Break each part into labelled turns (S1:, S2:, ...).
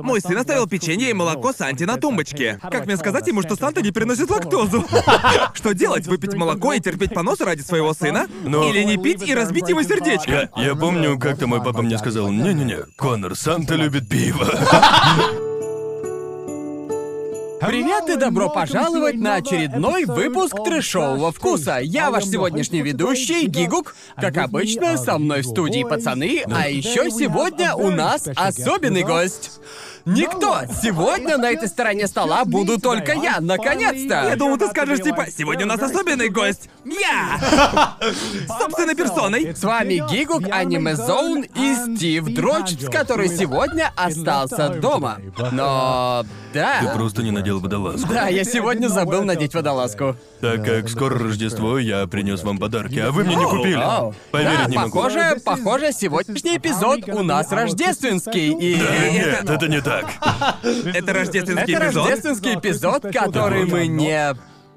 S1: Мой сын оставил печенье и молоко Санти на тумбочке. Как мне сказать ему, что Санта не приносит лактозу? Что делать? Выпить молоко и терпеть понос ради своего сына?
S2: Но-
S1: Или не пить и разбить его сердечко?
S2: Я,
S3: ну
S2: я помню, как-то мой папа мне сказал, не-не-не, Конор, Санта любит пиво.
S3: Привет и добро пожаловать на очередной выпуск трэшового вкуса. Я ваш сегодняшний ведущий, Гигук. Как обычно, со мной в студии пацаны, а еще сегодня у нас особенный гость. Никто! Сегодня на этой стороне стола буду только я, наконец-то!
S1: Я думал, ты скажешь типа, сегодня у нас особенный гость. Я! Собственной персоной.
S3: С вами Гигук, Аниме Зоун и Стив Дроч, который сегодня остался дома. Но...
S2: Ты
S3: да...
S2: просто не надел водолазку.
S3: Да, я сегодня забыл надеть водолазку.
S2: Так как скоро Рождество, я принес вам подарки, а вы мне не
S3: Оу,
S2: купили.
S3: оу.
S2: Поверить
S3: Да,
S2: не могу.
S3: Похоже, похоже, сегодняшний эпизод у нас рождественский. И
S2: Э, Нет, это не так.
S1: Это рождественский
S3: это
S1: эпизод.
S3: рождественский эпизод, который мы не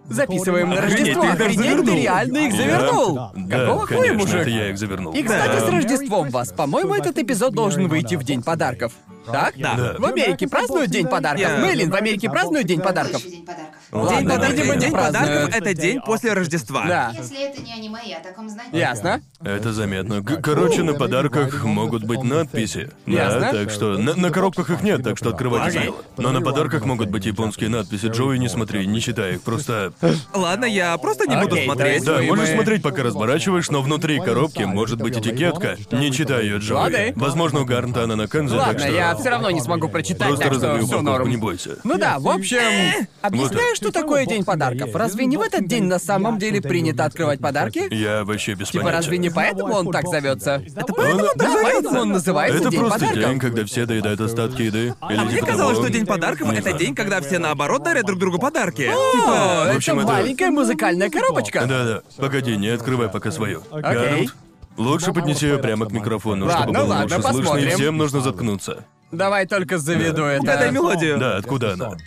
S3: записываем на
S1: Охренеть,
S3: Рождество.
S1: ты их даже
S3: Охренеть, ты
S1: завернул.
S3: реально их
S2: Я-
S3: завернул.
S2: Да,
S3: Какого хуя,
S2: конечно,
S3: мужик?
S2: это я их завернул.
S3: И, кстати,
S2: Да.
S3: с Рождеством вас. По-моему, этот эпизод должен выйти в День подарков. Так?
S1: Да.
S3: В Америке празднуют День подарков.
S1: Я-
S3: Мэлин, в Америке празднуют День подарков. Ну,
S4: День подарков.
S1: День,
S3: Ладно,
S1: подарков-
S3: видимо, не
S1: день подарков
S3: празднуют.
S1: это день после Рождества.
S3: Да.
S4: Если это не аниме, я о таком знаю.
S3: Ясно?
S2: Это заметно. К- Короче, на подарках могут быть надписи.
S3: Ясно.
S2: Да, так что... На, на коробках их нет, так что открывайте
S1: Окей.
S2: смело. Но на подарках могут быть японские надписи. Джоуи, не смотри, не читай их, просто...
S1: Ладно, я просто не буду
S3: Окей,
S1: смотреть.
S2: Да,
S3: Джоуи,
S2: можешь
S3: мы-
S2: смотреть, пока разворачиваешь, но внутри коробки может быть этикетка. Не читай ее, Джоуи.
S3: Ладно.
S2: Возможно, у Гарнта она на Кэнзе, Ну, так
S3: Ладно,
S2: что...
S3: я все равно не смогу прочитать,
S2: Просто
S3: так что
S2: разобью
S3: все
S2: упаковку,
S3: норм.
S2: не Ну бойся.
S3: Ну да, в общем, объясняю, что такое День подарков. Разве не в этот день на самом деле принято открывать подарки?
S2: Я вообще без
S3: Типа,
S2: понятия.
S3: разве не поэтому он так зовется?
S5: Это
S3: поэтому он да, поэтому он называется
S2: Это
S3: День
S2: просто
S3: подарков.
S2: день, когда все доедают остатки еды. Или
S1: А мне
S2: типа
S1: казалось,
S2: того.
S1: что день подарков
S2: Не
S1: это
S2: знаю.
S1: день, когда все наоборот дарят друг другу подарки. Типа,
S3: О,
S2: в
S3: это
S2: общем, это-
S3: маленькая музыкальная коробочка.
S2: Да-да, погоди, не открывай пока свою.
S3: Окей.
S2: Лучше поднеси ее прямо к микрофону, чтобы
S3: Ладно,
S2: было
S3: ладно,
S2: лучше слышно, и
S3: посмотрим.
S2: всем нужно заткнуться.
S3: Давай только заведу
S1: Угадай
S3: это.
S1: мелодию.
S2: Да, откуда она?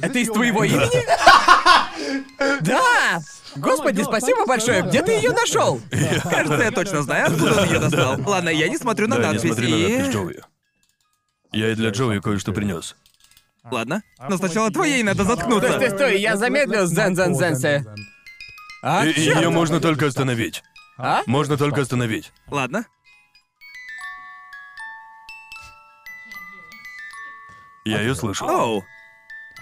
S3: Это из твоего имени? Да! Господи, спасибо большое. Где ты ее нашел?
S1: Кажется, я точно знаю, откуда он ее достал. Ладно, я не смотрю на
S2: да, не
S1: надпись
S2: смотри на
S1: и...
S2: надпись Джоуи. Я и для Джоуи кое-что принес.
S1: Ладно. Но сначала твоей надо заткнуться.
S3: Стой, стой, стой, я замедлил зен зен зенсе. А,
S2: И
S3: чёрт.
S2: ее можно только остановить.
S3: А?
S2: Можно только остановить.
S1: Ладно.
S2: Я ее слышал.
S1: Оу.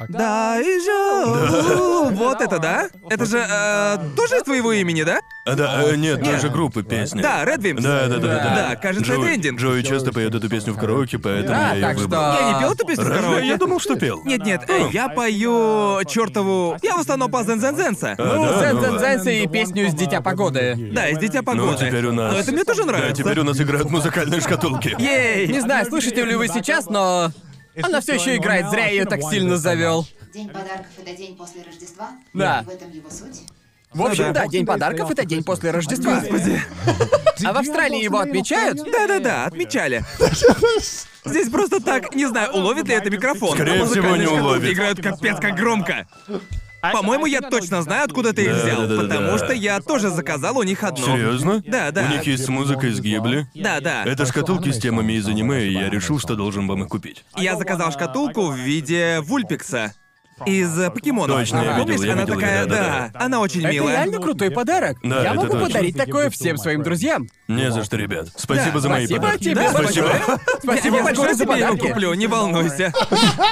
S1: Да, и жо. Вот это, да? Это же э, тоже из твоего имени, да?
S2: А, да, э, нет, тоже группы песни.
S1: Да, Red Wimps.
S2: Да, да, да, да, да.
S1: Да, кажется, это
S2: Джоуи-
S1: эндинг.
S2: Джоуи часто поет эту песню в караоке, поэтому
S3: Да,
S2: я ее
S3: так
S2: выбрал.
S3: что-
S1: Я не пел эту песню в караоке?
S2: Разве я думал, что пел?
S1: Нет, нет, э, я пою чертову. Я в основном по Зензензенса.
S2: А,
S3: Ну,
S2: да,
S3: зен
S2: ну
S3: зен
S2: ладно.
S3: зенсе и песню из Дитя Погоды.
S1: Да, из дитя погоды.
S2: Ну, теперь у нас...
S1: Но это мне тоже
S2: Да,
S1: нравится.
S2: теперь у нас играют музыкальные шкатулки.
S1: Ей!
S3: Не знаю, слышите ли вы сейчас, но... Она все еще играет, зря ее так сильно завел.
S4: День подарков это день после Рождества.
S3: Да.
S4: И в этом его суть.
S3: В общем, да, День подарков — это день после Рождества. А в Австралии его отмечают?
S1: Да-да-да, отмечали. Здесь просто так, не знаю, уловит ли это микрофон.
S2: Скорее
S1: но
S2: всего, не
S1: музыкальные шкатулки
S2: уловит.
S1: Играют капец как громко. По-моему, я точно знаю, откуда ты их взял,
S2: Да-да-да-да.
S1: потому что я тоже заказал у них одну.
S2: Серьезно?
S1: ну, Да, да.
S2: У них есть музыка из Гибли.
S1: Да-да.
S2: Это шкатулки с темами из аниме, и я решил, что должен вам их купить.
S1: Я заказал шкатулку в виде Вульпикса. Из э, покемонов.
S2: Точно, я
S1: Помнишь,
S2: видел, я
S1: она
S2: видел
S1: такая,
S2: ее, да-да-да.
S1: Она очень
S3: Это
S1: милая.
S3: реально крутой подарок.
S2: Да, это
S3: Я могу
S2: точно.
S3: подарить такое всем своим друзьям.
S2: Не за что, ребят. Спасибо за мои
S3: Спасибо
S2: подарки.
S3: тебе
S1: Да,
S3: большое.
S2: спасибо.
S3: Спасибо
S1: я
S3: большое
S1: скоро
S3: за
S1: тебе ее
S3: подарки.
S1: куплю, не волнуйся.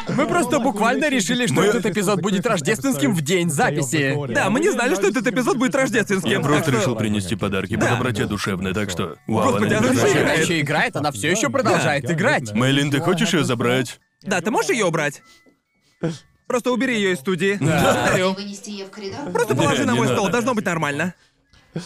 S3: Мы просто буквально решили, что
S2: Мы-
S3: этот эпизод будет рождественским в день записи.
S1: Да, мы не знали, что этот эпизод будет рождественским.
S2: Я просто
S1: так что-
S2: решил принести подарки по доброте душевной, так что... Вау,
S1: Господи,
S2: она
S1: она
S2: не
S1: же
S3: Она
S2: прекращает.
S1: играет.
S3: еще играет, она все еще продолжает играть.
S2: Мэйлин, ты хочешь ее забрать?
S1: Да, ты можешь ее убрать? Просто убери ее из студии.
S4: И
S1: Благодарю.
S4: вынести ее в коридор.
S1: Просто положи
S2: Не,
S1: на
S2: не
S1: мой
S2: надо.
S1: стол, должно быть нормально. Да,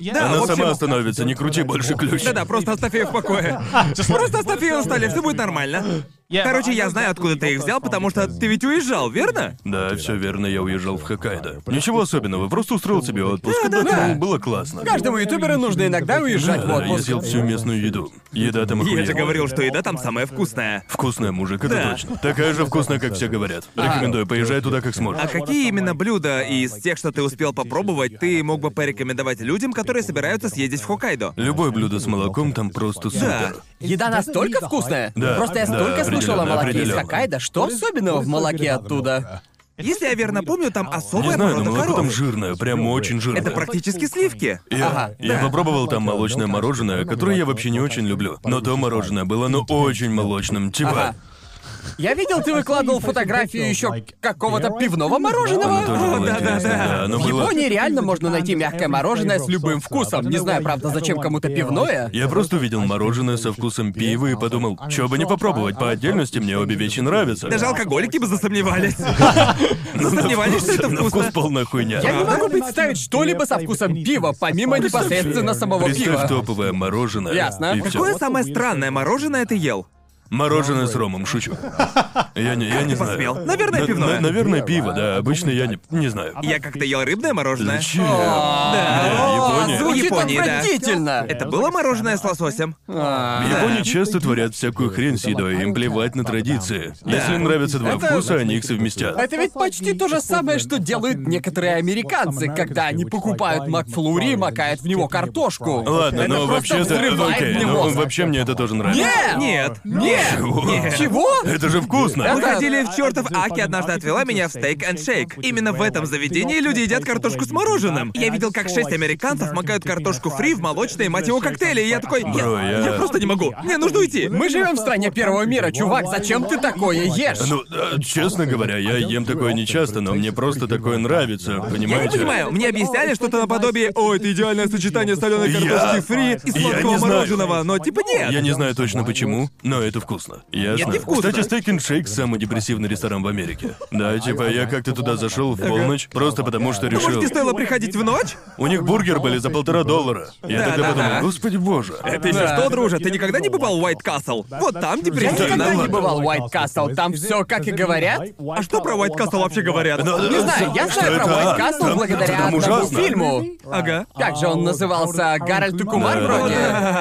S1: в
S2: Она
S1: общем-
S2: сама остановится, не крути больше ключ.
S1: Да-да, просто оставь ее в покое. Просто оставь ее на столе, все будет нормально. Короче, я знаю, откуда ты их взял, потому что ты ведь уезжал, верно?
S2: Да, все верно, я уезжал в Хоккайдо. Ничего особенного, просто устроил себе отпуск,
S3: Да, да,
S2: отдохнул,
S3: да.
S2: было классно.
S3: Каждому ютуберу нужно иногда уезжать в
S2: Да, я
S3: отпуск.
S2: съел всю местную еду. Еда там
S1: Я
S2: охуенная.
S1: же говорил, что еда там самая вкусная.
S2: Вкусная, мужик, это
S1: Да.
S2: точно. Такая же вкусная, как все говорят. Рекомендую, поезжай туда как сможешь.
S1: А какие именно блюда из тех, что ты успел попробовать, ты мог бы порекомендовать людям, которые собираются съездить в Хоккайдо?
S2: Любое блюдо с молоком там просто
S1: Да.
S2: супер.
S3: Еда настолько вкусная.
S2: Да,
S3: Просто я
S2: да,
S3: столько слышал о
S2: определенно,
S3: молоке из
S2: определенно.
S3: Хоккайдо. Что особенного в молоке оттуда?
S1: Если я верно помню, там
S2: Не
S1: особая
S2: знаю, ну, но
S1: порода
S2: молоко там
S1: коров.
S2: жирное, прям очень жирное.
S1: Это практически сливки.
S2: Я,
S3: Ага,
S2: я
S3: да.
S2: попробовал там молочное мороженое, которое я вообще не очень люблю. Но то мороженое было, ну, очень молочным. Типа,
S3: Ага. Я видел, ты выкладывал фотографию еще какого-то пивного
S2: оно тоже
S3: мороженого.
S1: О,
S2: было
S1: да-да-да.
S2: интересное, да, оно
S3: В
S2: было...
S3: Японии реально можно найти мягкое мороженое с любым вкусом. Не знаю, правда, зачем кому-то
S5: uh,
S3: пивное.
S2: Я просто увидел мороженое со вкусом пива и подумал, чё бы не попробовать, по отдельности мне обе вещи нравятся.
S1: Даже алкоголики бы засомневались. Засомневались, что это
S2: На вкус
S1: вкусно.
S2: полная хуйня.
S3: Я не
S1: Правда?
S3: могу представить что-либо со вкусом пива, помимо
S5: Представь себе.
S3: непосредственно самого
S2: Представь
S3: пива.
S2: топовое мороженое.
S3: Ясно.
S2: И всё.
S1: Какое самое странное мороженое ты ел?
S2: Мороженое с ромом, шучу. Я не, я не
S1: ты
S2: знаю.
S1: посмел? Наверное,
S2: На-
S1: пивное.
S2: на- наверное, пиво, да. Обычно я не, не знаю.
S1: Я как-то ел рыбное мороженое.
S2: Зачем?
S1: Да.
S2: Да,
S3: О,
S2: Япония.
S3: звучит
S1: Япония, да.
S3: отвратительно.
S1: Это было мороженое с А. лососем?
S2: В Японии часто творят всякую
S5: uh,
S2: хрень с едой, им плевать на традиции. Если нравятся два
S3: Это-
S2: вкуса, они их совместят.
S3: Это ведь почти то же самое, что делают некоторые американцы, когда они покупают Макфлури и макают в него картошку.
S2: Ладно,
S3: Это
S2: но
S3: просто
S2: вообще-то...
S3: взрывает
S2: Окей,
S3: мне
S2: ну
S3: мозг.
S2: вообще мне это тоже нравится.
S3: Нет!
S1: Нет.
S3: Нет!
S2: Нет!
S3: Чего?
S2: Это же
S1: Мы
S2: вкусно!
S3: Это-
S1: ходили в чертов Аки, однажды отвела меня в стейк and шейк. Именно в этом заведении люди едят картошку с мороженым. Я видел, как шесть американцев макают картошку фри в молочные, мать его, коктейли, и я такой,
S2: Бро,
S1: я,
S2: я-
S1: я просто не могу, мне нужно уйти.
S3: Мы живем в стране первого мира, чувак, зачем ты такое ешь?
S2: Ну, э, честно говоря, я ем такое нечасто, но мне просто такое нравится,
S1: Я не
S2: понимаете?
S1: понимаю, мне объясняли что-то наподобие «О, это идеальное сочетание соленой
S2: Я-
S1: картошки фри и
S2: я
S1: сладкого
S2: не знаю.
S1: мороженого», но типа нет.
S2: Я не знаю точно почему, но это вкусно. Ясно.
S1: не вкусно.
S2: Кстати, Steak and Shake самый депрессивный ресторан в Америке. Да, типа я как-то туда зашел в полночь, просто потому что
S1: Может,
S2: решил.
S1: не стоило приходить в ночь?
S2: У них бургеры были за полтора доллара. Я
S1: Да, да,
S2: тогда
S1: да.
S2: подумал, господи боже.
S1: Ты еще
S3: Да.
S1: что, друже, ты никогда не бывал в Уайт Касл? Вот там
S3: Я
S1: депрессивно.
S3: никогда не
S2: нормально.
S3: бывал в Уайт Касл, там все как и говорят.
S1: А что про Уайт Касл вообще говорят?
S3: Не знаю, я
S2: Ну, Что
S3: знаю про
S2: это,
S3: Уайт
S2: а?
S1: Ну,
S3: Касл
S2: Там-
S3: благодаря
S2: там
S3: одному
S2: ужасно. А,
S3: фильму.
S1: Ага.
S3: Как же он назывался? Гарольд Кумар
S2: ну, Да. А
S3: вроде?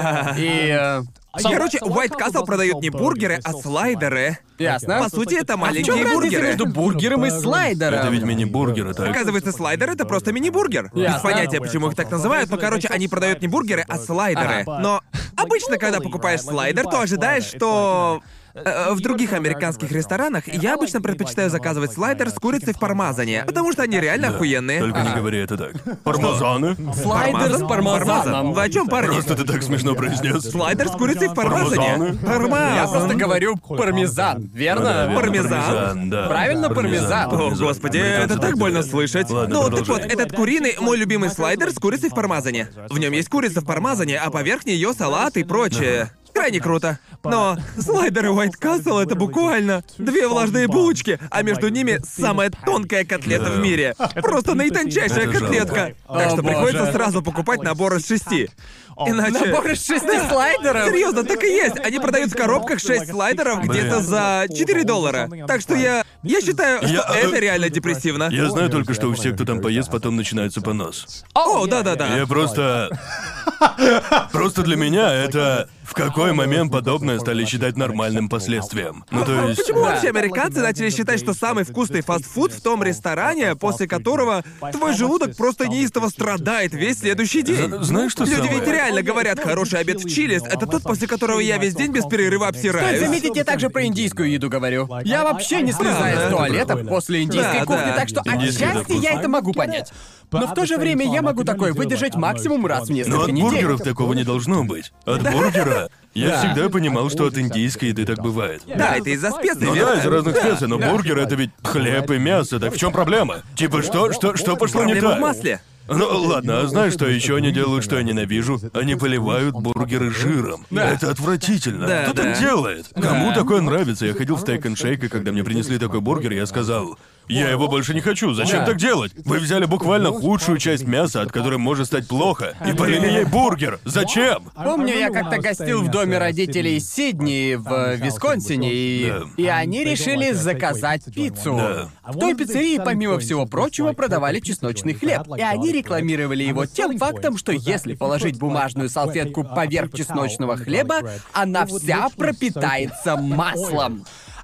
S3: И... э,
S1: Короче, Уайт Касл продают не бургеры, а слайдеры.
S3: Ясно.
S1: По сути, это
S3: А в чем
S1: маленькие
S3: разница
S1: бургеры.
S3: между бургером и слайдером?
S2: Это ведь мини-бургеры, так?
S1: Оказывается, слайдер это просто мини-бургер. Без
S3: Ясно.
S1: понятия, почему их так называют, но, короче, они продают не бургеры, а слайдеры.
S5: Ага.
S1: Но обычно, когда покупаешь слайдер, то ожидаешь, что... э, В других американских ресторанах я обычно предпочитаю заказывать слайдер с курицей в пармазане, потому что они реально охуенные.
S2: Только не говори это так. Пармезаны?
S3: Слайдер с пармезаном.
S1: Пармезан. Вы о чем, парни?
S2: Просто ты так смешно произнес.
S1: Слайдер с курицей в пармезане.
S2: Пармезаны?
S1: Пармезан.
S3: Я просто говорю пармезан,
S2: Да,
S3: верно?
S2: верно,
S1: Пармезан.
S2: да.
S3: Правильно, пармезан.
S1: О, господи, это так больно слышать.
S2: Ладно,
S1: ну, так
S2: продолжай.
S1: вот, этот куриный мой любимый слайдер с курицей в пармазане. В нем есть курица в пармазане, а поверх нее салат и прочее. Крайне круто. Но слайдеры White Castle это буквально две влажные булочки, а между ними самая тонкая котлета в мире. Просто наитончайшая
S2: Это типа
S1: котлетка.
S5: жалко.
S1: Так
S3: О,
S1: что приходится
S3: боже.
S1: сразу покупать набор из шести. Иначе...
S3: Набор из шести слайдеров?
S1: Серьезно, так и есть. Они продают в коробках 6 слайдеров
S5: Блин.
S1: где-то за 4 доллара. Так что я... Я считаю, что
S2: Я- э,
S1: это реально депрессивно.
S2: Я знаю только, что у всех, кто там поест, потом начинается понос.
S1: О, да-да-да.
S2: Я просто... Просто для меня это... В какой момент подобное стали считать нормальным последствием? Ну, то есть...
S1: А Почему
S3: Да.
S1: вообще американцы начали считать, что самый вкусный фастфуд в том ресторане, после которого твой желудок просто неистово страдает весь следующий день?
S2: Зна- знаешь, что
S1: Люди
S2: самое?
S1: ведь реально говорят, хороший обед в Чилис — это тот, после которого я весь день без перерыва
S3: Стоит
S1: обсираюсь.
S3: заметить, я также про индийскую еду говорю. Я вообще не слезаю
S1: Да,
S3: с
S1: да.
S3: туалета после индийской
S1: Да,
S3: кухни,
S1: да.
S3: так что
S2: Индийская еда
S3: отчасти я
S2: вкусная.
S3: это могу понять. Но в то же время я могу такое выдержать максимум раз в
S2: Но
S3: несколько
S2: Ну, от
S3: недель.
S2: бургеров такого не должно быть. От бургера я всегда понимал, что от индийской еды так бывает.
S1: Да, это из-за специй,
S2: Ну да,
S1: верно?
S2: из разных специй, но бургер это ведь хлеб и мясо, так в чем проблема? Типа что, что, что пошло не
S1: Проблема
S2: так?
S1: в масле.
S2: Ну ладно, а знаешь, что еще они делают, что я ненавижу? Они поливают бургеры жиром. Это отвратительно.
S1: Да,
S2: Кто так
S1: да.
S2: делает? Кому такое нравится? Я ходил в стейк н шейк, и когда мне принесли такой бургер, я сказал. Я его больше не хочу. Зачем
S3: Да.
S2: так делать? Вы взяли буквально худшую часть мяса, от которой может стать плохо, и полили ей бургер. Зачем?
S3: Помню, я как-то гостил в доме родителей Сидни в э, Висконсине, и,
S2: Да.
S3: и они решили заказать пиццу. А
S2: Да.
S3: В той пиццерии, помимо всего прочего, продавали чесночный хлеб. И они рекламировали его тем фактом, что если положить бумажную салфетку поверх чесночного хлеба, она вся пропитается маслом.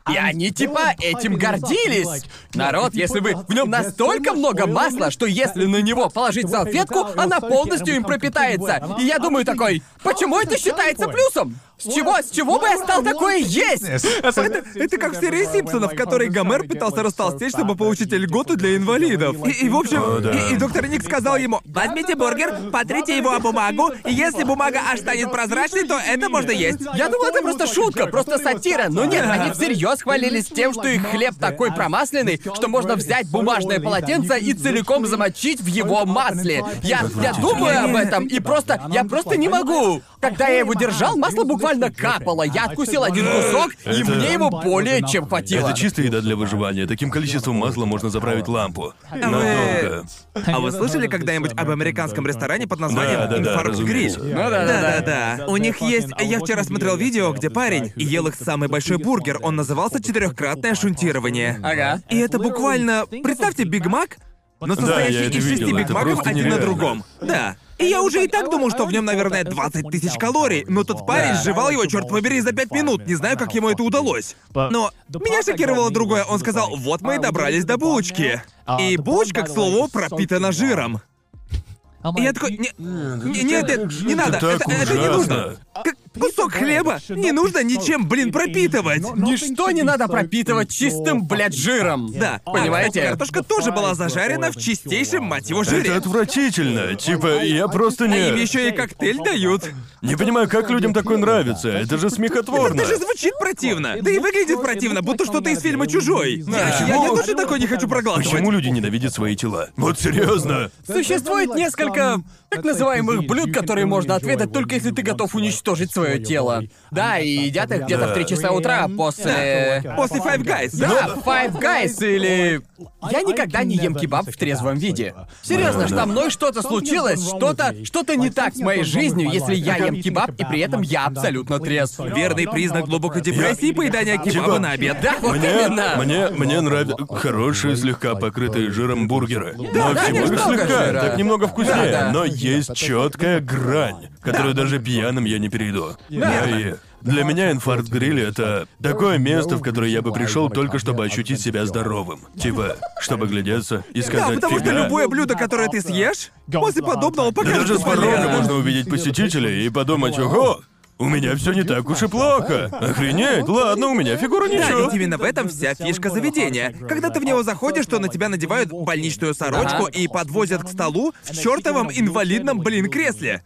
S3: И они типа этим гордились. Народ, если бы в нем типа настолько много масла, что если на него положить салфетку, она полностью им пропитается. И я думаю такой, почему это считается плюсом? С чего, с чего бы я стал такое есть?
S1: Это, это как в серии Симпсонов, в которой Гомер пытался растолстеть, чтобы получить льготу для инвалидов. И, и, в общем,
S2: О, да.
S1: и, и доктор Ник сказал ему, возьмите бургер, потрите его о бумагу, и если бумага аж станет прозрачной, то это можно есть.
S3: Я думал, это просто шутка, просто сатира. Но нет, они всерьез хвалились тем, что их хлеб такой промасленный, что можно взять бумажное полотенце и целиком замочить в его масле. Я, я думаю об этом, и просто, я просто не могу. Когда я его держал, масло буквально капало. Я откусил один кусок, и
S2: Это-
S3: мне его более чем хватило.
S2: Это чисто еда для выживания. Таким количеством масла можно заправить лампу. Надолго.
S1: А вы слышали когда-нибудь об американском ресторане под названием
S2: Да, да, да,
S1: «Инфаркт Гриль»?
S2: разумеется. Ну
S3: да, да,
S1: да,
S3: да.
S1: да, да. У них есть... Я вчера смотрел видео, где парень ел их самый большой бургер. Он назывался «Четырехкратное шунтирование».
S3: Ага.
S1: И это буквально... Представьте, Биг Мак, но
S2: Да,
S1: состоящий
S2: я это
S1: из шести
S2: видел, это
S1: Биг Маков
S2: просто
S1: один на
S2: нереально.
S1: другом. Да. И я уже и так думал, что в нем, наверное, 20 тысяч калорий, но тот парень
S3: Да.
S1: жевал его, черт побери, за 5 минут. Не знаю, как ему это удалось. Но меня шокировало другое. Он сказал, вот мы и добрались до булочки.
S2: А,
S1: И булочка, к слову, пропитана жиром. И я такой, «Не- не- нет, нет, не надо,
S2: так
S1: это, это не
S2: ужасно.
S1: нужно. Как кусок хлеба не нужно ничем, блин, пропитывать.
S3: Ничто не надо пропитывать чистым, блядь, жиром.
S1: Да, а,
S3: Понимаете?
S1: кстати, картошка тоже была зажарена в чистейшем, мать его, жире.
S2: Это отвратительно. Типа, я просто
S1: А им
S2: не...
S1: еще и коктейль дают.
S2: Не понимаю, как людям такое нравится. Это же
S1: Это
S2: смехотворно.
S1: даже звучит противно. Да и выглядит противно, будто что-то из фильма «Чужой».
S5: Да.
S1: Я- Я, я тоже такой не хочу проглатывать.
S2: Почему люди ненавидят свои тела? Вот серьезно.
S3: Существует несколько так называемых блюд, которые можно отведать только если ты готов уничтожить свое тело. Да, и едят их где-то в 3 часа утра после...
S5: Да.
S1: После Five Guys.
S3: Да, Five Guys или... Я никогда не ем кебаб в трезвом виде. Серьезно, что со мной что-то случилось, что-то что-то не так с моей жизнью, если я ем кебаб, и при этом я абсолютно трезв.
S1: Верный признак глубокой депрессии
S5: Я-
S1: поедания кебаба
S2: Типа-
S1: на обед.
S3: Да, вот
S2: Мне,
S3: именно!
S2: мне, мне нравятся хорошие, слегка покрытые жиром бургеры. Но
S3: да,
S2: всего лишь
S3: немного
S2: слегка,
S3: жира.
S2: так немного вкуснее.
S3: Да, да.
S2: Но есть четкая грань, которую даже пьяным я не перейду. Я и- Для меня инфаркт гриль это такое место, в которое я бы пришел только чтобы ощутить себя здоровым. Типа, чтобы глядеться и
S1: Да,
S2: сказать
S1: потому что
S2: «фига».
S1: любое блюдо, которое ты съешь, после подобного
S2: Да
S1: покажется
S2: даже с порога
S1: полезным.
S2: можно увидеть посетителей и подумать, ого, у меня все не так уж и плохо. Охренеть, ладно, у меня фигура
S1: Да,
S2: ничего.
S1: ведь именно в этом вся фишка заведения. Когда ты в него заходишь, то на тебя надевают больничную сорочку
S5: Ага.
S1: и подвозят к столу в чертовом инвалидном, блин, кресле.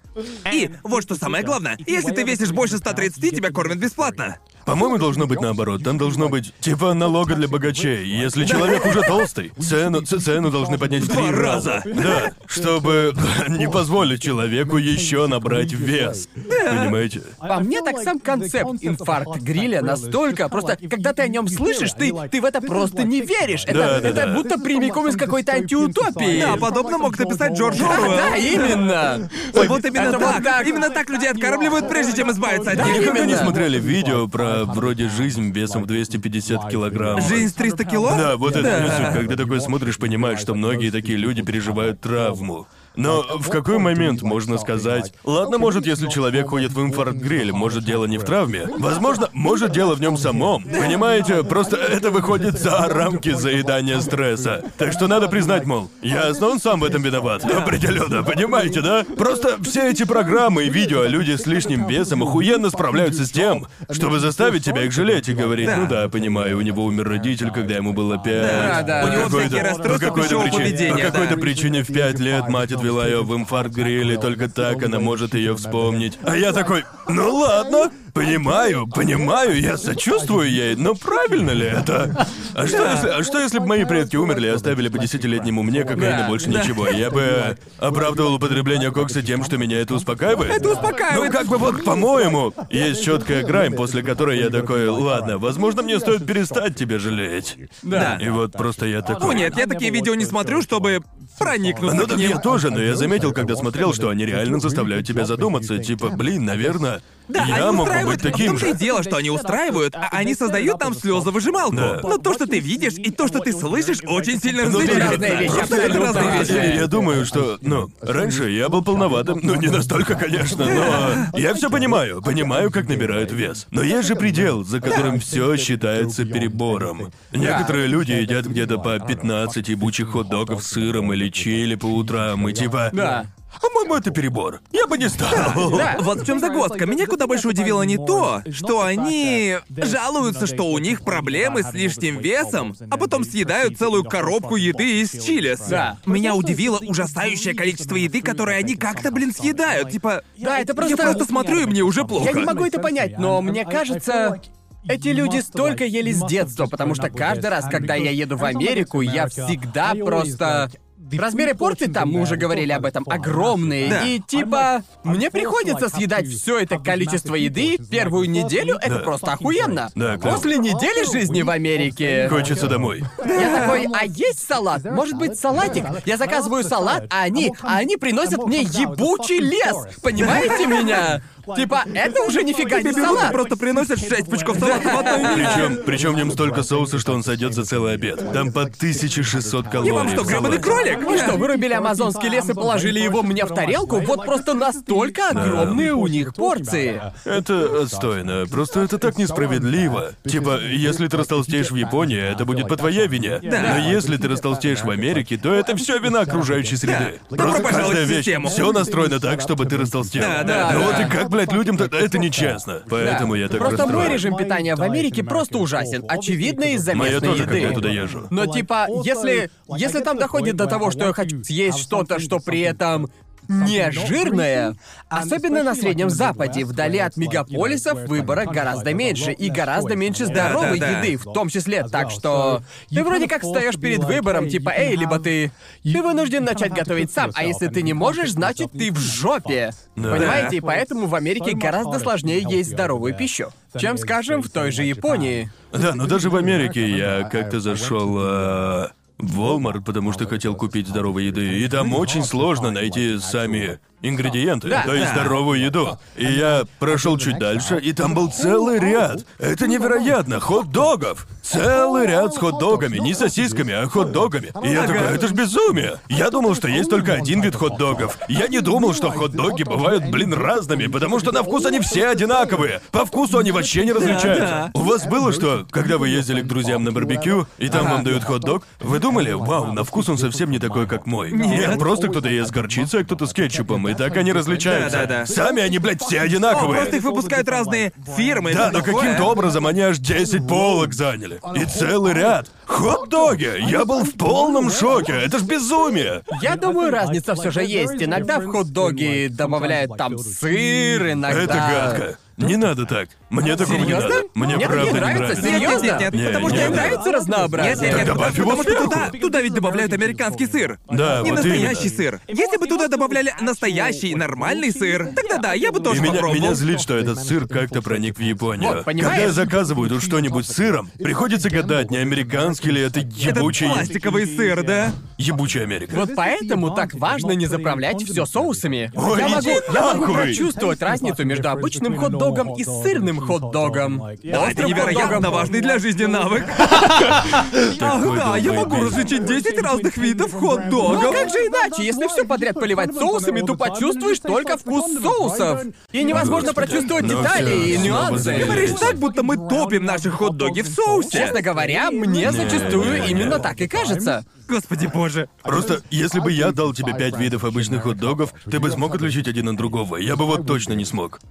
S1: И вот ну что самое главное, если ты весишь больше 130, тебя кормят бесплатно.
S2: По-моему, должно быть наоборот. Там должно быть типа налога для богачей. Если человек уже толстый, цену, ц- цену должны поднять в
S1: Два
S2: три
S1: раза.
S2: раза. Да, чтобы не позволить человеку еще набрать вес. Понимаете?
S3: По мне, так сам концепт инфаркт гриля настолько просто, когда ты о нем слышишь, ты, ты в это просто не веришь. Это,
S2: Да, да,
S3: это
S2: да.
S3: будто прямиком из какой-то антиутопии.
S1: Да, подобно мог написать Джордж Оруэлл.
S3: Да, именно.
S1: Вот именно
S3: это вот
S1: так.
S3: так.
S1: Именно так людей откармливают, прежде чем избавиться от
S3: Да,
S1: них.
S2: Никогда не
S3: именно.
S2: смотрели видео про вроде жизнь весом в 250 килограмм.
S1: Жизнь с 300 кило?
S2: Да, вот это несут. Когда такое смотришь, понимаешь, что многие такие люди переживают травму. Но в какой момент можно сказать, ладно, может, если человек ходит в инфаркт-гриль, может, дело не в травме. Возможно, может, дело в нем самом. Понимаете, просто это выходит за рамки заедания стресса. Так что надо признать, мол, ясно, он сам в этом виноват. Определенно, понимаете, да? Просто все эти программы и видео о люди с лишним весом охуенно справляются с тем, чтобы заставить тебя их жалеть и говорить, ну да, понимаю, у него умер родитель, когда ему было пять.
S3: Да, да.
S2: По
S3: У него
S2: какой-то-
S1: всякие расстройства
S2: по какой-то
S1: пищевого
S2: причине-
S1: поведения,
S2: По какой-то
S1: да.
S2: причине в пять лет мать отвела ее в инфаркт гриль, и только так она может ее вспомнить. А я такой, ну ладно, понимаю, понимаю, я сочувствую ей, но правильно ли это? А что, если, а что если бы мои предки умерли и оставили бы десятилетнему мне кокаина
S3: Да,
S2: больше
S3: да.
S2: ничего? Я бы оправдывал употребление кокса тем, что меня это успокаивает.
S1: Это успокаивает.
S2: Ну как бы вот, по-моему, есть четкая грань, после которой я такой, ладно, возможно, мне стоит перестать тебя жалеть.
S3: Да.
S2: И вот просто я такой.
S1: О нет, я такие видео не смотрю, чтобы проникнуться
S2: Ну
S1: к
S2: так
S1: ним.
S2: я тоже, но я заметил, когда смотрел, что они реально заставляют тебя задуматься. Типа, блин, наверное,
S1: Да,
S2: я
S1: они
S2: могу быть
S1: устраивают... в
S2: таким
S1: том-то и
S2: же.
S1: дело, что они устраивают, а они создают там слезовыжималку.
S2: Да.
S1: Но то, что ты видишь, и то, что ты слышишь, очень сильно
S2: Ну,
S1: различаются.
S3: разные вещи,
S1: Просто это
S3: абсолютно
S1: разные
S3: разные.
S1: вещи.
S2: Я, я думаю, что, ну, раньше я был полноватым, ну не настолько, конечно, но я все понимаю, понимаю, как набирают вес. Но есть же предел, за которым все считается перебором. Некоторые люди едят где-то по 15 ебучих хот-догов с сыром или чили по утрам, и типа...
S3: Да.
S2: По-моему, это перебор. Я бы не стал.
S1: Да, вот в чем загвоздка. Меня куда больше удивило не то, что они жалуются, что у них проблемы с лишним весом, а потом съедают целую коробку еды из чилис.
S3: Да.
S1: Меня удивило ужасающее количество еды, которое они как-то, блин, съедают. Типа,
S3: Да, это
S1: я
S3: просто-
S1: просто смотрю, и мне уже плохо.
S3: Я не могу это понять, но мне кажется, эти люди столько ели с детства, потому что каждый раз, когда я еду в Америку, я всегда просто... Размеры порции там, мы уже говорили об этом, огромные.
S1: Да.
S3: И типа, мне приходится съедать все это количество еды. Первую неделю это просто охуенно.
S2: Да, класс.
S3: После недели жизни в Америке...
S2: Хочется домой.
S3: Я такой, а есть салат? Может быть, салатик? Я заказываю салат, а они, а они приносят мне ебучий лес. Понимаете меня? Типа, это уже нифига не
S1: Тебе берут и
S3: салат.
S1: просто приносят шесть пучков салата в одном месте.
S2: Причем, причем в нем столько соуса, что он сойдет за целый обед. Там по 1600 калорий.
S1: вам что,
S2: в
S1: грёбаный
S2: салате.
S1: кролик?
S3: Вы что, вырубили амазонский лес и положили его мне в тарелку? Вот просто настолько огромные у них порции.
S2: Это отстойно. Просто это так несправедливо. Типа, если ты растолстеешь в Японии, это будет по твоей вине.
S1: Да.
S2: Но если ты растолстеешь в Америке, то это все вина окружающей среды.
S1: Да.
S2: Просто
S1: Добро пожаловать
S2: каждая
S1: в
S2: вещь,
S1: систему.
S2: все настроено так, чтобы ты растолстел.
S1: Да, да,
S2: Ну
S3: да.
S2: вот и как, блядь, людям тогда это нечестно. Поэтому я так
S3: Просто мой
S2: расстроен.
S3: режим питания в Америке просто ужасен. Очевидно, из-за
S2: Моё
S3: местной
S2: тоже,
S3: еды.
S2: когда я туда езжу.
S3: Но типа, если если там доходит до того, что я хочу съесть что-то, что при этом не жирное, особенно на Среднем Западе, вдали от мегаполисов выбора гораздо меньше и гораздо меньше здоровой
S1: Да, да, да.
S3: еды, в том числе. Так что ты вроде как встаешь перед выбором, типа, эй, либо ты ты вынужден начать готовить сам, а если ты не можешь, значит ты в жопе.
S2: Да.
S3: Понимаете, и поэтому в Америке гораздо сложнее есть здоровую пищу, чем, скажем, в той же Японии.
S2: Да, но даже в Америке я как-то зашел э, в Walmart, потому что хотел купить здоровой еды. И там очень сложно найти сами ингредиенты,
S3: Да,
S2: то есть
S1: да.
S2: здоровую еду. И я прошел чуть дальше, и там был целый ряд. Это невероятно, хот-догов. Целый ряд с хот-догами, не сосисками, а хот-догами. И я такой, это ж безумие. Я думал, что есть только один вид хот-догов. Я не думал, что хот-доги бывают, блин, разными, потому что на вкус они все одинаковые. По вкусу они вообще не различаются.
S1: да.
S2: У вас было что, когда вы ездили к друзьям на барбекю, и там вам дают хот-дог, вы думали, вау, на вкус он совсем не такой, как мой. Нет, просто кто-то ест с горчицей, а кто-то с кетчупом, и так они различаются.
S1: Да-да-да.
S2: Сами они, блядь, все
S1: О,
S2: одинаковые.
S1: просто их выпускают разные фирмы.
S2: Да,
S1: это
S2: но
S1: такое.
S2: каким-то образом они аж 10 полок заняли. И целый ряд. Хот-доги! Я был в полном шоке. Это ж безумие.
S3: Я думаю, разница все же есть. Иногда в хот-доги добавляют там сыр, иногда...
S2: Это гадко. Не надо так. Мне такого не
S3: Серьезно?
S2: надо. Мне
S3: Мне такие
S2: правда не
S3: нравятся,
S1: Нет,
S2: нравится.
S1: нет,
S3: серьезно?
S1: нет, нет,
S2: Не,
S1: потому что
S2: не
S1: им
S2: надо.
S1: нравится разнообразие.
S3: Нет, нет,
S2: нет, добавь его
S1: потому что
S2: сверху.
S1: туда, туда ведь добавляют американский сыр.
S2: Да,
S1: не
S2: вот
S1: настоящий
S2: именно.
S1: сыр. Если бы туда добавляли настоящий нормальный сыр, тогда да, я бы
S2: И
S1: тоже
S2: меня,
S1: попробовал.
S2: меня злит, что этот сыр как-то проник в Японию.
S3: Вот, понимаешь?
S2: Когда я заказываю тут что-нибудь с сыром, приходится гадать, не американский ли это
S1: Это
S2: ебучий...
S1: пластиковый сыр, да?
S2: Ебучая
S1: Ну,
S2: Америка.
S3: Вот поэтому так важно не заправлять все соусами.
S2: Ой,
S3: я могу,
S2: иди
S3: я могу
S2: нахуй!
S3: прочувствовать разницу между обычным хот-догом и сырным хот-догом.
S1: Да, это
S3: Острым
S1: невероятно
S3: хот-догом-
S1: важный для жизни навык. Ах,
S2: Такой
S1: да, я
S2: долбоебизм.
S1: могу различить 10 разных видов
S3: Ну а
S1: хот-догов.
S3: как же иначе, если все подряд поливать соусами, то почувствуешь только вкус соусов. И невозможно прочувствовать
S2: Ну всё,
S3: детали и
S2: снова
S3: нюансы.
S2: завелись.
S1: Говоришь так, будто мы топим наши хот-доги в соусе.
S3: Честно говоря, мне зачастую
S2: не, не.
S3: именно так и кажется.
S1: Господи боже.
S2: Просто, если бы я дал тебе пять видов обычных хот-догов, ты бы смог отличить один от другого. Я бы вот точно не смог.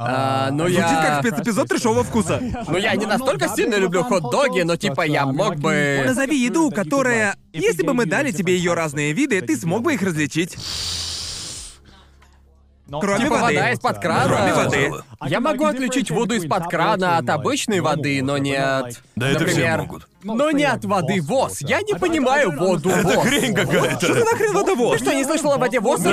S3: А, ну
S1: Звучит
S3: я...
S1: как спецэпизод трешового вкуса.
S3: Ну я не настолько сильно люблю хот-доги, но типа я мог бы...
S1: Назови еду, которая... Если бы мы дали тебе ее разные виды, ты смог бы их различить.
S5: Кроме
S1: Типа
S5: воды.
S1: вода
S3: из-под крана.
S2: Кроме воды.
S3: Я могу отличить воду из-под крана от обычной воды, но нет...
S2: Да это все
S3: Например,
S2: могут.
S3: но не от воды ВОЗ. Я не понимаю воду
S2: Это
S3: ВОЗ. Ну,
S2: хрень какая-то.
S1: За хрен водовоз?
S3: Ты что, не слышал о воде ВОЗ?
S2: Не,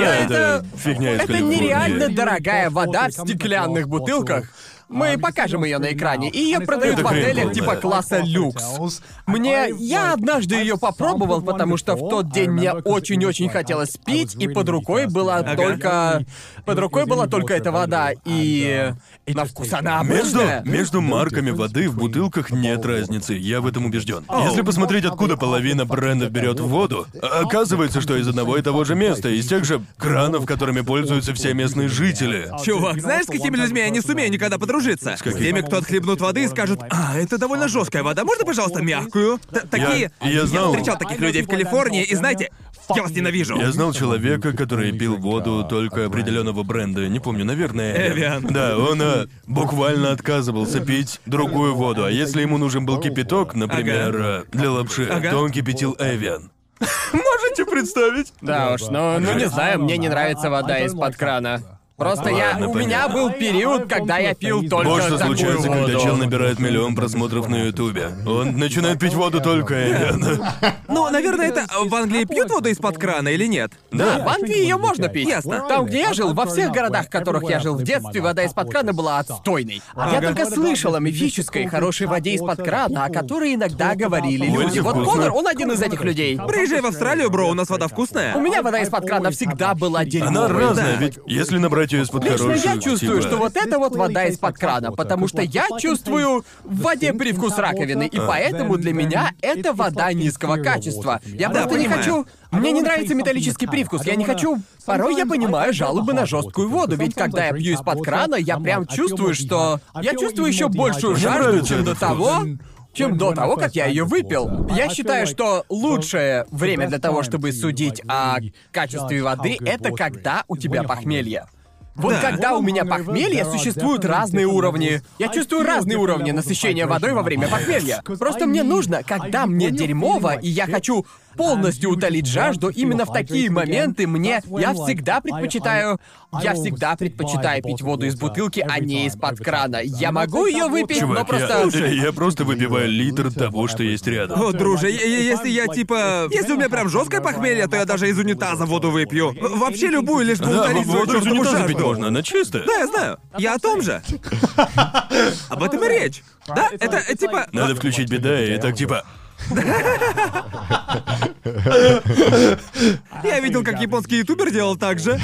S2: это
S3: Это-
S2: фигня из
S3: Это
S2: Калифорнии.
S3: нереально дорогая вода в стеклянных бутылках. Мы покажем ее на экране, и ее продают
S2: Это
S3: в отелях
S2: хрень,
S3: типа
S2: да.
S3: класса люкс. Мне... Я однажды ее попробовал, потому что в тот день мне очень-очень хотелось пить, и под рукой была
S1: Ага.
S3: только... Под рукой была только эта вода, и... На вкус она
S2: Между,
S3: обычная.
S2: между марками воды в бутылках нет разницы, я в этом убежден. Если посмотреть, откуда половина брендов берет воду, оказывается, что из одного и того же места, из тех же кранов, которыми пользуются все местные жители.
S1: Чувак, знаешь, с какими людьми я не сумею никогда подружиться? С,
S2: какими?
S1: теми, кто отхлебнут воды и скажут, а, это довольно жесткая вода, можно, пожалуйста, мягкую? Т- такие...
S2: я знал.
S1: встречал таких людей в Калифорнии, и знаете, я вас ненавижу.
S2: Я знал человека, который пил воду только определенного бренда, не помню, наверное.
S1: Эвиан.
S2: Да, он э, буквально отказывался пить другую воду, а если ему нужен был кипяток, например, э, для лапши,
S1: Ага.
S2: то он кипятил Эвиан. Можете представить?
S3: Да уж, ну, ну не знаю, мне не нравится вода из-под крана. Просто я...
S2: Ладно,
S3: У меня
S2: понятно.
S3: был период, когда я пил только
S2: Вот что
S3: такую
S2: случается, когда
S3: воду.
S2: чел набирает миллион просмотров на Ютубе. Он начинает пить воду только Эвиан.
S1: Ну, наверное, это а, в Англии пьют воду из-под крана или нет?
S3: Да, А, в Англии ее можно пить.
S1: Ясно.
S3: Там, где я жил, во всех городах, в которых я жил в детстве, вода из-под крана была отстойной. Я
S1: Ага.
S3: только слышал о мифической хорошей воде из-под крана, о которой иногда говорили
S2: Ой,
S3: люди. Вот
S2: вкусно.
S3: Конор, он один из этих людей.
S1: Приезжай в Австралию, бро, у нас вода вкусная.
S3: У меня вода из-под крана всегда была
S2: Она
S3: дерьмовой.
S2: разная,
S1: да.
S2: ведь если набрать ее из-под
S3: Лично
S2: хорошую...
S3: я чувствую,
S2: типа-
S3: что вот это вот вода из-под крана, потому что я чувствую в воде привкус раковины, и поэтому для меня это вода низкого качества. Я
S1: Да,
S3: просто не
S1: понимаю.
S3: хочу... Мне не нравится металлический привкус, я не хочу... Порой я понимаю жалобы на жесткую воду, ведь когда я пью из-под крана, я прям чувствую, что... Я чувствую еще большую
S2: Мне
S3: жажду,
S2: нравится
S3: чем до
S2: этот вкус.
S3: того, чем до того, как я ее выпил. Я считаю, что лучшее время для того, чтобы судить о качестве воды, это когда у тебя похмелье. Вот
S1: Да.
S3: когда у меня похмелье, существуют разные уровни. Я чувствую разные уровни насыщения водой во время похмелья. Просто мне нужно, когда мне дерьмово, и я хочу полностью утолить жажду, именно в такие моменты мне... Я всегда предпочитаю... Я всегда предпочитаю пить воду из бутылки, а не из-под крана. Я могу ее выпить,
S2: Чувак,
S3: но
S2: я,
S3: просто...
S2: я просто выпиваю литр того, что есть рядом.
S1: О, друже, я- я- если я типа. Если у меня прям жесткое похмелье, то я даже из унитаза воду выпью. В- Вообще любую, лишь бы
S2: Да,
S1: утолить свою
S2: воду из
S1: чёртову
S2: унитаза пить
S1: жажду.
S2: можно, она чистая.
S1: Да, я знаю. Я о том же. Об этом и речь. Да, это э, типа.
S2: Надо включить беда, и так типа...
S1: Я видел, как японский ютубер делал так же.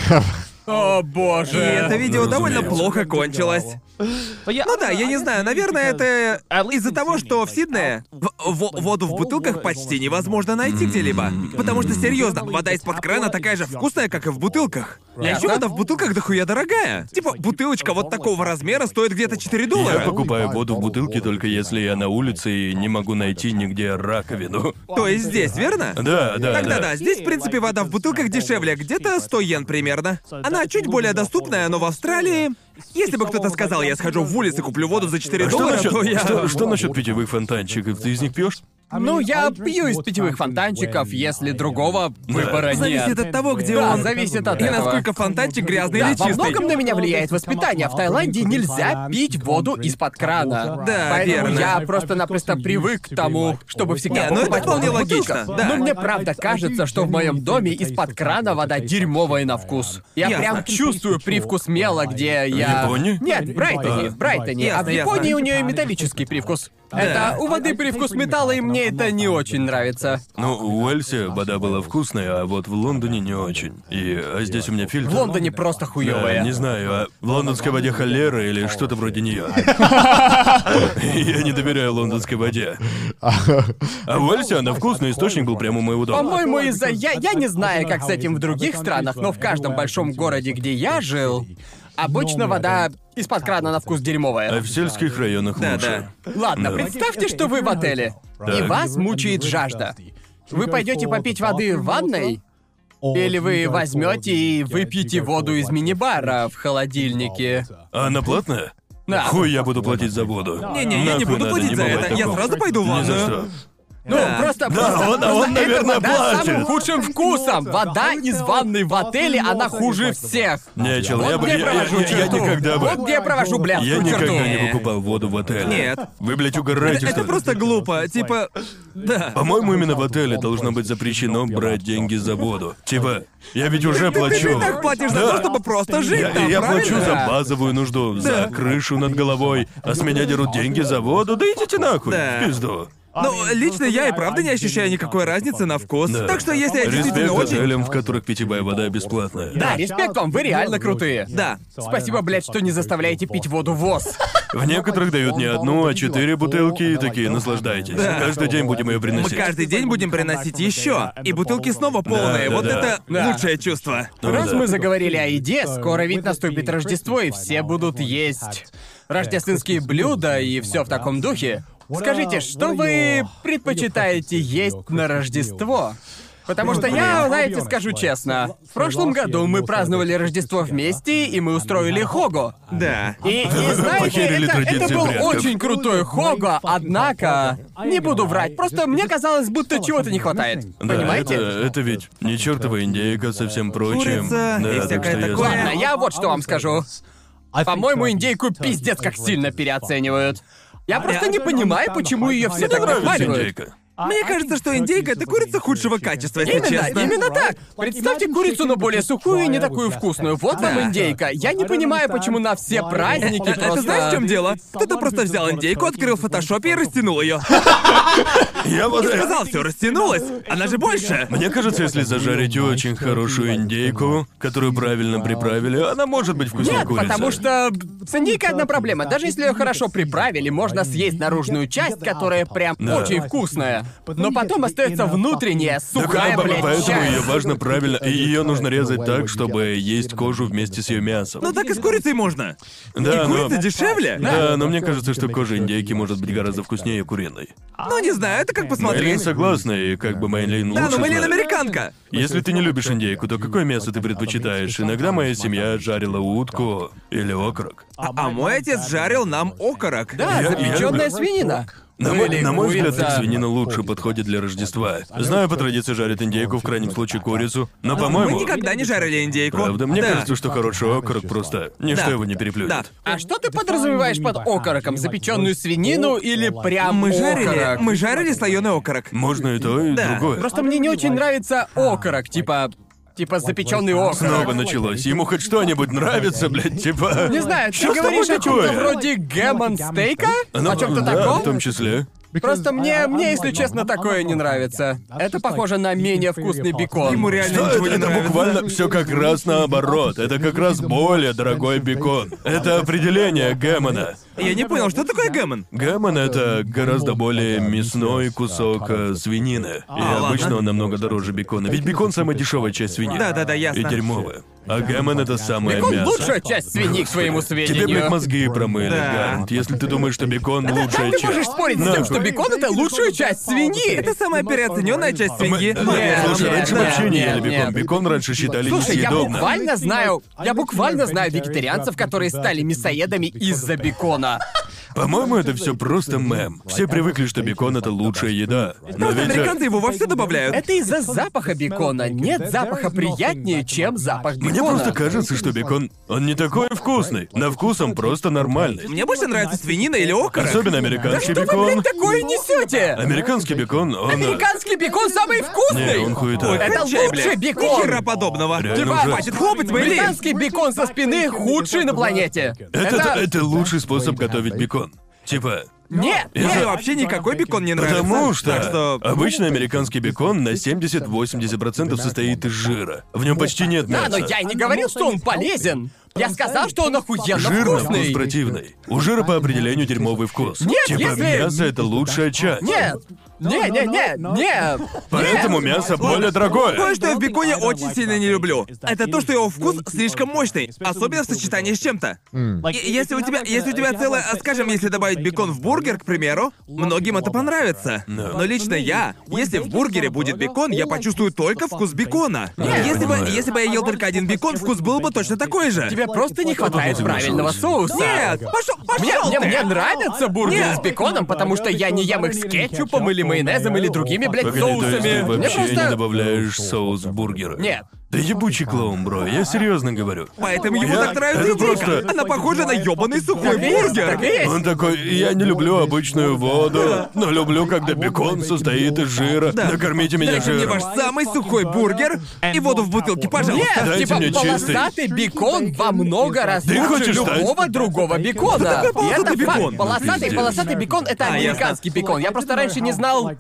S3: О
S1: И
S3: боже.
S1: это видео
S2: ну,
S1: довольно
S2: разумеется.
S1: плохо кончилось. Ну да, я не знаю, наверное, это из-за того, что в Сиднее в- в- воду в бутылках почти невозможно найти где-либо. Потому что, серьезно, вода из-под крана такая же вкусная, как и в бутылках. А еще
S3: Ясно.
S1: вода в бутылках дохуя дорогая. Типа, бутылочка вот такого размера стоит где-то 4
S2: Я
S1: доллара.
S2: покупаю воду в бутылке только если я на улице и не могу найти нигде раковину.
S1: То есть здесь, верно?
S2: Да, да,
S1: Тогда
S2: да.
S1: да, здесь, в принципе, вода в бутылках дешевле, где-то 100 йен примерно. Она чуть более доступная, но в Австралии... Если бы кто-то сказал, я схожу в улицу и куплю воду за 4
S2: А что
S1: доллара, то
S2: насчет,
S1: я...
S2: что, что насчет питьевых фонтанчиков? Ты из них пьешь?
S3: Ну, я пью из питьевых фонтанчиков, если другого выбора
S1: Зависит
S3: нет.
S1: от того, где
S3: Да,
S1: он.
S3: зависит от
S1: И
S3: этого.
S1: насколько фонтанчик грязный
S3: Да,
S1: или
S3: во
S1: чистый.
S3: многом на меня влияет воспитание. В Таиланде нельзя пить воду из-под крана.
S1: Да,
S3: Поэтому
S1: верно.
S3: я просто-напросто привык к тому, чтобы всегда
S1: Не, ну это
S3: покупать воду
S1: вполне
S3: в бутылках.
S1: логично, да.
S3: Но мне правда кажется, что в моем доме из-под крана вода дерьмовая на вкус. Я
S1: Ясно.
S3: прям чувствую привкус мела, где я...
S2: Японии?
S3: Нет, в Брайтоне, в Брайтоне. а в
S1: Ясно, ясно.
S3: Японии у нее металлический привкус. Это у воды привкус металла, и мне это не очень нравится.
S2: Ну, у Уэльсе вода была вкусная, а вот в Лондоне не очень. И а здесь у меня фильтр.
S3: В Лондоне просто хуёвая.
S2: Да, не знаю, а в лондонской воде холера или что-то вроде нее. Я не доверяю лондонской воде. А в Уэльсе она вкусная, источник был прямо у моего дома.
S3: По-моему, из-за... Я, я не знаю, как с этим в других странах, но в каждом большом городе, где я жил, обычно вода из-под крана на вкус
S2: А
S3: дерьмовая.
S2: в сельских районах
S1: Да,
S2: лучше.
S3: Ладно,
S2: Да.
S3: представьте, что вы в отеле, и
S2: Так.
S3: вас мучает жажда. Вы пойдете попить воды в ванной, или вы возьмете и выпьете воду из мини-бара в холодильнике.
S2: А она платная?
S3: Да.
S2: Хуй я буду платить за воду.
S1: Не-не, я не
S2: Нахуй
S1: буду
S2: надо,
S1: платить за
S2: бывает
S1: это. Я
S2: такого.
S1: сразу пойду в
S2: Ни за
S1: ванную.
S2: что.
S3: Ну,
S1: Да.
S3: просто,
S2: Да,
S3: просто,
S2: он- а он,
S3: просто эта
S2: наверное,
S3: вода
S2: платит.
S3: самым худшим вкусом. Вода из ванной в отеле, она хуже всех.
S2: Не, чел, я
S3: Вот
S2: бы...
S3: где
S2: Я,
S3: я
S2: я-
S3: провожу
S2: я- я
S3: черту.
S2: никогда бы...
S3: Вот где я провожу блядскую
S2: Я никогда
S3: черту.
S2: не покупал воду в отеле.
S1: Нет.
S2: Вы, блядь, угораете,
S1: Это
S2: что ли?
S1: просто глупо. Типа, Да.
S2: По-моему, именно в отеле должно быть запрещено брать деньги за воду. Типа, я ведь уже
S1: Ты
S2: плачу.
S1: так платишь за то,
S2: Да.
S1: чтобы просто жить
S2: Я,
S1: там,
S2: я плачу
S1: правильно?
S2: за
S3: Да.
S2: базовую нужду, за крышу над головой, а с меня дерут деньги за воду. Да идите нахуй,
S1: Да.
S2: в пизду.
S1: Ну, лично я и правда не ощущаю никакой разницы на вкус.
S2: Да.
S1: Так что если я
S2: Респект
S1: действительно очень...
S2: отелям, в которых питьевая вода бесплатная.
S3: Да, респект вам, вы реально крутые.
S1: Да.
S3: Спасибо, блядь, что не заставляете пить воду ВОЗ.
S2: В некоторых дают не одну, а четыре бутылки и такие, наслаждайтесь.
S1: Да.
S2: Каждый день будем ее
S1: Мы
S2: приносить.
S1: каждый день будем приносить еще, и бутылки снова полные.
S2: да,
S1: вот
S2: да.
S1: это
S3: Да.
S1: лучшее чувство.
S2: Ну
S3: Раз
S2: да.
S3: мы заговорили о еде, скоро ведь наступит Рождество, и все будут есть рождественские
S2: Э,
S3: блюда и все в таком духе. Скажите, что вы предпочитаете есть на Рождество? Потому что я, знаете, скажу честно, в прошлом году
S2: ну,
S3: мы праздновали Рождество
S2: а,
S3: вместе, и мы устроили хого.
S1: Да.
S3: И, и знаете,
S2: Похерили
S3: это,
S2: А,
S3: это
S2: традиции А,
S3: был
S2: предков.
S3: очень крутой хого, однако, не буду врать, просто мне казалось, будто чего-то не хватает.
S2: Да,
S3: Понимаете?
S2: Это, это ведь не чертова индейка со всем прочим.
S1: Курица и
S2: да, так
S1: всякое
S2: что я
S1: такое.
S2: знаю.
S3: Ладно, я вот что вам скажу. По-моему, индейку пиздец как сильно переоценивают.
S2: А,
S3: Я просто не понимаю, почему ее все
S2: Мне
S3: так
S2: нравится
S3: нахваливают.
S2: индейка.
S1: Мне кажется, что индейка — это курица худшего качества, если
S3: Именно,
S1: честно.
S3: именно так. Представьте курицу, но более сухую и не такую вкусную. Вот вам
S1: Да.
S3: индейка. Я не понимаю, почему на все праздники
S1: Э,
S3: просто...
S1: Это знаешь, в чем дело? Кто-то просто взял индейку, открыл в фотошопе и растянул ее.
S2: Я вот...
S1: Сказал, все растянулось. Она же больше.
S2: Мне кажется, если зажарить очень хорошую индейку, которую правильно приправили, она может быть вкуснее
S3: Нет,
S2: курицы.
S3: потому что с индейкой одна проблема. Даже если ее хорошо приправили, можно съесть наружную часть, которая прям
S2: Да.
S3: очень вкусная. Но потом остается внутренняя,
S2: Так,
S3: сухая,
S2: а,
S3: блядь,
S2: поэтому
S3: часть.
S2: ее важно правильно, и ее нужно резать так, чтобы есть кожу вместе с ее мясом.
S1: Ну так и с курицей можно.
S2: да,
S1: и
S2: но...
S1: курица дешевле.
S2: Да, но мне кажется, что кожа индейки может быть гораздо вкуснее куриной.
S1: Ну не знаю, это как
S2: Мэйлин
S1: посмотреть.
S2: согласна, и как бы Мэйлин лучше
S1: Да, ну Мэйлин
S2: знает.
S1: американка.
S2: Если ты не любишь индейку, то какое мясо ты предпочитаешь? Иногда моя семья жарила утку или окорок.
S1: А, а мой отец жарил нам окорок.
S3: Да,
S2: Я- я
S3: запеченная
S2: люблю.
S3: свинина.
S2: На мой,
S3: Или
S2: на мой взгляд,
S3: курица.
S2: так свинина лучше подходит для Рождества. Знаю, по традиции жарят индейку, в крайнем случае курицу, но,
S1: Мы
S2: по-моему...
S1: никогда не жарили индейку.
S2: Правда, мне
S1: Да.
S2: кажется, что хороший окорок просто... Ничто
S1: Да.
S2: его не переплюнет.
S1: Да.
S3: А что ты подразумеваешь под окороком? Запеченную свинину или прям
S1: Мы жарили,
S3: окорок?
S1: мы жарили слоеный окорок.
S2: Можно и то, и
S1: Да.
S2: другое.
S3: Просто мне не очень нравится окорок, типа... Типа запеченный окорок.
S2: Снова началось. Ему хоть что-нибудь нравится, блядь, типа...
S3: Не знаю, ты
S2: Что с тобой
S3: говоришь о чем-то
S2: такое?
S3: вроде гэмон стейка?
S2: Ну,
S3: о чем-то
S2: да,
S3: таком?
S2: в том числе.
S3: Просто мне, мне, если честно, такое не нравится. Это похоже на менее вкусный бекон.
S1: Ему реально
S2: Что
S1: ничего
S2: это?
S1: не
S2: Это
S1: нравится.
S2: буквально все как раз наоборот. Это как раз более дорогой бекон. Это определение Гэммона.
S1: Я не понял, что такое гэмон?
S2: Гэммон — это гораздо более мясной кусок э, свинины.
S3: А,
S2: И
S1: ладно.
S2: обычно он намного дороже бекона. Ведь бекон — самая дешевая часть свинины.
S1: Да-да-да, ясно.
S2: И дерьмовая. А гэммон — это самое
S3: Бекон
S2: мясо.
S3: лучшая часть свиньи, к своему
S2: Тебе, блядь,
S3: сведению.
S2: мозги промыли,
S1: Да.
S2: Гарнт, если ты думаешь, что бекон лучшая
S3: Как ты
S2: часть.
S3: можешь спорить с тем,
S2: Нахуй.
S3: что бекон это лучшая часть свиньи?
S1: Это самая переоцененная часть
S2: Мы-
S1: свиньи.
S2: Нет,
S3: Нет,
S2: слушай,
S3: нет,
S2: раньше
S3: нет,
S2: вообще не ели
S3: нет,
S2: бекон.
S3: нет.
S2: Бекон раньше считали
S3: Слушай, я
S2: несъедобным.
S3: буквально знаю, я буквально знаю вегетарианцев, которые стали мясоедами из-за бекона.
S2: По-моему, это все просто мем. Все привыкли, что бекон это лучшая еда. Но
S1: Просто
S2: ведь э,
S1: американцы его во все добавляют.
S3: Это из-за запаха бекона. Нет запаха приятнее, чем запах бекона.
S2: мне просто кажется, что бекон он не такой вкусный. На вкус он просто нормальный.
S1: Мне больше нравится свинина или окорок.
S2: Особенно американский
S3: Что вы,
S2: бекон.
S3: блядь, такое несете?
S2: Американский бекон, А он. э,
S3: Американский бекон самый вкусный!
S2: Не, он хуета.
S3: Это
S1: Кончай,
S3: лучший
S1: блядь.
S3: бекон!
S1: Ни хера подобного.
S2: Реально
S1: Типа,
S2: ужасно.
S1: хватит хлопать, Мэйлин.
S3: Британский бекон со спины худший на планете.
S2: Это, это лучший способ готовить бекон. Типа,
S3: Нет!
S1: Мне
S3: нет.
S1: вообще никакой бекон не нравится.
S2: Потому что,
S1: Так что...
S2: обычно американский бекон на 70-80% состоит из жира. В нем почти нет
S3: Да,
S2: мяса.
S3: но я и не говорил, что он полезен. Я сказал, что он охуенно
S2: Жир на вкус
S3: вкусный.
S2: противный. У жира по определению дерьмовый вкус.
S3: Нет,
S2: типа
S3: если-
S2: мясо это лучшая часть.
S3: Нет! Не, не, не, не!
S2: Поэтому мясо более дорогое.
S1: Кое-что я в беконе очень сильно не люблю. Это то, что его вкус слишком мощный, особенно в сочетании с чем-то.
S3: А
S1: И- Если у тебя, если у тебя целое, а, скажем, если
S3: типа,
S1: добавить бекон в бургер, к примеру, многим это понравится. Но лично я, если в бургере будет бекон, я почувствую только вкус бекона.
S2: Нет.
S1: Если бы,
S2: Понимаю.
S1: если бы я
S3: А
S1: ел только один бекон, вкус был бы точно такой же.
S3: Тебе просто не хватает
S2: Кто-то
S3: правильного
S2: замешался.
S3: соуса.
S1: Нет, пошел,
S3: Мне,
S1: пошел
S3: мне,
S1: ты!
S3: мне нравится бургер
S1: а Нет.
S3: с беконом, потому что я не ем их с кетчупом или майонезом или другими, блядь,
S2: Погоди, то есть
S3: соусами.
S2: ты
S3: Мне
S2: вообще не
S3: просто...
S2: добавляешь соус в бургеры?
S3: Нет.
S2: Ты ебучий клоун, бро, я серьезно говорю.
S1: Поэтому ему
S2: Я-
S1: так нравится
S2: это
S1: идейка.
S2: просто-
S1: Она похожа на ёбаный сухой
S3: Так и есть,
S1: бургер.
S3: так и есть.
S2: Он такой, я не люблю обычную воду, но люблю, когда бекон состоит из жира.
S1: Да.
S2: Накормите меня
S1: Дайте мне
S2: жиром.
S1: ваш самый сухой бургер и воду в бутылке, пожалуйста.
S3: Нет,
S2: Дайте
S3: типа
S2: мне чистый.
S3: полосатый бекон во много раз
S2: Ты
S3: лучше
S2: хочешь стать?
S3: любого другого бекона.
S1: такое
S3: И
S1: полосатый
S3: это факт.
S1: бекон?
S3: Полосатый,
S2: Пиздец.
S3: полосатый бекон это
S1: А, ясно.
S3: американский бекон. Я просто раньше не знал,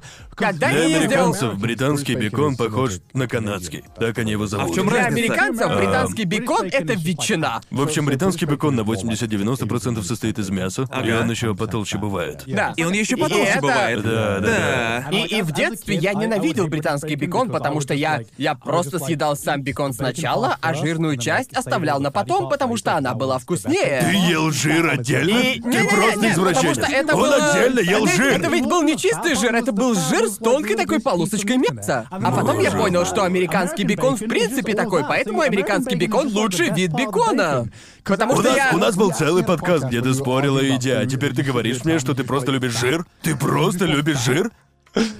S2: Для
S3: когда я ездил.
S2: американцев британский бекон похож на канадский. Так они его зовут.
S1: А в чём
S3: Для
S1: разница?
S3: американцев
S2: А.
S3: британский бекон это ветчина.
S2: В общем, британский бекон на 80-90% состоит из мяса, и
S1: Ага.
S2: он еще потолще бывает.
S3: Да.
S1: И он еще
S3: И
S1: потолще
S3: это-
S1: бывает.
S2: Да, да, да.
S3: И, и в детстве я ненавидел британский бекон, потому что я, я просто съедал сам бекон сначала, а жирную часть оставлял на потом, потому что она была
S2: Ты
S3: вкуснее.
S2: ел жир отдельно?
S3: И-
S2: Ты
S3: не-не-не,
S2: просто
S3: нет,
S2: извращенец.
S3: Потому что это
S2: он
S3: было-
S2: отдельно ел
S3: это,
S2: жир.
S3: Это ведь был не чистый жир, это был жир с тонкой такой полосочкой мепса. А потом я
S2: Боже.
S3: понял, что американский бекон в принципе такой, поэтому американский бекон лучший вид бекона. Потому
S2: У
S3: что
S2: нас,
S3: я...
S2: у нас был целый подкаст, где ты спорила и идя, а теперь ты говоришь мне, что ты просто любишь жир? Ты просто любишь жир?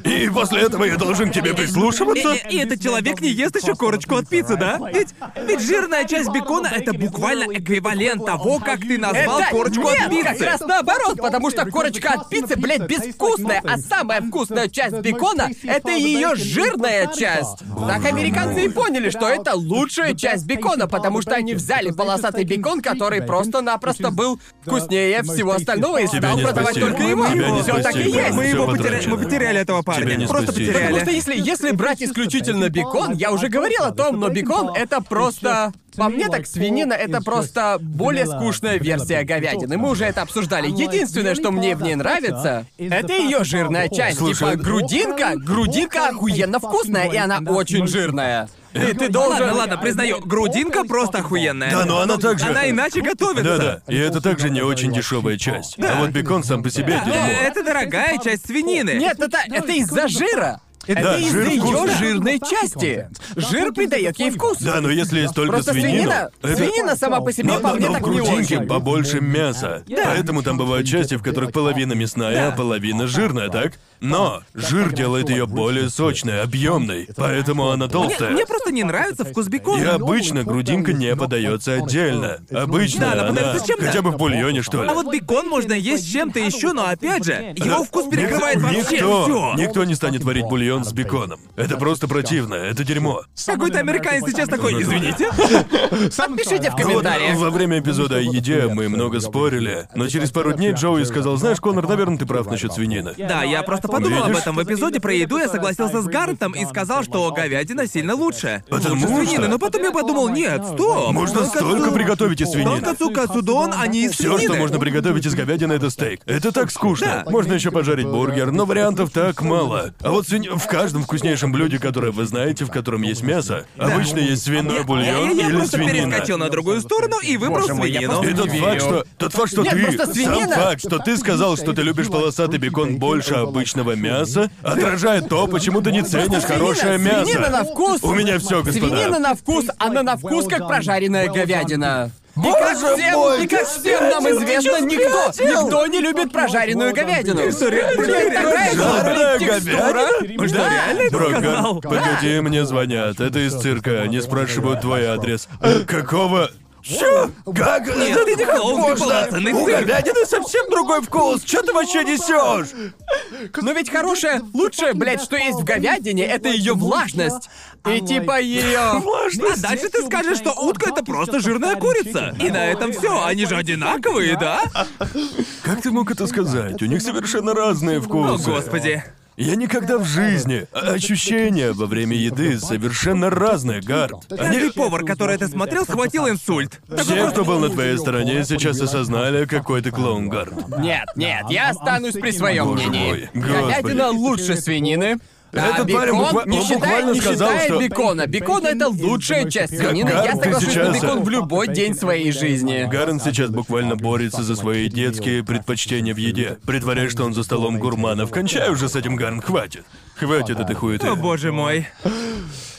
S2: И после этого я должен к тебе
S1: И,
S2: прислушиваться?
S1: и- и этот человек не ест еще корочку от пиццы, да? Ведь, ведь жирная часть бекона это буквально эквивалент того, как ты назвал
S3: Это-
S1: корочку
S3: нет,
S1: от пиццы.
S3: как раз наоборот, потому что корочка от пиццы, блядь, безвкусная, а самая вкусная часть бекона — это ее жирная часть. Так американцы и поняли, что это лучшая часть бекона, потому что они взяли полосатый бекон, который просто-напросто был вкуснее всего остального и
S2: Тебя
S3: стал
S2: не
S3: продавать
S2: спасти.
S3: только его.
S2: Тебя не
S3: Все так и
S2: спасти,
S3: есть.
S1: Мы
S2: Всё
S1: его потеряли,
S2: потрачено.
S1: мы потеряли этого парня.
S2: Тебя не
S1: Просто
S2: спасти.
S1: потеряли.
S3: Потому что если, если брать исключительно бекон, я уже говорил о том, но бекон это просто... По мне так, свинина это просто более скучная версия говядины. Мы уже это обсуждали. Единственное, что мне в ней нравится, это ее жирная часть.
S2: Слушай,
S3: Типа грудинка, грудинка охуенно вкусная, и она очень жирная. Ты, ты должен...
S1: Ладно, ладно, признаю, грудинка просто охуенная.
S2: Да, но она также...
S1: Она иначе готовится.
S2: Да-да, и это также не очень дешевая часть. А вот бекон сам по себе
S1: Э,
S2: дерьмо.
S1: Это дорогая часть свинины.
S3: Нет, это, это из-за жира. Это
S2: Да,
S3: из-за
S2: жир
S3: ее
S2: вкусный.
S3: жирной части. Жир придает ей вкус.
S2: Да, но если есть только
S3: Просто свинина,
S2: свинину, это-
S3: свинина сама по себе
S2: Но,
S3: по
S2: но-
S3: мне
S2: но
S3: так
S2: в
S3: не
S2: грудинке
S3: очень.
S2: побольше мяса. Поэтому там бывают части, в которых половина мясная, а половина жирная, так? Но жир делает ее более сочной, объемной, поэтому она
S1: Мне,
S2: толстая.
S1: мне просто не нравится вкус
S2: И
S1: бекона. ну,
S2: обычно грудинка не подается отдельно. Обычно
S1: Да, да, потому
S2: она
S1: что зачем
S2: хотя
S1: так?
S2: бы в бульоне, что ли.
S1: А вот бекон можно есть с чем-то еще, но опять же, его
S2: Да.
S1: вкус перекрывает
S2: Никто-
S1: вообще
S2: никто,
S1: все.
S2: Никто не станет варить бульон с беконом. Это просто противно, это дерьмо.
S1: Какой-то американец сейчас такой, извините.
S3: Пишите в
S2: Ну вот,
S3: комментариях.
S2: во время эпизода о еде мы много спорили, но через пару дней Джоуи сказал, знаешь, Конор, наверное, ты прав насчет свинины.
S1: Да, я просто подумал об
S2: Видишь?
S1: этом в эпизоде про еду, я согласился с Гарнтом и сказал, что говядина сильно лучше.
S2: Потому
S1: Лучше
S2: что-
S1: свинины, но потом я подумал, нет, стоп.
S2: Можно столько приготовить из свинины.
S1: Тонкацу кацудон, они из
S2: Все, что
S1: свинины.
S2: можно приготовить из говядины, это стейк. Это так скучно. Можно еще пожарить бургер, но вариантов так мало. А вот свинь- в каждом вкуснейшем блюде, которое вы знаете, в котором есть мясо, обычно есть свиной
S1: Я,
S2: бульон
S1: я
S2: или
S1: просто
S2: свинина.
S1: перескочил на другую сторону и выбрал
S3: Боже мой, я
S1: свинину.
S2: И тот факт, что, тот факт, что
S3: Нет,
S2: ты,
S3: просто
S2: сам
S3: свинина.
S2: факт, что ты сказал, что ты любишь полосатый бекон больше обычного мяса, отражает то, почему ты не ценишь
S3: Свинина-
S2: хорошее мясо.
S3: Свинина на вкус.
S2: У меня все, господа.
S3: Свинина на вкус, она на вкус как прожаренная говядина. и как
S2: Боже
S3: всем,
S2: мой,
S3: и как всем нам известно, никто, никто не любит прожаренную говядину.
S1: что, реально
S3: Блин, такая
S1: говоришь?
S3: голодная
S2: Жареная
S3: текстура.
S2: говядина?
S3: Да.
S2: Бро,
S1: сказал?
S2: Гар, погоди, мне звонят. Это из цирка. Они спрашивают твой адрес. Какого... Чё? Как?
S1: Нет, ты не клоун, ты полосатый
S2: У
S1: цирк.
S2: говядины совсем другой вкус. Чё ты вообще несешь?
S3: Но ведь хорошее, лучшее, блядь, что есть в говядине, это ее влажность. И типа ее.
S1: А дальше ты скажешь, что утка это просто жирная курица. И на этом все. Они же одинаковые, да?
S2: Как ты мог это сказать? У них совершенно разные
S1: О,
S2: вкусы.
S1: Ну, господи.
S2: Я никогда в жизни. А, Ощущения во время еды совершенно разные, Гард. Они...
S1: Каждый повар, который это смотрел, схватил инсульт. Такой
S2: Все,
S1: просто-
S2: кто был на твоей стороне, сейчас осознали, какой ты клоун, Гард.
S3: Нет, нет, я останусь при своем
S2: Боже
S3: мнении.
S2: мой, господи.
S3: Говядина лучше свинины. А
S2: Этот парень
S3: бекон
S2: буква-
S3: не
S2: он
S3: считает,
S2: буквально
S3: не
S2: сказал,
S3: считает
S2: что-
S3: бекона. Бекон это лучшая часть свинины. Я
S2: Гарн, ты
S3: соглашусь на
S2: сейчас-
S3: бекон в любой день своей жизни.
S2: Гарн сейчас буквально борется за свои детские предпочтения в еде, притворяясь, что он за столом гурманов. Кончай уже с этим, Гарн, хватит. Хватит этой хуеты.
S1: О, боже мой.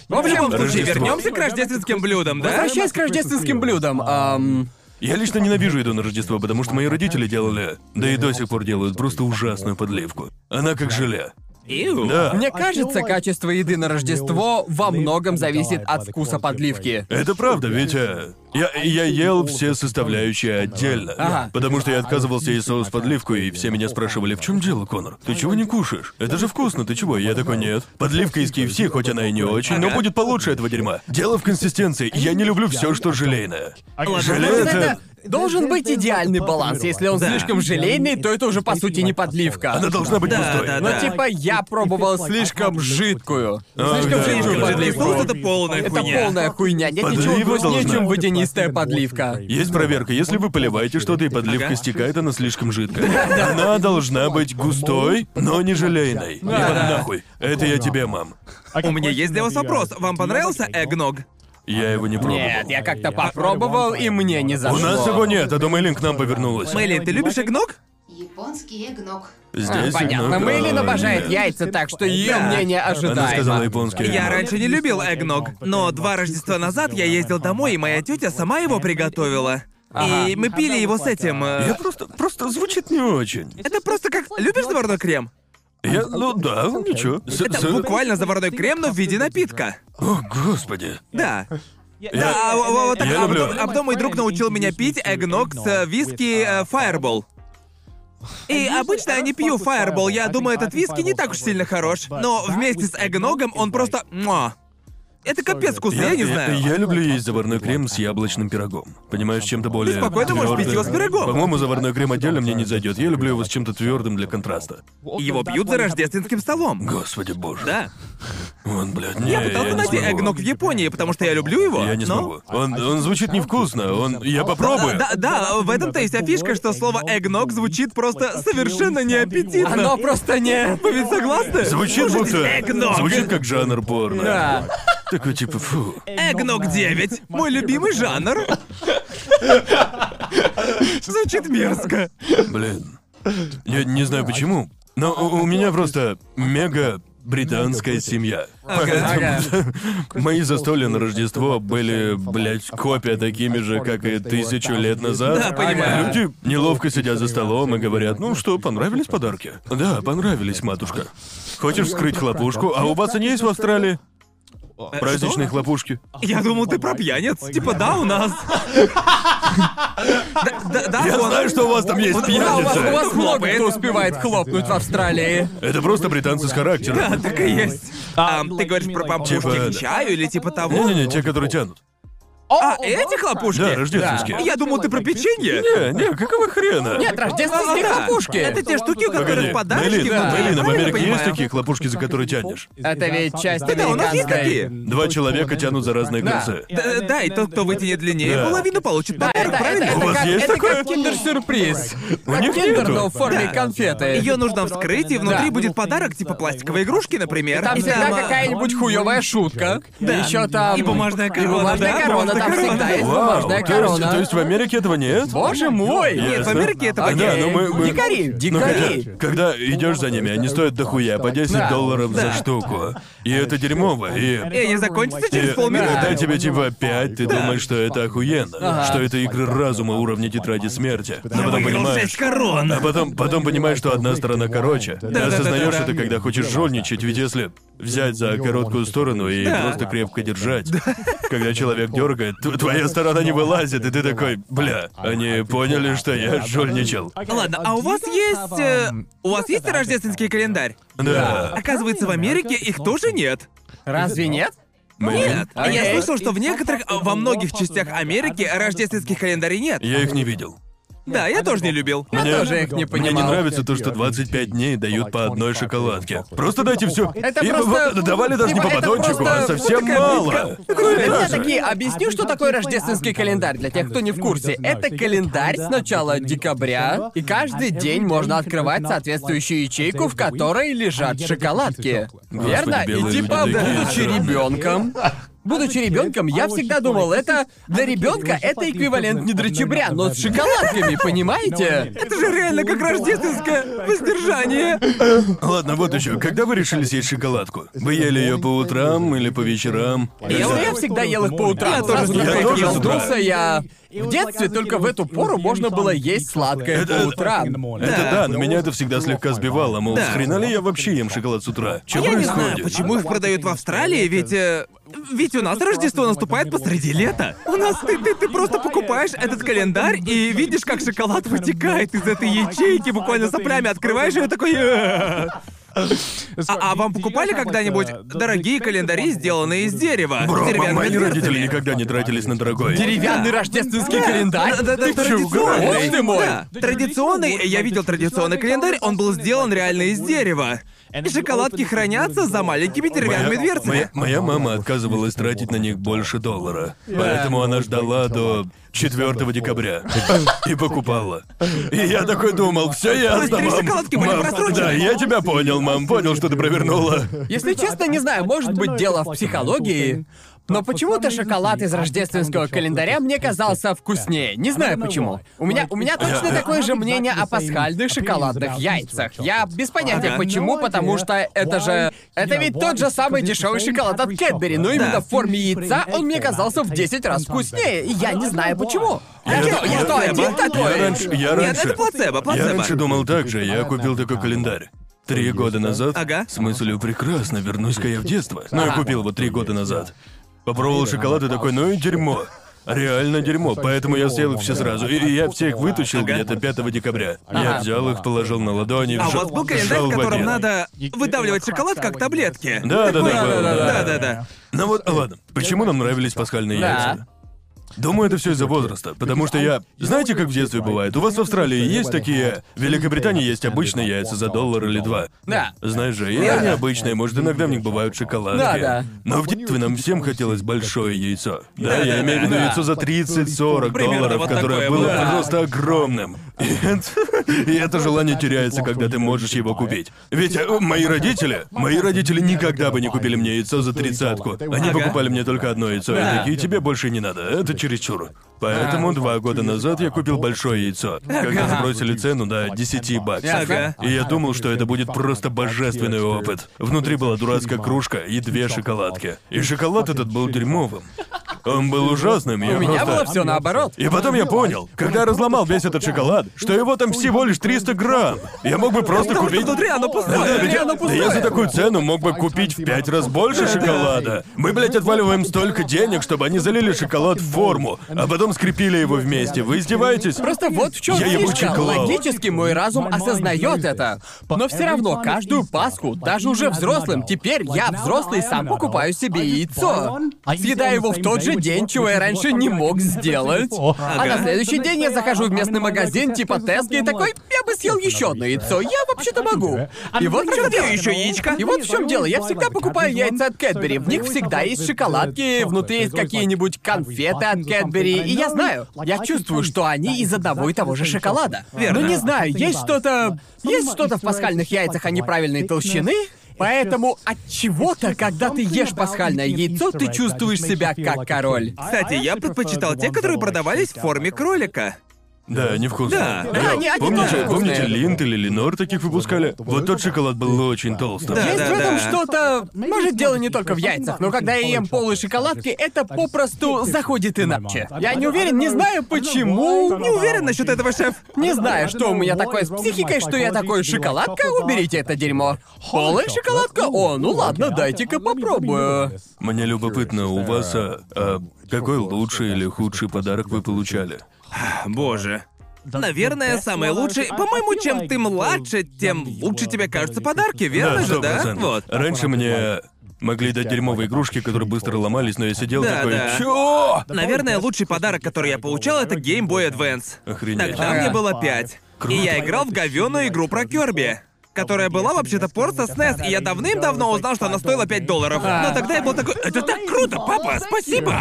S1: В любом случае,
S2: Рождество.
S1: вернемся к рождественским блюдам, да?
S3: Возвращаясь к рождественским блюдам,
S2: А,
S3: ам,
S2: Я лично ненавижу еду на Рождество, потому что мои родители делали, да и до сих пор делают, просто ужасную подливку. Она как желе.
S1: Иу.
S2: Да.
S3: Мне кажется, качество еды на Рождество во многом зависит от вкуса подливки.
S2: Это правда, ведь э, я, я ел все составляющие отдельно.
S3: Ага.
S2: Потому что я отказывался есть соус подливку, и все меня спрашивали, в чем дело, Конор? Ты чего не кушаешь? Это же вкусно, ты чего? Я такой, нет. Подливка из KFC, хоть она и не очень, но
S1: Ага.
S2: будет получше этого дерьма. Дело в консистенции, я не люблю все, что желейное. Желе
S3: Просто
S2: это...
S3: это должен быть идеальный баланс. Если он
S1: Да.
S3: слишком желейный, то это уже по сути не подливка.
S2: Она должна быть
S1: Да,
S2: густой.
S1: да,
S3: Но
S1: да.
S3: типа я пробовал слишком жидкую.
S2: А,
S3: Слишком
S2: да,
S3: жидкую
S2: да.
S3: подливку.
S1: Соус это полная
S3: Это
S1: хуйня.
S3: полная хуйня. Нет
S2: Подлива
S3: ничего грустнее,
S2: должна.
S3: чем водянистая подливка.
S2: Есть проверка, если вы поливаете что-то и подливка
S1: Ага.
S2: стекает, она слишком жидкая. Она должна быть густой, но не желейной.
S3: Да,
S2: Иван,
S3: да.
S2: нахуй. Это я тебе, мам.
S1: У меня есть для вас вопрос. Вам понравился эгног?
S2: Я его не пробовал.
S3: Нет, я как-то попробовал, и мне не
S2: У
S3: зашло.
S2: нас его нет, а то Мэйлин к нам повернулась.
S1: Мэйли, ты любишь эгног?
S4: Японский эгног.
S3: А,
S2: Здесь
S3: Понятно,
S2: много-
S3: Мэйлин обожает
S2: Нет.
S3: яйца, так что ее
S1: Да.
S3: мнение
S2: Она сказала
S3: ожидаемо.
S2: японский.
S1: Я раньше не любил эгног, но два Рождества назад я ездил домой, и моя тетя сама его приготовила. И
S3: Ага.
S1: мы пили его с этим. э,
S2: Я просто, просто звучит не очень.
S1: Это просто как... Любишь заварной крем?
S2: Я, ну да, ничего. С- с-
S1: Это буквально заварной крем, но в виде напитка.
S2: О, господи.
S1: Да. Да, а, а, вот так,
S2: Э, Я
S1: а
S2: люблю.
S1: потом- а потом мой друг научил меня пить эгног с э, виски э, Fireball. И обычно я не пью Fireball, я думаю, этот виски не так уж сильно хорош. Но вместе с эгногом он просто... муа. Это капец вкусно, я не знаю.
S2: я люблю есть заварной крем с яблочным пирогом. Понимаешь, с чем-то более.
S1: Ты спокойно можешь пить его с
S2: твёрдым.
S1: пирогом.
S2: По-моему, заварной крем отдельно мне не зайдет. Я люблю его с чем-то твердым для контраста.
S1: Его пьют за рождественским столом.
S2: Господи боже.
S1: Да.
S2: Он, блядь, не,
S1: Я пытался
S2: не
S1: найти
S2: смогу.
S1: эгног в Японии, потому что я люблю его.
S2: Я не
S1: но-
S2: смогу. Он,
S1: А
S2: он звучит невкусно. Он. Я попробую.
S1: Да, да, да, в этом-то и вся фишка, что слово эгног звучит просто совершенно неаппетитно.
S3: Оно просто не...
S1: Вы ведь согласны?
S2: Звучит
S1: Слушайте,
S2: будто...
S1: эгног.
S2: Звучит как жанр порно.
S3: Да.
S2: Такой типа, фу.
S1: Эгног 9. Мой любимый жанр. Звучит мерзко.
S2: Блин. Я не знаю почему, но у, у меня просто мега британская семья.
S3: Ага.
S2: Мои застолья на Рождество были, блядь, копия такими же, как и тысячу лет назад.
S1: Да, понимаю.
S2: Люди неловко сидят за столом и говорят, ну что, понравились подарки? Да, понравились, матушка. Хочешь вскрыть хлопушку? А у вас они есть в Австралии? Праздничные
S1: что?
S2: хлопушки.
S1: Я думал, ты про пьяниц. Типа, да, у нас. Да, да, да,
S2: Я
S1: Конор.
S2: знаю, что у вас там есть
S3: Да, у вас, у
S2: пьяница.
S3: вас много кто успевает хлопнуть в Австралии.
S2: Это просто британцы с характером.
S1: Да, так и есть. А, ты говоришь про
S2: Типа,
S1: пампушки к
S2: да.
S1: чаю или типа того?
S2: Не-не-не, те, которые тянут.
S1: А эти хлопушки? А,
S2: Да, рождественские.
S1: Я думал, ты про печенье.
S2: Не, не, какого хрена?
S3: Нет, рождественские
S1: Да.
S3: хлопушки.
S1: Это те штуки, у которых
S2: Погоди,
S1: подарочки
S2: Мэйлин,
S1: внутри,
S2: Мэйлин, а в
S1: правильно
S2: Америке есть
S1: понимаю?
S2: такие хлопушки, за которые тянешь?
S3: Это ведь часть
S1: Да-да, у нас есть
S3: американской.
S1: такие.
S2: Два человека тянут за разные
S3: Да.
S2: концы.
S1: Да, да, и тот, кто вытянет длиннее,
S2: Да.
S1: половину получит
S3: Да,
S1: подарок,
S3: это, это,
S1: правильно?
S3: это
S2: У вас
S3: как,
S2: есть
S3: это
S2: такое?
S3: как киндер-сюрприз. Как
S2: них
S3: киндер,
S2: нету.
S3: но в форме
S1: Да.
S3: конфеты.
S1: Ее нужно вскрыть, и внутри
S3: Да.
S1: будет подарок, типа пластиковой игрушки, например.
S3: Там
S1: и
S3: всегда
S1: а,
S3: какая-нибудь хуевая шутка.
S1: Да.
S3: Еще там...
S1: И бумажная корона,
S3: бумажная
S1: да,
S3: корона,
S1: бумажная
S3: там всегда
S1: корона.
S3: есть
S2: Вау, то
S3: бумажная
S2: есть,
S3: корона.
S2: то есть в Америке этого нет?
S3: Боже мой!
S2: Нет,
S1: Нет, в
S2: Ясно.
S1: Америке этого
S3: Окей.
S2: Да,
S1: нет.
S2: но мы- мы-
S3: Дикари,
S2: Ну, хотя,
S3: дикари.
S2: когда идешь за ними, они стоят дохуя, по 10
S3: Да.
S2: долларов за
S1: Да.
S2: штуку. И это дерьмово, и...
S1: Эй, не закончится
S2: и-
S1: через полминуты.
S2: Когда Э, тебе типа 5, ты
S1: Да.
S2: думаешь, что это охуенно.
S3: Ага.
S2: Что это игры разума уровня тетради смерти. Но
S1: Я
S2: потом
S1: выиграл
S2: понимаешь,
S1: шесть корон.
S2: А потом, потом понимаешь, что одна сторона короче. Ты
S1: да, да,
S2: осознаешь
S1: да, да.
S2: это, когда хочешь жульничать, ведь если взять за короткую сторону и
S1: Да.
S2: просто крепко держать, когда человек дергает, то твоя сторона не вылазит, и ты такой, бля, они поняли, что я жульничал.
S1: Ладно, а у вас есть... э, у вас есть рождественский календарь?
S2: Да.
S1: Оказывается, в Америке их тоже нет.
S3: Разве нет?
S2: мы-
S1: Нет. А Я
S3: Окей.
S1: слышал, что в некоторых, а, во многих частях Америки рождественских календарей нет. Ну,
S2: Я их не видел.
S1: Да, я тоже не любил. А
S3: Я
S2: Мне-
S3: тоже их не
S2: Мне не
S3: понимал.
S2: нравится то, что 25 дней дают по одной шоколадке. Просто дайте все.
S3: Это просто-
S2: давали даже не по
S3: Типа, это
S2: батончику, а
S3: просто-
S2: совсем
S3: такая
S2: мало.
S3: Для меня такие, объясню, что такое рождественский календарь для тех, кто не в курсе. Это календарь с начала декабря, и каждый день можно открывать соответствующую ячейку, в которой лежат шоколадки.
S2: Господи,
S3: Верно? И
S2: белые
S3: типа,
S2: люди такие,
S3: будучи
S2: да.
S3: ребенком. Будучи ребенком, я всегда думал, это для ребенка это эквивалент недрочебря, но с шоколадками, понимаете?
S1: Это же реально как рождественское воздержание.
S2: Ладно, вот еще. Когда вы решили съесть шоколадку? Вы ели ее по утрам или по вечерам?
S3: Я,
S2: Когда?
S3: я всегда ел их по утрам.
S1: Я тоже
S3: Сразу
S1: с утра.
S3: как
S2: Я тоже с утра.
S3: проснулся, я... В детстве только в эту пору можно было есть сладкое по
S2: Это-
S3: утрам.
S2: Это
S1: Да.
S2: да, но меня это всегда слегка сбивало, мол,
S1: Да. А
S2: с хрена ли я вообще ем шоколад с утра? Что
S1: Я не знаю,
S2: происходит?
S1: почему их продают в Австралии, ведь... э, Ведь у нас Рождество наступает посреди лета. У нас ты, ты, ты просто покупаешь этот календарь и видишь, как шоколад вытекает из этой ячейки, буквально соплями открываешь ее такой... «Э». А, а вам покупали когда-нибудь дорогие календари, сделанные из дерева?
S2: Бро,
S1: с деревянными
S2: мои родители
S1: дверцами?
S2: никогда не тратились на дорогое.
S3: Деревянный рождественский календарь?
S1: Да, да, да,
S3: Ты чё,
S1: традиционный.
S3: угораздил? Ты мой!
S1: Да, Традиционный, я видел традиционный календарь, он был сделан реально из дерева. И шоколадки хранятся за маленькими деревянными
S2: Моя,
S1: дверцами.
S2: моя- моя мама отказывалась тратить на них больше доллара. Поэтому она ждала до 4 декабря. И покупала. И я такой думал, все ясно,
S1: Быстрее
S2: мам.
S1: шоколадки были
S2: Мам,
S1: просрочены».
S2: Да, я тебя понял, мам. Понял, что ты провернула.
S3: Если честно, не знаю, может быть дело в психологии, но почему-то шоколад из рождественского календаря мне казался вкуснее. Не знаю почему. У меня, у меня точно такое же мнение о пасхальных шоколадных яйцах. Я без понятия
S1: Ага.
S3: почему, потому что это же... Это ведь тот же самый дешевый шоколад от Кэтбери, но именно
S1: Да.
S3: в форме яйца он мне казался в 10 раз вкуснее, и я не знаю почему. Я, что, я что, один
S2: Я
S3: такой?
S2: раньше, я
S1: Нет,
S2: раньше,
S1: это плацебо,
S2: я раньше
S1: плацебо.
S2: думал так же. Я купил такой календарь. Три года назад.
S1: Ага.
S2: С мыслью прекрасно, вернусь-ка я в детство. Но я купил его три года назад. Попробовал шоколад и такой, ну и дерьмо. Реально дерьмо, поэтому я съел их все сразу. И и я все их вытащил
S1: Ага.
S2: где-то 5 декабря.
S3: Ага.
S2: Я взял их, положил на ладони,
S1: А у
S2: вж-
S1: вас был календарь,
S2: вжал
S1: в котором
S2: вагин.
S1: надо выдавливать шоколад как таблетки.
S2: Да, да,
S1: Такой-
S2: да, был, да.
S1: да, да, да.
S2: Ну вот, ладно. Почему нам нравились пасхальные
S3: Да.
S2: яйца? Думаю, это все из-за возраста, потому что я... Знаете, как в детстве бывает? У вас в Австралии есть такие... В Великобритании есть обычные яйца за доллар или два.
S3: Да.
S2: Знаешь же, и они обычные, может, иногда в них бывают шоколадки.
S3: Да, да.
S2: Но в детстве нам всем хотелось большое яйцо. Да,
S1: Да,
S2: я
S1: да,
S2: имею в виду
S3: да.
S2: яйцо за 30-40
S1: Примерно
S2: долларов,
S1: вот
S2: которое
S1: такое
S2: было
S1: было.
S2: просто огромным. И это- И это желание теряется, когда ты можешь его купить. Ведь э, мои родители, мои родители никогда бы не купили мне яйцо за тридцатку. Они
S1: Ага.
S2: покупали мне только одно яйцо, и
S1: Да.
S2: такие, тебе больше не надо, это чересчур. Поэтому два года назад я купил большое яйцо, когда сбросили цену до 10 баксов.
S1: Ага.
S2: И я думал, что это будет просто божественный опыт. Внутри была дурацкая кружка и две шоколадки. И шоколад этот был дерьмовым. Он был ужасным, я
S3: У
S2: просто...
S3: меня было все наоборот. Ну,
S2: И потом я понял, когда я разломал весь этот шоколад, что его там всего лишь 300 грамм. Я мог бы просто
S1: Потому что
S2: купить...
S1: внутри оно
S2: Да,
S1: пустое.
S2: ведь-
S3: Реально
S2: да
S3: пустое.
S2: я за такую цену мог бы купить в пять раз больше шоколада. Мы, блядь, отваливаем столько денег, чтобы они залили шоколад в форму, а потом скрепили его вместе. Вы издеваетесь?
S3: Просто вот в чем
S2: Я ебучий
S3: фишка.
S2: клоун.
S3: Логически мой разум осознает это. Но все равно каждую Пасху, даже уже взрослым, теперь я взрослый сам покупаю себе яйцо. Съедаю его в тот же день, чего я раньше не мог сделать. А на следующий день я захожу в местный магазин типа Тески и такой, я бы съел еще одно яйцо, я вообще-то могу. И вот в чем дело.
S1: Где еще яичко?
S3: И вот в чем дело. Я всегда покупаю яйца от Кэтбери. В них всегда есть шоколадки, внутри есть какие-нибудь конфеты от Кэтбери. И я знаю, я чувствую, что они из одного и того же шоколада.
S1: Верно.
S3: Но не знаю, есть что-то... Есть что-то в пасхальных яйцах, они правильной толщины. Поэтому от чего-то, когда ты ешь пасхальное яйцо, ты чувствуешь себя как король.
S1: Кстати, я предпочитал те, которые продавались в форме кролика.
S2: Да, невкусно. Э,
S1: Да.
S3: Да, они- они тоже
S2: помните, помните,
S3: вкусные.
S2: Линд или Ленор таких выпускали? Вот тот шоколад был очень толстым.
S1: Да,
S3: Есть
S1: да,
S3: в этом
S1: да.
S3: что-то... Может, дело не только в яйцах, но когда я ем полые шоколадки, это попросту заходит иначе. Я не уверен, не знаю почему.
S1: Не уверен насчет этого, шеф.
S3: Не знаю, что у меня такое с психикой, что я такой шоколадка, уберите это дерьмо. Полая шоколадка? О, ну ладно, дайте-ка попробую.
S2: Мне любопытно, у вас а, а, какой лучший или худший подарок вы получали?
S1: Боже. Наверное, самый лучший. По-моему, чем ты младше, тем лучше тебе кажутся подарки, верно же, да?
S2: 100%.
S1: Вот.
S2: Раньше мне могли дать дерьмовые игрушки, которые быстро ломались, но я сидел
S1: Да,
S2: такой,
S1: да.
S2: чё?
S1: Наверное, лучший подарок, который я получал, это Game Boy Advance.
S2: Охренеть.
S1: Тогда
S3: Ага.
S1: мне было пять. И я играл в говёную игру про Кёрби. Которая была вообще-то порт со SNES, и я давным-давно узнал, что она стоила 5 долларов.
S3: А.
S1: Но тогда я был такой, это так круто, папа, спасибо!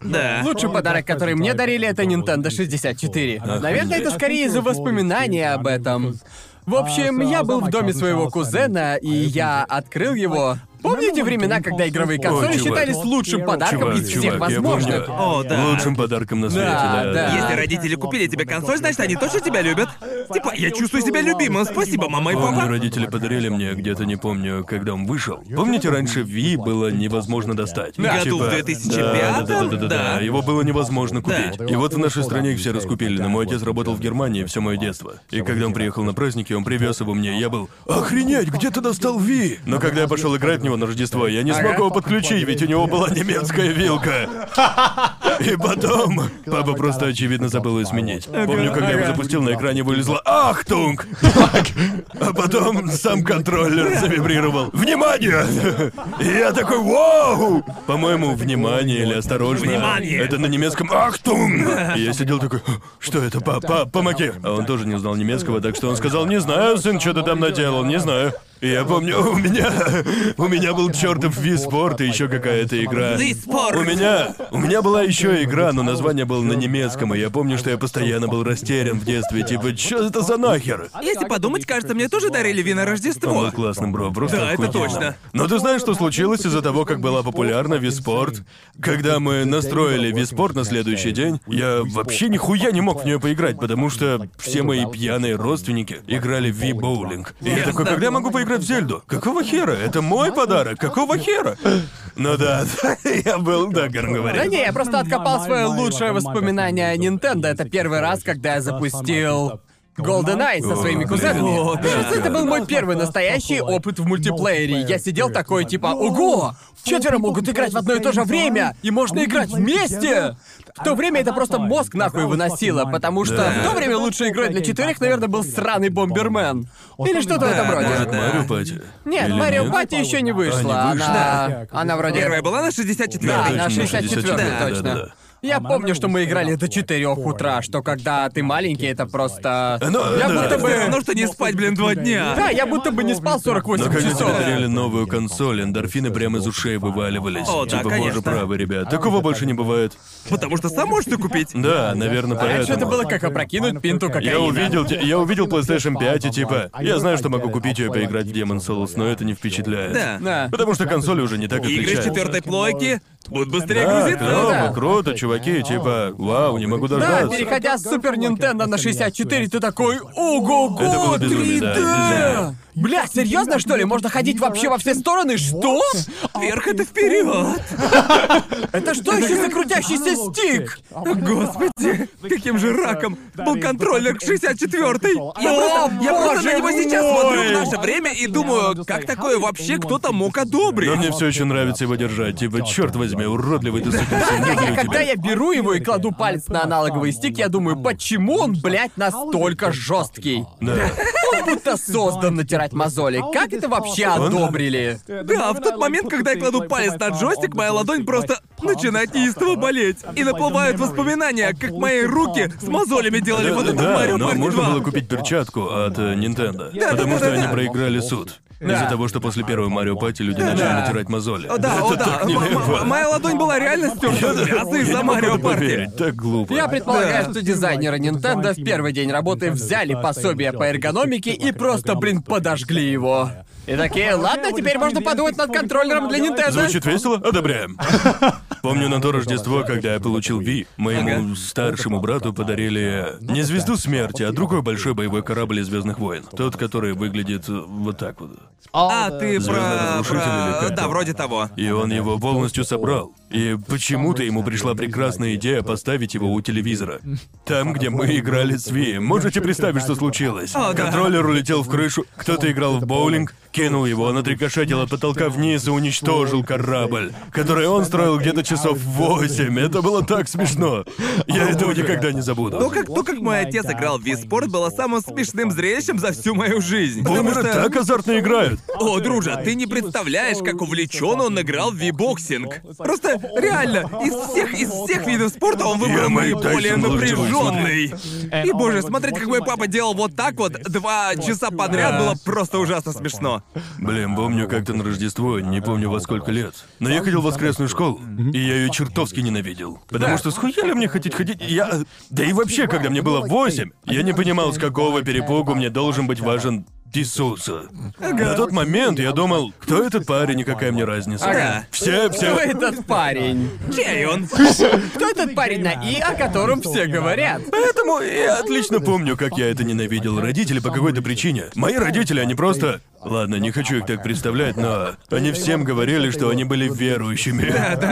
S1: Да.
S3: Лучший подарок, который мне дарили, это Nintendo 64. Наверное, это скорее из-за воспоминания об
S5: Uh,
S3: этом. В общем, я был в доме своего кузена, и я открыл его. Помните времена, когда игровые
S2: О,
S3: консоли
S2: чувак.
S3: считались лучшим подарком
S2: Чувак,
S3: из всех
S2: чувак, я
S3: возможных?
S2: помню.
S1: О, да.
S2: Лучшим подарком на свете,
S3: Да,
S2: да.
S3: да.
S1: Если родители купили тебе консоль, значит, они точно тебя любят. Типа, я чувствую себя любимым. Спасибо, мама и
S2: Помню,
S1: папа.
S2: родители подарили мне, где-то не помню, когда он вышел. Помните, раньше Ви было невозможно достать?
S1: Да. Году в
S2: Типа-
S1: 2005-м,
S2: Да, да, да, да, да,
S1: да.
S2: да. Его было невозможно
S1: Да.
S2: купить. И вот в нашей стране их все раскупили, но мой отец работал в Германии все мое детство. И когда он приехал на праздники, он привез его мне, и я был «Охренеть, где ты достал Ви?» Но когда я пошел играть в него на Рождество, я не смог его подключить, ведь у него была немецкая вилка. И потом... Папа просто, очевидно, забыл ее сменить. Помню, когда я его
S3: ага.
S2: запустил, на экране вылезла «Ахтунг!» А потом сам контроллер завибрировал. Внимание! И я такой, вау! По-моему, внимание или осторожно.
S1: Внимание!
S2: Это на немецком «Ахтун!» И я сидел такой, что это, папа, помоги! А он тоже не знал немецкого, так что он сказал, не знаю, сын, что ты там наделал, не знаю. И я помню, у меня... У меня был чертов Wii Sport и еще какая-то игра.
S1: Wii Sport!
S2: У меня... У меня была еще игра, но название было на немецком, и я помню, что я постоянно был растерян в детстве, типа, что это за нахер?
S1: А Если подумать, кажется, мне тоже дарили вино
S2: Он
S1: Рождество.
S2: был классным, бро, просто
S1: Да, это
S2: охуенно.
S1: точно.
S2: Но ты знаешь, что случилось из-за того, как была популярна Виспорт? Когда мы настроили Виспорт на следующий день, я вообще нихуя не мог в нее поиграть, потому что все мои пьяные родственники играли в Ви-боулинг. И я такой, когда я могу поиграть в Зельду? Какого хера? Это мой подарок, какого хера? Ну да, я был, да, Гарн
S3: Да
S2: говорит.
S3: не, я просто откопал свое лучшее воспоминание о Nintendo. Это первый раз, когда я запустил Golden Eye со своими
S2: О,
S3: кузенами.
S2: блин.
S3: Кажется, это был мой первый настоящий опыт в мультиплеере. Я сидел такой, типа, ого, четверо могут играть в одно и то же время, и можно играть вместе! В то время это просто мозг нахуй выносило, потому что
S2: Да.
S3: в то время лучшей игрой для четверых, наверное, был сраный Бомбермен. Или что-то в этом
S1: Да,
S3: роде.
S2: Может,
S1: Да.
S2: Марио Пати?
S3: Нет,
S2: Или
S3: Марио Пати еще не вышла.
S2: А, не
S3: Она... Она вроде...
S1: Первая была на
S3: Да,
S1: 64-й.
S3: на
S2: точно, на
S3: 64
S2: 64-й,
S3: точно.
S2: да-да-да.
S3: Я помню, что мы играли до 4 утра, что когда ты маленький, это просто...
S2: Ну,
S3: я
S2: да.
S3: будто бы...
S1: Все равно, что не спать, блин, два дня.
S3: Да, я будто бы не спал
S2: Но
S3: 48
S2: когда тебе
S3: часов.
S2: дарили Ну, новую консоль, эндорфины прямо из ушей вываливались.
S1: О, да,
S2: типа,
S1: конечно.
S2: боже правый,
S3: А
S2: ребят. Такого больше не бывает.
S1: Потому что сам можешь ты купить.
S2: Да, наверное,
S3: А Раньше
S2: поэтому.
S3: это было как опрокинуть пинту кокаина.
S2: Я увидел, те- я увидел PlayStation 5 и типа,
S3: а
S2: я знаю, что могу купить ее и поиграть в Demon Souls, но это не впечатляет.
S1: Да.
S3: Да.
S2: Потому что консоли уже не так
S1: Игры с
S2: отличаются.
S1: четвертой плойки будут быстрее
S2: Да,
S1: грузиться.
S2: клево,
S3: Да.
S2: круто, чуваки, типа, вау, не могу
S3: Да,
S2: дождаться.
S3: переходя с Супер Нинтендо на 64, ты такой
S2: Это
S3: «Ого-го,
S2: было безумие, да,
S3: 3D!»
S2: безумие.
S3: Бля, серьезно, что ли? Можно ходить вообще во все стороны? Что?
S1: Вверх это вперед!
S3: А Это что еще за крутящийся стик?
S1: О, Господи, каким же раком был контроллер к 64-й. Я
S3: О,
S1: просто, я просто на
S3: боже
S1: него сейчас
S3: мой!
S1: смотрю в наше время и
S2: ну,
S1: думаю, как такое вообще кто-то мог
S2: Но
S1: одобрить?
S2: мне все еще нравится его держать. Типа, черт возьми, уродливый ты сука, всё
S3: Да,
S2: ненавижу
S3: я, когда
S2: тебя.
S3: я беру его и кладу палец а на аналоговый стик, я думаю, почему он, блядь, настолько жесткий?
S2: Да.
S3: Он будто создан натирать мозоли. Как это вообще одобрили?
S1: Да, в тот момент, когда я кладу палец на джойстик, моя ладонь просто начинает неистово болеть. И наплывают воспоминания, как мои руки с мозолями делали
S2: Да,
S1: вот
S2: да,
S1: эту
S2: да,
S1: Марио
S2: но
S1: Party
S2: можно
S1: 2.
S2: было купить перчатку от э, Nintendo. потому
S1: да,
S2: что
S1: да,
S2: они
S1: да.
S2: проиграли суд.
S3: Да.
S2: Из-за того, что после первой Марио Пати люди начали
S3: Да.
S2: натирать мозоли.
S1: О, да, о, да.
S2: Это так
S1: М- м-
S2: нелепо.
S1: Моя ладонь была реально стерта с мяса
S2: Я
S1: из-за
S2: не могу
S1: Марио
S2: это
S1: Парти.
S2: поверить, Так глупо.
S3: Я предполагаю,
S1: Да.
S3: что дизайнеры Nintendo в первый день работы взяли пособие по эргономике и просто, блин, подожгли его. И такие, ладно, теперь можно подумать над контроллером для Nintendo.
S2: Звучит весело? Одобряем. Помню на то Рождество, когда я получил Ви, моему старшему брату подарили не звезду смерти, а другой большой боевой корабль из Звездных войн. Тот, который выглядит э, вот так вот.
S1: А, ты про...
S2: разрушитель или
S1: про...
S2: как
S1: Да,
S2: там?
S1: вроде того.
S2: И он его полностью собрал. И почему-то ему пришла прекрасная идея поставить его у телевизора. Там, где мы играли с Ви. Можете представить, что случилось?
S1: О, да.
S2: Контроллер улетел в крышу, кто-то играл в боулинг, кинул его, он отрикошетил от потолка вниз и уничтожил корабль, который он строил где-то часов восемь. Это было так смешно. Я этого никогда не забуду.
S1: То, как, то, как мой отец играл в Wii было самым смешным зрелищем за всю мою жизнь. Потому
S2: Бумеры
S1: что...
S2: так азартно играют.
S1: О, друже, ты не представляешь, как увлечен он играл в вибоксинг. Просто реально, из всех, из всех видов спорта он выбрал
S2: Я Майк
S1: наиболее
S2: Тайсон, лучше
S1: напряженный.
S2: Э,
S1: И боже, смотреть, как мой папа делал вот так вот два часа подряд, было просто ужасно смешно.
S2: Блин, помню как-то на Рождество, не помню во сколько лет. Но я ходил в воскресную школу, и я ее чертовски ненавидел. Потому что схуяли мне хотеть ходить, я... Да и вообще, когда мне было восемь, я не понимал, с какого перепугу мне должен быть важен Иисуса. На тот момент я думал, кто этот парень и какая мне разница.
S1: Ага.
S2: Все,
S3: Кто
S2: все.
S3: этот парень?
S1: Чей он?
S3: Кто этот парень на «и», о котором все говорят?
S2: Поэтому Ну, я отлично помню, как я это ненавидел. Родители по какой-то причине. Мои родители, они просто... Ладно, не хочу их так представлять, но они всем говорили, что они были верующими.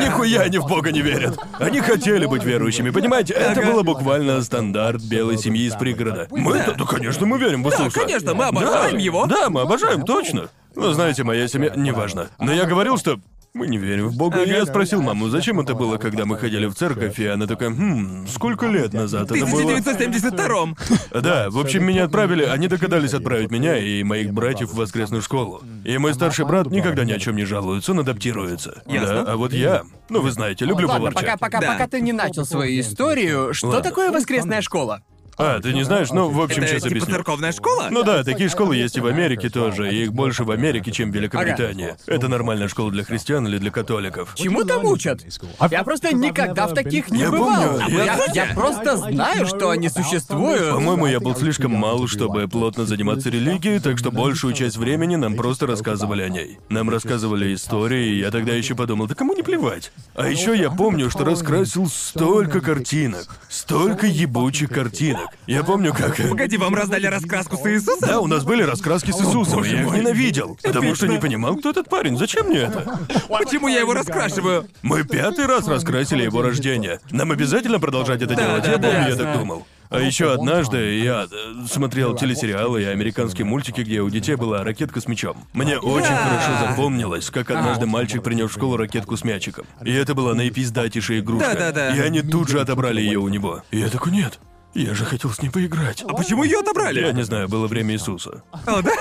S2: Нихуя они в Бога не верят. Они хотели быть верующими, понимаете? Это было буквально стандарт белой семьи из пригорода. Мы, да, да, конечно, мы верим в Иисуса.
S1: конечно, мы обожаем
S2: Да,
S1: его.
S2: Да, мы обожаем, точно. Вы знаете, моя семья... Неважно. Но я говорил, что мы не верим в Бога. И я спросил маму, зачем это было, когда мы ходили в церковь, и она такая, хм, сколько лет назад
S1: В
S2: это было?
S1: 1972-м.
S2: Да, в общем, меня отправили, они догадались отправить меня и моих братьев в воскресную школу. И мой старший брат никогда ни о чем не жалуется, он адаптируется.
S1: Ясно.
S2: Да, а вот я, ну вы знаете, люблю
S3: Ладно,
S2: поворчать.
S3: пока, пока,
S1: Да.
S3: пока ты не начал свою историю, что
S2: Ладно.
S3: такое воскресная школа?
S2: А, ты не знаешь, ну, в общем,
S1: Это
S2: сейчас
S1: типа
S2: объясню.
S1: церковная школа?
S2: Ну да, такие школы есть и в Америке тоже, и их больше в Америке, чем в Великобритании. Это нормальная школа для христиан или для католиков.
S3: Чему там учат? Я просто никогда в таких не
S2: Я
S3: бывал.
S2: помню,
S3: я,
S2: я-
S3: я просто знаю, что они существуют.
S2: По-моему, я был слишком мал, чтобы плотно заниматься религией, так что большую часть времени нам просто рассказывали о ней. Нам рассказывали истории, и я тогда еще подумал, да кому не плевать.
S1: Ну,
S2: А еще я помню, что раскрасил столько картинок, столько ебучих картинок. Я помню, как...
S1: Погоди, вам раздали раскраску с Иисусом?
S2: Да, у нас были раскраски с Иисусом,
S1: боже
S2: я их
S1: мой.
S2: ненавидел, потому что не понимал, кто этот парень, зачем мне это?
S1: Почему я его раскрашиваю?
S2: Мы пятый раз раскрасили его рождение. Нам обязательно продолжать это
S1: Да,
S2: делать,
S1: да,
S2: я
S1: да,
S2: помню, я
S1: ясно.
S2: так думал. А еще однажды я э, смотрел телесериалы и американские мультики, где у детей была ракетка с мячом. Мне очень хорошо запомнилось, как
S1: А.
S2: однажды мальчик принес в школу ракетку с мячиком. И это была наипиздатейшая игрушка.
S1: Да-да-да.
S2: И они тут же отобрали ее у него. И я такой, нет, я же хотел с ней поиграть.
S1: А почему ее
S2: Я
S1: отобрали?
S2: не знаю, было время Иисуса.
S1: О, да?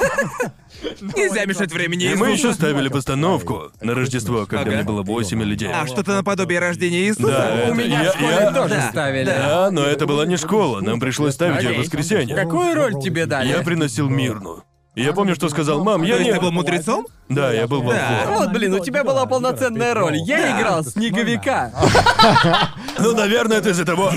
S1: Нельзя мешать времени
S2: И мы
S1: Иисуса.
S2: еще ставили постановку на Рождество, когда
S1: Ага.
S2: мне было 8 или 9.
S1: А что-то наподобие рождения Иисуса?
S2: Да, это-
S3: У меня
S2: я-
S3: в школе
S2: я-
S3: тоже
S1: Да,
S3: ставили.
S2: Да, А, но это была не школа, нам пришлось ставить ее в
S3: Окей.
S2: воскресенье.
S3: Какую роль тебе дали?
S2: Я приносил мирну. Я помню, что сказал мам,
S1: То
S2: я
S1: есть
S2: не...
S1: ты был мудрецом?
S2: Да, я был волхвом.
S3: Вот, блин, у тебя была полноценная роль. Я
S1: Да.
S3: играл снеговика.
S2: Ну, наверное, это из-за того...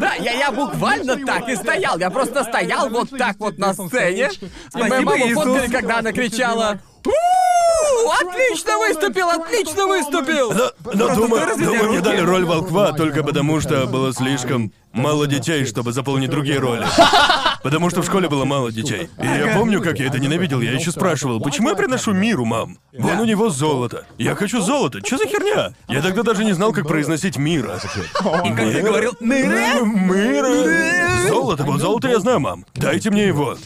S3: Да, я, я буквально так и стоял. Я просто стоял вот так вот на сцене. И
S1: Спасибо,
S3: мою маму
S1: Иисус.
S3: фоткали, когда она кричала «У, Отлично выступил, отлично выступил!
S2: Но, но думаю,
S1: разве
S2: думаю, мне
S1: руки?
S2: дали роль волква только потому, что было слишком мало детей, чтобы заполнить другие роли. Потому что в школе было мало детей. И я помню, как я это ненавидел. Я еще спрашивал, почему я приношу миру, мам? Вон у него золото. Я хочу золото. Че за херня? Я тогда даже не знал, как произносить мира.
S1: И как ты говорил, «Ныре?»
S2: Мыра! Золото, вот золото я знаю, мам. Дайте мне его.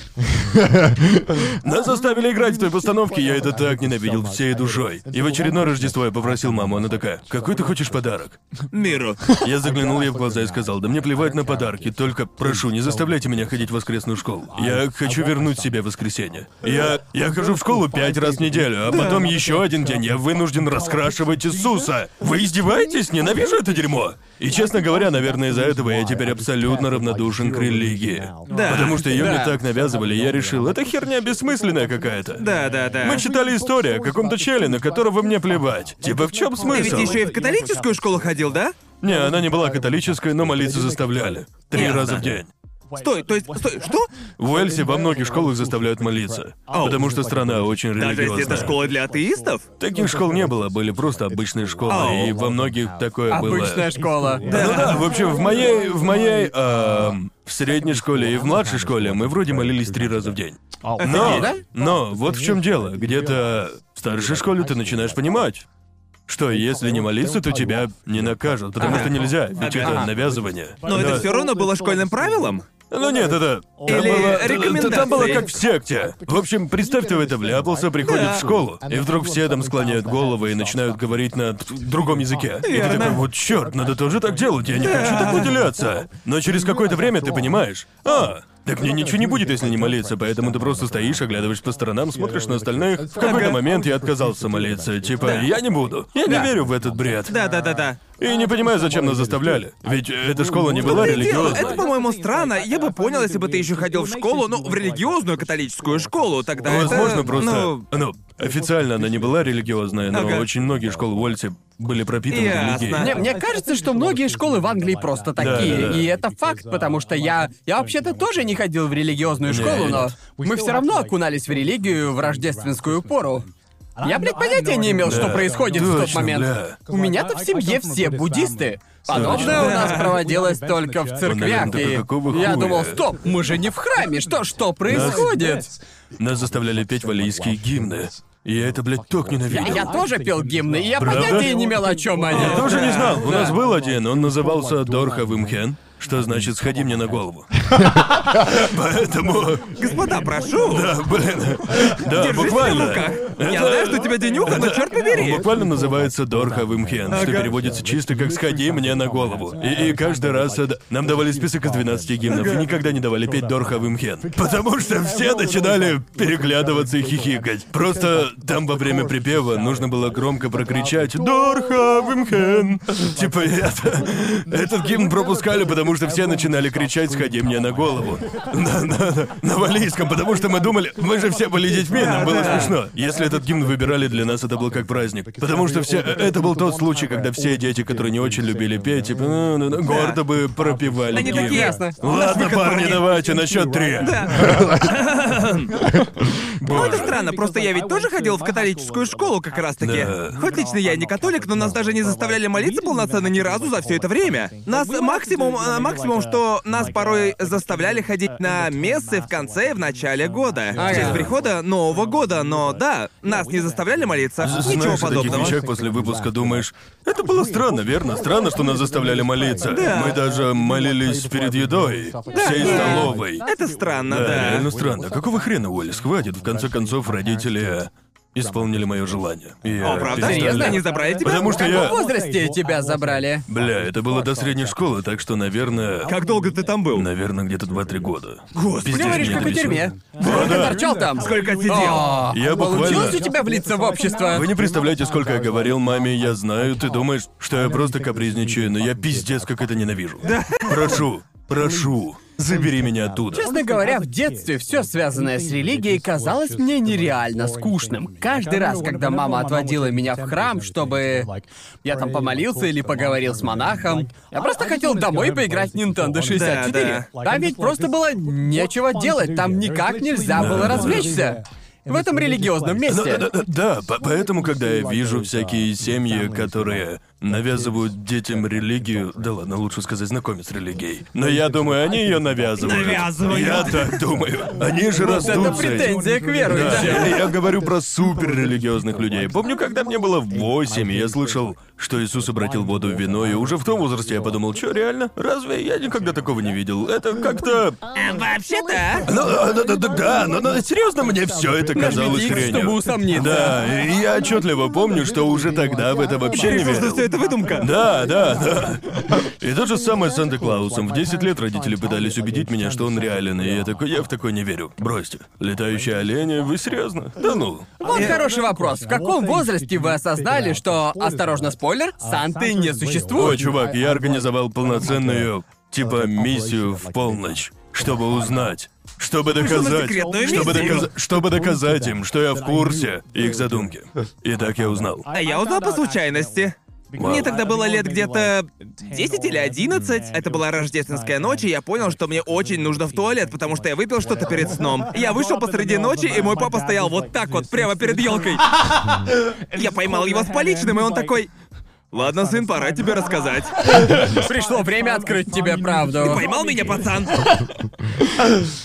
S2: Нас заставили играть в той постановке, я это так ненавидел всей душой. И в очередное Рождество я попросил маму, она такая, какой ты хочешь подарок?
S1: миру.
S2: Я заглянул ей в глаза и сказал, да мне плевать на подарки, только прошу, не заставляйте меня ходить в воскресную школу.
S1: А
S2: Я хочу вернуть себе воскресенье.
S1: Э,
S2: Я, я
S1: ну,
S2: хожу в школу пять раз в неделю, а потом еще один день я вынужден раскрашивать Иисуса. Вы издеваетесь? Ненавижу это дерьмо.
S1: Ну,
S2: И честно говоря, наверное, из-за этого я теперь абсолютно равнодушен к религии.
S1: Да.
S2: Потому что ее
S3: Да.
S2: мне так навязывали, я решил, это херня бессмысленная какая-то.
S1: Да, да, да.
S2: Мы читали историю о каком-то челе, на которого мне плевать. Типа, в чем
S1: Ты
S2: смысл?
S1: ведь еще и в католическую школу ходил, да?
S2: Не, она не была католической, но молиться заставляли. Три
S1: Ясно.
S2: раза в день.
S1: Стой, то есть, стой, что?
S2: В Уэльсе во многих школах заставляют молиться.
S1: Ау.
S2: Потому что страна очень
S1: Даже
S2: религиозная.
S1: если это школа для атеистов?
S2: Таких школ не было, были просто обычные школы,
S1: Ау.
S2: и во многих такое было.
S3: Обычная школа.
S2: Да. Ну да, в общем, в моей, в моей, эм, в средней школе и в младшей школе мы вроде молились три раза в день. Но,
S3: да?
S2: но вот в чем дело. Где-то в старшей школе ты начинаешь понимать, что если не молиться, то тебя не накажут, потому что нельзя, ведь это
S1: Ага.
S2: навязывание.
S1: Но это
S2: Да.
S1: все равно было школьным правилом?
S2: Ну нет, это... там
S1: Или
S2: было- т-
S1: рекомендации.
S2: Там было как в секте. В общем, представь, ты в это вляпался, приходит
S1: Да.
S2: в школу, и вдруг все там склоняют головы и начинают говорить на т- другом языке. И ты
S1: Верно.
S2: такой, вот черт, надо тоже так делать, я не хочу так выделяться. Но через какое-то время ты понимаешь, а, так мне ничего не будет, если не молиться, поэтому ты просто стоишь, оглядываешь по сторонам, смотришь на остальных. В какой-то момент я отказался молиться, типа, я не буду. Я не верю в этот бред.
S1: Да, да, да, да.
S2: И не понимаю, зачем нас заставляли. Ведь э, эта школа не была
S1: Ты дело,
S2: религиозной.
S1: Ну, это, по-моему, странно. Я бы понял, если бы ты еще ходил в школу, ну, в религиозную католическую школу, тогда это,
S2: Возможно, просто.
S1: ну,
S2: Ну, Официально она не была религиозная, но
S1: Ага.
S2: очень многие школы Уольти были пропитаны
S1: Ясно.
S2: религией.
S3: Мне, мне кажется, что многие школы в Англии просто
S2: Да,
S3: такие,
S2: да, да.
S3: и это факт, потому что я, я вообще-то тоже не ходил в религиозную
S2: Не,
S3: школу,
S2: я
S3: но
S2: нет.
S3: мы все равно окунались в религию в рождественскую пору. Я, блядь, понятия не имел, что
S2: Да.
S3: происходит в тот
S2: Точно,
S3: момент.
S2: бля.
S3: У меня-то в семье все буддисты. Подобное
S2: Точно.
S3: у нас
S1: Да.
S3: проводилось только в
S2: Блин,
S3: церквях,
S2: да
S3: и
S2: какого
S3: я
S2: хуя?
S3: думал, стоп, мы же не в храме, что, что происходит?
S2: Нас заставляли петь валийские гимны. И я это, блядь, так
S3: Я,
S2: ненавидел.
S3: я тоже пел гимны, и я
S2: Правда?
S3: понятия не имел, о чем они.
S2: Я тоже не знал. У
S3: Да.
S2: нас был один, он назывался Дорха Вимхен, что значит «сходи мне на голову». Поэтому...
S1: Господа, прошу!
S2: Да, блин. Да,
S1: Держись
S2: буквально.
S1: меня в руках. Я
S2: Это-
S1: знаю, что тебя денюха, но черт
S2: Он
S1: побери!
S2: буквально называется Дорха Вимхен, что
S1: Ага.
S2: переводится чисто как «сходи мне на голову». И, и каждый раз это- нам давали список из 12 гимнов, и никогда не давали петь Дорха Вимхен. Потому что все начинали переглядываться и хихикать. Просто там во время припева нужно было громко прокричать «Дорха Вимхен». Типа это... Этот гимн пропускали, потому что все начинали кричать «Сходи мне на голову». На, на- на валийском, потому что мы думали, мы же все были детьми, нам было смешно. Если этот гимн выбирали для нас, это был как праздник. Потому что все... Это был тот случай, когда все дети, которые не очень любили петь, типа, «Ну, ну, ну», гордо бы пропевали
S1: Они
S2: гимн.
S1: такие, ясно.
S2: Ладно, парни, давайте, на счет три.
S1: Ну, это странно, просто я ведь тоже ходил в католическую школу как раз-таки.
S2: Да.
S1: Хоть лично я и не католик, но нас даже не заставляли молиться полноценно ни разу за все это время. Нас максимум, э, максимум, что нас порой заставляли ходить на мессы в конце и в начале года.
S3: Ага.
S1: В честь прихода Нового года, но да, нас не заставляли молиться, ничего
S2: Знаешь, о таких
S1: подобного.
S2: вещах после выпуска думаешь, это было странно, верно? Странно, что нас заставляли молиться.
S1: Да.
S2: Мы даже молились перед едой, всей
S1: Да.
S2: столовой.
S1: Это странно,
S2: Да,
S1: да.
S2: реально ну, странно. Какого хрена, Уоллес, хватит? В конце концов, родители исполнили мое желание. И я
S1: О, правда?
S2: перестал-
S3: Серьезно?
S1: Они забрали тебя?
S2: Потому
S3: В
S2: что
S3: каком
S2: я...
S3: возрасте тебя забрали?
S2: Бля, это было до средней школы, так что, наверное...
S1: Как долго ты там был?
S2: Наверное, где-то 2-3 года.
S1: Господи.
S2: Пиздец,
S3: Говоришь,
S2: меня
S3: как в
S2: трясет.
S3: тюрьме. Сколько торчал там?
S1: Сколько сидел?
S3: О,
S2: Я
S3: Получилось
S2: буквально...
S3: у тебя влиться в общество?
S2: Вы не представляете, сколько я говорил маме, я знаю, ты думаешь, что я просто капризничаю, но я пиздец как это ненавижу. Прошу, прошу, забери меня оттуда.
S3: Честно говоря, в детстве все связанное с религией казалось мне нереально скучным. Каждый раз, когда мама отводила меня в храм, чтобы я там помолился или поговорил с монахом, я просто хотел домой и поиграть в Nintendo 64.
S5: Да, да.
S3: Там ведь просто было нечего делать, там никак нельзя
S5: Да.
S3: было развлечься. В этом религиозном месте.
S2: Да, да, э, да, по- поэтому, когда я вижу всякие семьи, которые навязывают детям религию, да ладно, лучше сказать, знакомят с религией. Но я думаю, они ее навязывают.
S1: Навязывают.
S2: Я так думаю. Они же растут.
S3: Это
S2: с этим.
S3: претензия к верующим.
S2: Да, я говорю про суперрелигиозных людей. Помню, когда мне было восемь, я слышал, что Иисус обратил воду в вино, и уже в том возрасте я подумал, что реально? Разве я никогда такого не видел? Это как-то...
S3: а?
S1: Вообще-то,
S2: Ну, да, да, да, да, но, но серьезно, мне все это казалось
S3: Нажмите X,
S2: хренью.
S3: чтобы усомниться.
S2: Да, и я отчетливо помню, что уже тогда в это вообще не
S1: решил, что
S2: верил.
S1: все это выдумка.
S2: Да, да, да. И то же самое с Санта-Клаусом. В 10 лет родители пытались убедить меня, что он реален, и я такой, я в такой не верю. Бросьте. Летающие олени, вы серьезно? Да ну.
S3: Вот хороший вопрос. В каком возрасте вы осознали, что, осторожно, спойлер, Санты не
S2: О,
S3: существует?
S2: чувак, я организовал полноценную, типа, миссию в полночь, чтобы узнать. Чтобы доказать,
S1: секретную
S2: чтобы,
S1: миссию.
S2: доказа- чтобы доказать им, что я в курсе их задумки. И так я узнал.
S1: А я узнал по случайности. Мне тогда было лет где-то 10 или 11. Это была рождественская ночь, и я понял, что мне очень нужно в туалет, потому что я выпил что-то перед сном. Я вышел посреди ночи, и мой папа стоял вот так вот, прямо перед елкой. Я поймал его с поличным, и он такой... Ладно, сын, пора тебе рассказать.
S3: Пришло время открыть тебе правду.
S1: Поймал меня, пацан.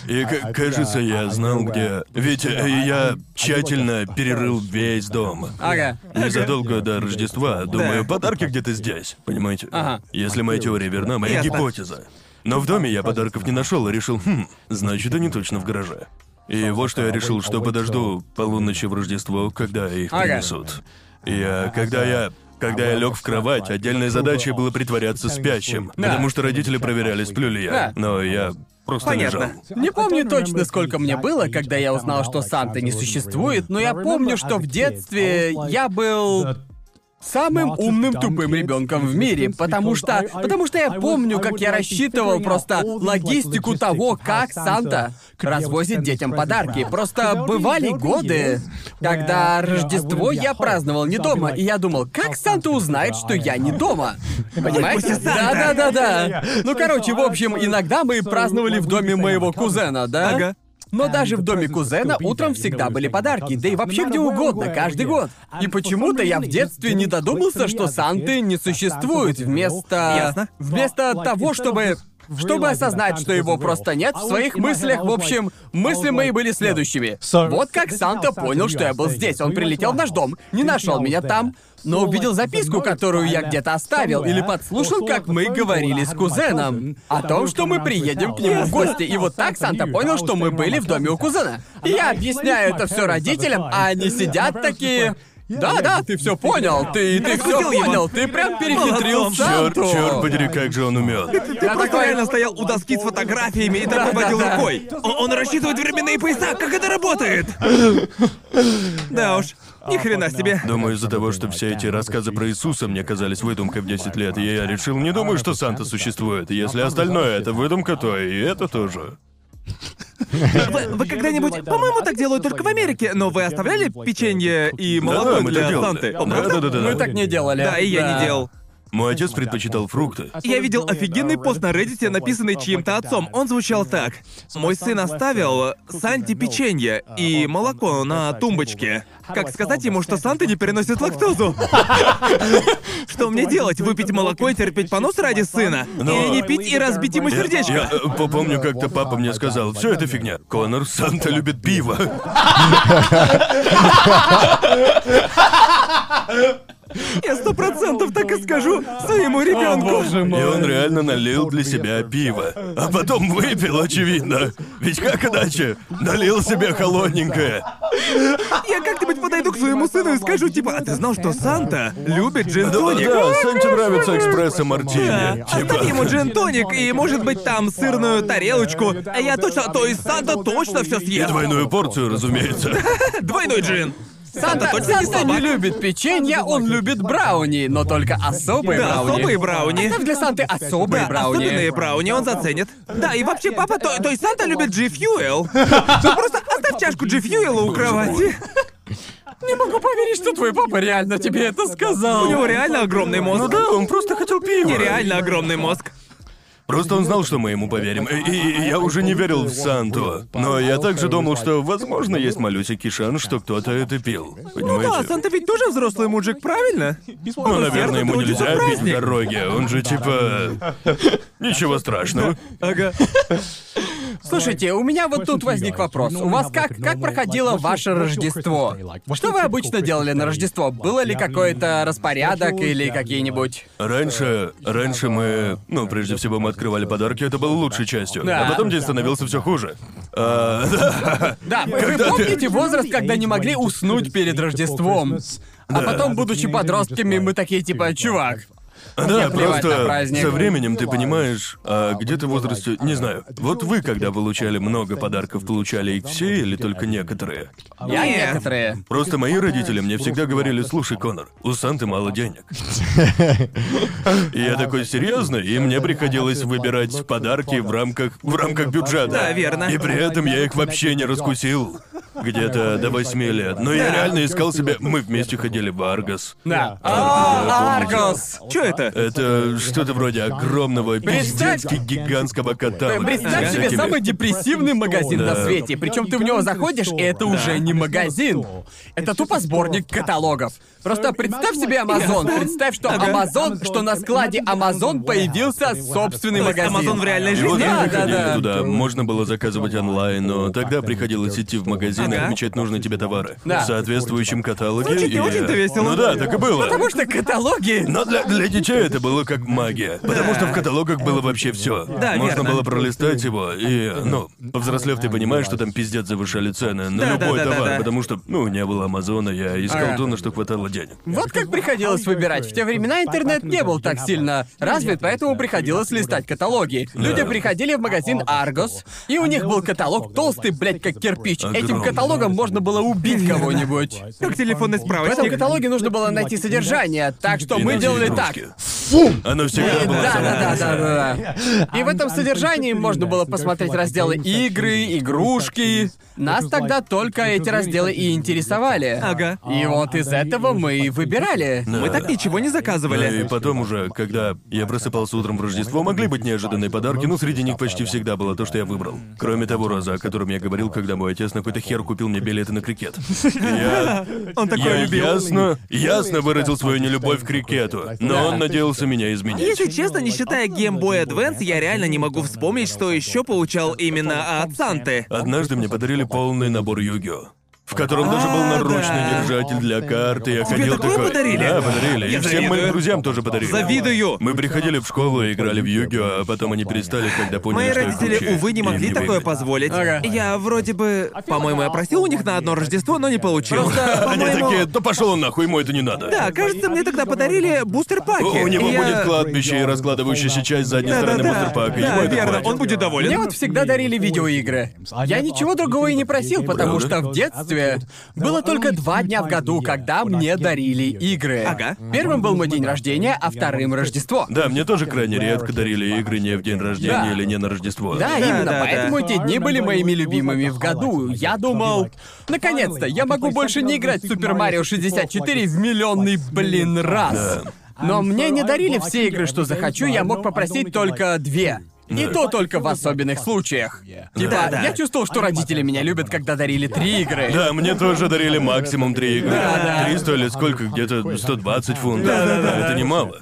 S2: И, к- кажется, я знал, где... Ведь э, я тщательно перерыл весь дом.
S3: Ага.
S2: Незадолго до Рождества, думаю, подарки где-то здесь, понимаете?
S3: Ага.
S2: Если моя теория верна, моя
S1: Ясно.
S2: гипотеза. Но в доме я подарков не нашел и решил, хм, значит, они точно в гараже. И вот что я решил, что подожду полуночи в Рождество, когда их
S3: Ага.
S2: принесут. Я, когда я... Когда я лег в кровать, отдельной задачей было притворяться спящим,
S3: Да.
S2: потому что родители проверяли, сплю ли я.
S3: Да.
S2: Но я просто
S1: Понятно.
S2: лежал.
S3: Не помню точно, сколько мне было, когда я
S5: А
S3: узнал, что Санты не существует, но я помню, что в детстве я был самым умным тупым ребенком в мире, потому что... Потому что я помню, как я рассчитывал просто логистику того, как Санта развозит детям подарки. Просто бывали годы, когда Рождество я праздновал не дома, и я думал, как Санта узнает, что я не дома? Понимаете? Да, да, да, да. Ну, короче, в общем, иногда мы праздновали в доме моего кузена, да?
S1: Ага.
S3: Но даже в доме кузена утром всегда были подарки, да и вообще где угодно, каждый год. А И почему-то я в детстве не додумался, что Санты не существует, вместо...
S1: Ясно.
S3: Вместо того, чтобы... Чтобы осознать, что его просто нет, в своих мыслях, в общем, мысли мои были следующими. Вот как Санта понял, что я был здесь. Он прилетел в наш дом, не нашел меня там, но увидел записку, которую я где-то оставил, или подслушал, как мы говорили с кузеном о том, что мы приедем к нему в гости. И вот так Санта понял, что мы были в доме у кузена. И я объясняю это все родителям, а они сидят такие. Да, да, ты все понял, ты, ты все
S1: Раскрутил его.
S3: понял, ты прям перехитрил
S1: Молодцом.
S2: Черт,
S3: Санту.
S2: черт подери, как же он умен.
S1: Ты
S3: Я
S1: просто
S3: такой-
S1: реально стоял у доски с фотографиями и так
S3: Да,
S1: поводил
S3: да, да.
S1: рукой. О- Он рассчитывает временные пояса, как это работает? Да уж,
S3: А,
S1: ни хрена себе.
S2: Думаю, из-за того, что все эти рассказы про Иисуса мне казались выдумкой в 10 лет, и я решил, не думаю, что Санта существует. Если остальное — это выдумка, то и это тоже.
S1: Вы, вы когда-нибудь, по-моему, так делают только в Америке, но вы оставляли печенье и молоко
S2: Да-да, мы
S1: для
S2: так делали.
S1: Санты? Ну О, правда?
S2: Да-да-да-да.
S3: Мы ну так не делали.
S1: Да, и я не делал.
S2: Мой отец предпочитал фрукты.
S1: Я видел офигенный пост на Reddit, написанный чьим-то отцом. Он звучал так. Мой сын оставил Санте печенье и молоко на тумбочке. Как сказать ему, что Санта не переносит лактозу? Что мне делать? Выпить молоко и терпеть понос ради сына?
S2: Но-
S1: Или не пить и разбить ему
S2: Я- Ну, Я
S1: Ну, сердечко?
S2: э, помню, как-то папа мне сказал, все это фигня. Конор, Санта любит пиво.
S1: Я сто процентов так и скажу своему ребенку.
S3: боже
S2: И
S3: мой.
S2: он реально налил для себя пиво. А потом выпил, очевидно. Ведь как иначе? Налил себе холодненькое.
S1: Я как-нибудь подойду к своему сыну и скажу, типа, а ты знал, что Санта любит
S2: Да,
S1: джин-тоник?
S2: да, Санте нравится экспресса мартини.
S1: Да. Оставь ему
S2: Типа...
S1: джин-тоник и, может быть, там сырную тарелочку. А я точно, а то из Санта точно все
S2: И
S1: съест.
S2: двойную порцию, разумеется.
S1: Двойной джин. точно
S3: Санта,
S1: не
S3: Санта не
S1: собака.
S3: любит печенье, он любит брауни, но только особые
S1: Да,
S3: брауни.
S1: особые брауни.
S3: Оставь для Санты особые
S1: Да,
S3: брауни.
S1: особенные брауни он заценит. Да, и вообще папа, то, то есть Санта любит G Fuel. Ну, просто оставь чашку G Fuel у кровати.
S3: Не могу поверить, что твой папа реально тебе это сказал.
S1: У него реально огромный
S2: Ну
S1: мозг.
S2: да, он просто хотел пива.
S1: Нереально огромный мозг.
S2: Просто он знал, что мы ему поверим. И, и- и я уже не верил в Санту. Но я также думал, что, возможно, есть малюсенький шанс, что кто-то это пил.
S1: Ну да,
S2: Понимаете?
S1: Санта ведь тоже взрослый мужик, правильно?
S2: Ну, наверное, ему
S1: трудится
S2: нельзя
S1: в
S2: пить в
S1: праздник.
S2: дороге. Он же типа... Ничего страшного.
S1: Ага.
S3: Слушайте, у меня вот тут возник вопрос. У вас как, как проходило ваше Рождество? Что вы обычно делали на Рождество? Было ли какой-то распорядок или какие-нибудь...
S2: Раньше, раньше мы, ну, прежде всего мы открывали подарки, это было лучшей частью.
S3: Да.
S2: А потом день становился все хуже. А,
S3: Да, вы помните возраст, когда не могли уснуть перед Рождеством? А потом, будучи подростками, мы такие типа, чувак,
S2: А Да,
S3: Мне плевать на
S2: просто
S3: праздник.
S2: со временем ты понимаешь, а где ты в возрасте, не знаю. Вот вы, когда получали много подарков, получали их все или только некоторые?
S3: я
S1: Нет.
S3: некоторые.
S2: Просто мои родители мне всегда говорили, слушай, Конор, у Санты мало денег. И я такой, серьезно? И мне приходилось выбирать подарки в рамках, в рамках бюджета.
S1: Да, верно.
S2: И при этом я их вообще не раскусил. Где-то до восьми лет. Но я реально искал себе... Мы вместе ходили в Аргос.
S3: Да.
S2: Да,
S3: О,
S2: помню.
S3: Аргос!
S1: Чё это?
S2: Это э, что-то вроде огромного,
S3: Представь-
S2: пиздецки гигантского кота.
S3: Представь
S2: С
S3: себе
S2: всякими-
S3: самый депрессивный магазин на
S2: Да.
S3: свете. Причем ты в него заходишь, и это уже не магазин. Это тупо сборник каталогов. Просто представь себе Амазон. Представь, что Амазон, что на складе Амазон появился собственный
S1: То есть
S3: магазин.
S1: Амазон в реальной
S2: И
S1: жизни?
S2: вот мы
S3: Да, да,
S2: ходили
S3: да.
S2: туда, можно было заказывать онлайн, но тогда приходилось идти в магазин и
S1: Ага.
S2: отмечать нужные тебе товары.
S3: Да.
S2: В соответствующем каталоге
S1: Звучит не
S2: и-
S1: очень-то весело.
S2: Ну да, так и было.
S3: Потому что каталоги
S2: Но для, для детей это было как магия. Потому что в каталогах было вообще все.
S1: Да,
S2: Можно
S1: верно.
S2: было пролистать его, и, ну, повзрослев, ты понимаешь, что там пиздец завышали цены на
S1: Да,
S2: любой
S1: да, да, да,
S2: товар,
S1: да. А.
S2: потому что, ну, не было Амазона, я искал
S3: Ага.
S2: то, на что хватало денег.
S3: Вот как приходилось выбирать. В те времена интернет не был так сильно развит, поэтому приходилось листать каталоги. Люди приходили в магазин Argos, и у них был каталог толстый, блядь, как кирпич. Этим
S2: Огромный.
S3: каталогом можно было убить кого-нибудь.
S1: Как телефонный
S3: В этом
S1: справочник.
S3: каталоге нужно было найти содержание, так что
S2: И
S3: мы
S2: на
S3: делали так.
S2: телегрузке. Оно всегда было
S3: Да,
S2: самое
S3: да, да,
S2: вкусное.
S3: да, да, да. И в этом содержании можно было посмотреть разделы игры, игрушки. Нас тогда только эти разделы и интересовали.
S1: Ага.
S3: И
S2: А,
S3: вот из этого мы и выбирали.
S1: Мы так ничего не
S2: Ну
S1: заказывали.
S2: и потом уже, когда я просыпался утром в Рождество, могли быть неожиданные подарки, но среди них почти всегда было то, что я выбрал. Кроме того раза, о котором я говорил, когда мой отец на какой-то хер купил мне билеты на крикет. Я,
S1: Он такой
S2: я
S1: любил.
S2: ясно, ясно выразил свою нелюбовь к крикету, но он надеялся меня изменить.
S1: Если честно, не считая Game Boy Advance, я реально не могу вспомнить, что еще получал именно от Санты.
S2: Однажды мне подарили полный набор югио. В котором даже был
S1: А,
S2: наручный
S1: да.
S2: держатель для карты, я ходил
S1: такое подарили?
S2: Да, подарили.
S1: Я
S2: и всем моим
S1: завидую.
S2: друзьям тоже подарили.
S1: Завидую.
S2: Мы приходили в школу и играли в югио, а потом они перестали, когда поняли,
S1: Мои
S2: что я круче.
S1: родители, увы, не
S2: И
S1: могли
S2: они
S1: такое
S2: выиграли.
S1: позволить.
S3: Ага.
S1: Я вроде бы, по-моему, я просил у них на одно Рождество, но не получил.
S3: Просто,
S2: Они
S1: по-моему,
S2: такие, да пошел он нахуй, ему это не надо.
S1: Да, кажется, мне тогда подарили бустер паки.
S2: У у него
S1: Я-
S2: будет кладбище и раскладывающаяся часть задней
S1: Да, да,
S2: стороны
S1: да.
S2: Мустерпака.
S1: Да,
S2: Ему это
S1: верно,
S2: хватит.
S1: он будет доволен.
S3: Мне вот всегда
S5: ну,
S3: дарили видеоигры. Я ничего другого и не просил, потому что в детстве было только два дня в году, когда мне дарили игры.
S1: Ага.
S3: Первым был мой день рождения, а вторым — Рождество.
S2: Да, мне тоже крайне редко дарили игры не в день рождения
S3: Да.
S2: или не на Рождество.
S3: Да, именно
S1: да,
S3: поэтому
S1: да.
S3: те дни были моими любимыми в году. Я думал, наконец-то, я могу больше не играть в Супер Марио 64 в миллионный, блин, раз. Но мне не дарили все игры, что захочу, я мог попросить только две. И то только в особенных случаях. Типа,
S1: да.
S3: я чувствовал, что родители меня любят, когда дарили три игры.
S2: Да, мне тоже дарили максимум три игры.
S3: Да, да.
S2: Три стоили сколько? Где-то 120 фунтов. Это немало.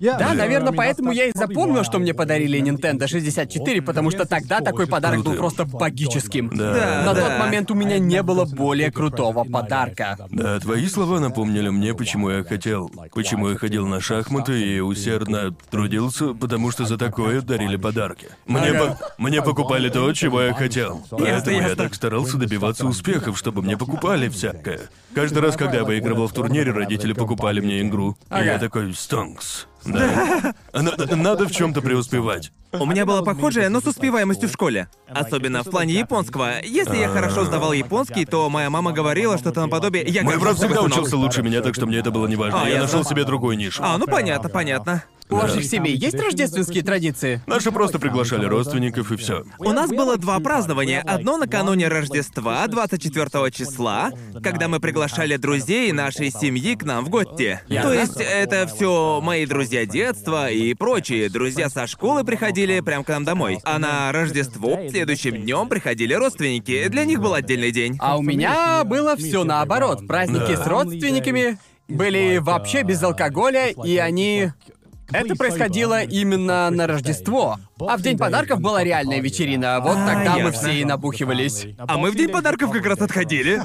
S3: Да, наверное, поэтому я и запомнил, что мне подарили Nintendo 64, потому что тогда такой подарок был просто богическим.
S2: Да.
S3: На
S1: Да.
S3: тот момент у меня не было более крутого подарка.
S2: Да, твои слова напомнили мне, почему я хотел, почему я ходил на шахматы и усердно трудился, потому что за такое дарили подарки. Мне,
S3: Ага.
S2: по- мне покупали то, чего я хотел. Поэтому я
S1: ясно.
S2: так старался добиваться успехов, чтобы мне покупали всякое. Каждый раз, когда я выигрывал в турнире, родители покупали мне игру. И я
S3: Ага.
S2: такой, «Стонкс». Да. На- Надо в чем-то преуспевать.
S1: У меня было похожее, но с успеваемостью в школе. Особенно в плане японского. Если я хорошо сдавал японский, то моя мама говорила что-то наподобие «я
S2: Мой
S1: горжусь
S2: брат всегда
S1: тобой, сынок».
S2: учился лучше меня, так что мне это было не важно.
S1: А,
S2: Я
S1: ясно.
S2: нашел себе другую нишу.
S1: А, ну понятно, понятно.
S3: У ваших семей есть рождественские традиции?
S2: Наши просто приглашали родственников и все.
S1: У нас было два празднования. Одно накануне Рождества, 24 числа, когда мы приглашали друзей нашей семьи к нам в гости.
S3: Ясно.
S1: То есть это все мои друзья детства и прочие. Друзья со школы приходили прям к нам домой. А на Рождество следующим днем приходили родственники. Для них был отдельный день.
S3: А у меня было все наоборот. Праздники
S2: Да.
S3: с родственниками были вообще без
S5: uh,
S3: алкоголя, и они...
S5: типа.
S3: Это происходило именно на Рождество. А в день подарков была реальная вечерина. Вот
S1: А,
S3: тогда мы
S1: ясно.
S3: все и набухивались.
S1: А мы в день подарков как раз отходили.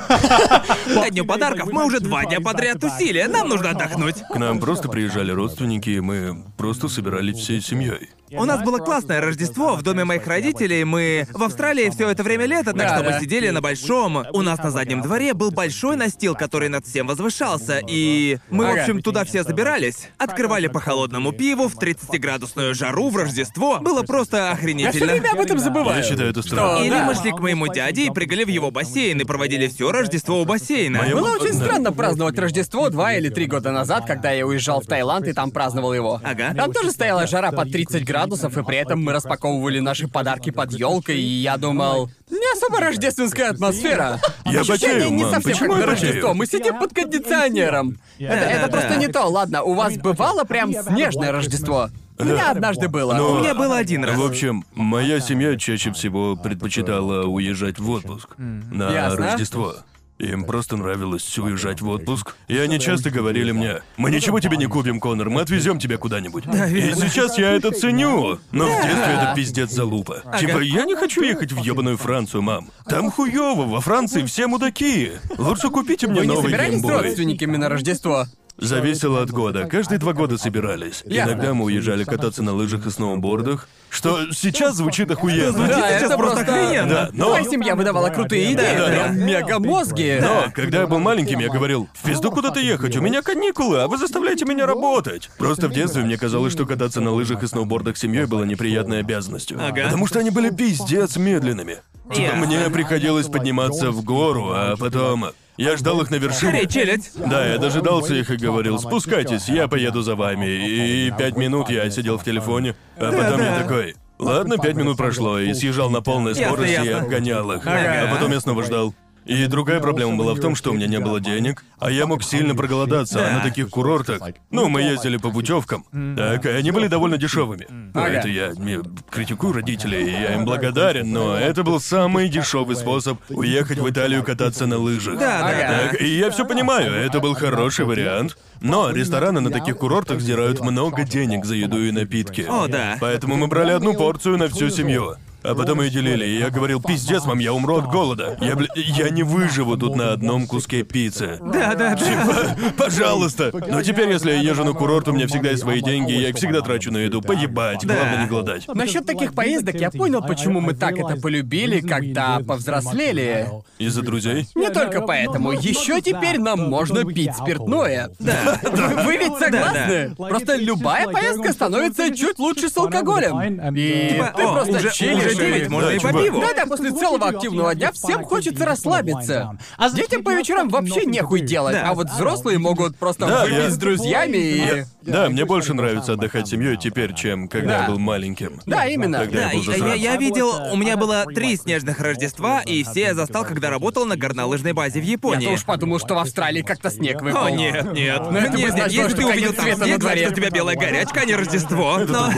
S1: Ко дню подарков мы уже два дня подряд тусили. Нам нужно отдохнуть.
S2: К нам просто приезжали родственники, и мы просто собирались всей семьей.
S1: У нас было классное Рождество в доме моих родителей. Мы в Австралии все это время лето, так
S3: Да,
S1: что
S3: да.
S1: мы сидели на большом. У нас на заднем дворе был большой настил, который над всем возвышался, и мы, в
S3: Ага.
S1: общем, туда все забирались. Открывали по холодному пиву в 30-градусную жару в Рождество. Было просто
S3: Я все
S1: охренительно.
S3: время об этом
S2: Я
S3: забываю.
S2: считаю это
S3: Что?
S2: странно.
S1: Или
S3: Да.
S1: мы шли к моему дяде и прыгали в его бассейн и проводили все Рождество у бассейна.
S2: Моё-
S3: Было очень
S2: Да.
S3: странно праздновать Рождество два или три года назад, когда я уезжал в Таиланд и там праздновал его.
S1: Ага.
S3: Там тоже стояла жара под 30 градусов, и при этом мы распаковывали наши подарки под елкой, и я думал, не особо рождественская атмосфера.
S2: Я
S3: Ощущение
S2: потею,
S3: не
S2: мам,
S3: совсем
S2: почему
S3: как
S2: я
S3: на
S2: потею?
S3: Рождество. Мы сидим под кондиционером. Это,
S1: да,
S3: это
S1: да.
S3: просто не то. Ладно, у вас бывало прям снежное Рождество? У меня однажды было.
S2: Но-
S1: У меня было один раз.
S2: В общем, моя семья чаще всего предпочитала уезжать в отпуск на
S3: Ясно.
S2: Рождество. Им просто нравилось уезжать в отпуск. И они часто говорили мне, мы ничего тебе не купим, Конор, мы отвезем тебя куда-нибудь. и
S1: верно.
S2: сейчас я это ценю. Но в детстве это пиздец залупа. Типа, я не хочу ехать в ебаную Францию, мам. Там хуёво, во Франции все мудаки. Лучше купите мне
S3: Вы не
S2: новый
S3: собирались с
S2: геймбой.
S3: родственниками на Рождество?
S2: Зависело от года. Каждые два года собирались.
S3: Ясно.
S2: Иногда мы уезжали кататься на лыжах и сноубордах, что сейчас звучит охуенно.
S1: Звучит
S3: Да,
S1: сейчас
S3: это
S1: просто
S3: просто-
S1: охрененно.
S2: Да, но-
S3: Твоя семья выдавала крутые идеи,
S2: Да, да,
S3: прям
S2: да.
S3: мега-мозги.
S2: Но, когда я был маленьким, я говорил, в пизду куда-то ехать, у меня каникулы, а вы заставляете меня работать. Просто в детстве мне казалось, что кататься на лыжах и сноубордах с семьей было неприятной обязанностью.
S1: Ага.
S2: Потому что они были пиздец медленными. Типа,
S1: Ясно.
S2: мне приходилось подниматься в гору, а потом... Я ждал их на вершине.
S1: Скорее, челядь.
S2: Да, я дожидался их и говорил, спускайтесь, я поеду за вами. И пять минут я сидел в телефоне, а потом я
S1: да.
S2: такой... Ладно, пять минут прошло, и съезжал на полной
S1: Ясно,
S2: скорости и
S1: ясно.
S2: обгонял их.
S1: Ага.
S2: А потом я снова ждал. И другая проблема была в том, что у меня не было денег, а я мог сильно проголодаться, а
S1: Да.
S2: на таких курортах. Ну, мы ездили по путевкам,
S1: Mm.
S2: так, и они были довольно дешевыми. Ну,
S3: Ага.
S2: это я не критикую
S1: Mm.
S2: родителей, я им благодарен, но это был самый дешевый способ уехать в Италию кататься на лыжах.
S1: Да, да.
S2: Так, и я все понимаю, это был хороший вариант. Но рестораны на таких курортах сдирают много денег за еду и напитки.
S1: О, да.
S2: Поэтому мы брали одну порцию на всю семью. А потом ее делили, и я говорил, пиздец, мам, я умру от голода. Я, бля, я не выживу тут на одном куске пиццы. Типа,
S1: Да, да, да.
S2: Пожалуйста. Но Ну, теперь, если я езжу на курорт, у меня всегда есть свои деньги, я их всегда трачу на еду. Поебать,
S1: Да.
S2: главное не голодать.
S3: Насчет таких поездок я понял, почему мы так это полюбили, когда повзрослели.
S2: Из-за друзей?
S3: Не только поэтому, еще теперь нам можно пить спиртное. Да. Вы ведь согласны?
S5: Да, да.
S3: Просто любая поездка становится чуть лучше с алкоголем. И
S5: Типа,
S3: э, ты
S1: о,
S3: просто Типа,
S1: уже-
S3: чилишь
S1: уже
S3: и-
S1: девять, можно
S2: Да,
S1: и по
S2: чувак.
S1: пиву.
S3: Да-да, после целого активного дня всем хочется расслабиться.
S5: А
S3: Детям по вечерам вообще нехуй делать,
S1: Да.
S3: а вот взрослые могут просто
S2: Да,
S3: выпить
S2: я-
S3: с друзьями и...
S2: Я- Да, мне больше нравится отдыхать с семьей теперь, чем когда
S3: Да.
S2: я был маленьким.
S3: Да, именно.
S2: Тогда
S1: Да,
S2: я был
S1: я, я- я
S2: засранцем.
S1: видел, у меня было три снежных Рождества, и все я застал, когда работал на горнолыжной базе в Японии.
S3: Я уж подумал, что в Австралии как-то снег выпал.
S1: О, нет, нет.
S3: Ну, это
S1: нет,
S3: бы значило,
S1: если
S3: что
S1: ты увидел
S3: конец
S1: там
S3: света на
S1: снег,
S3: дворе.
S1: значит, у тебя белая горячка, а не Рождество. Но...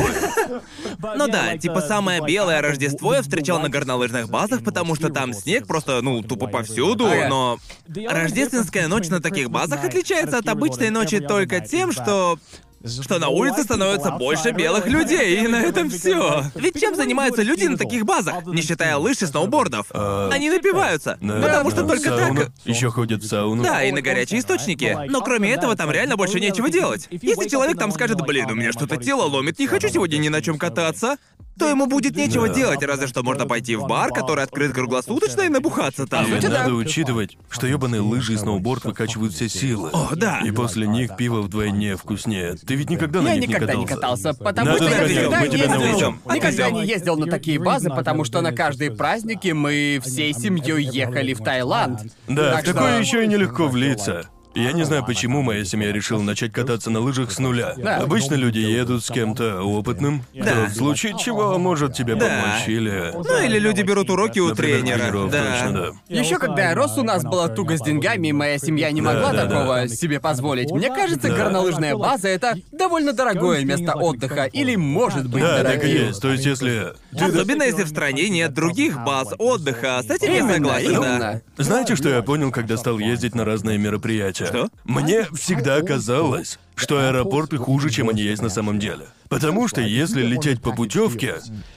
S5: Ну
S1: Ну да, типа самое белое Рождество я встречал на горнолыжных базах, потому что там снег просто, ну, тупо повсюду,
S3: Ага.
S1: но... Рождественская ночь на таких базах отличается от обычной ночи только тем, что... Что на улице становится больше белых людей, и на этом все. Ведь чем занимаются люди на таких базах, не считая лыж и сноубордов? Они напиваются,
S2: Да,
S1: потому что
S2: да,
S1: только
S2: сауна.
S1: так...
S2: Еще ходят в сауну.
S1: Да, и на горячие источники. Но кроме этого, там реально больше нечего делать. Если человек там скажет, блин, у меня что-то тело ломит, не хочу сегодня ни на чем кататься, то ему будет нечего
S2: Да.
S1: делать, разве что можно пойти в бар, который открыт круглосуточно, и набухаться там.
S2: И
S3: сути, да.
S2: надо учитывать, что ёбаные лыжи и сноуборд выкачивают все силы.
S1: О, да.
S2: И после них пиво вдвойне вкуснее. Ты ведь никогда на
S3: Я
S2: них
S3: никогда не
S2: не катался.
S3: катался, потому
S2: Надо
S3: что я
S2: сходить,
S3: никогда
S2: мы
S3: не
S2: тебя
S3: ездил.
S2: научим.
S1: А
S3: Никогда
S1: козёл?
S3: не ездил а на такие базы, потому что на каждые праздники мы всей семьей ехали в Таиланд.
S2: Да,
S3: Так
S2: в такое
S3: что-
S2: еще и нелегко влиться. Я не знаю, почему моя семья решила начать кататься на лыжах с нуля.
S5: Да.
S2: Обычно люди едут с кем-то опытным,
S5: Да.
S2: кто в случае чего может тебе
S1: Да.
S2: помочь или...
S1: Ну или люди берут уроки у
S2: Например,
S1: тренера.
S2: тренировка, точно,
S1: Да.
S2: да.
S3: Еще когда я рос, у нас была туго с деньгами, и моя семья не
S5: Да,
S3: могла
S2: да,
S3: такого
S5: да.
S3: себе позволить. Мне кажется,
S5: Да.
S3: горнолыжная база это довольно дорогое место отдыха, или может быть
S2: Да, так и
S3: дорогим.
S2: есть. То есть, если...
S1: Особенно если в стране нет других баз отдыха. А С этим я
S3: Именно,
S1: согласен, да.
S3: именно.
S2: Знаете, что я понял, когда стал ездить на разные мероприятия?
S1: Что?
S2: Мне всегда казалось, что аэропорты хуже, чем они есть на самом деле. Потому что если лететь по путевке,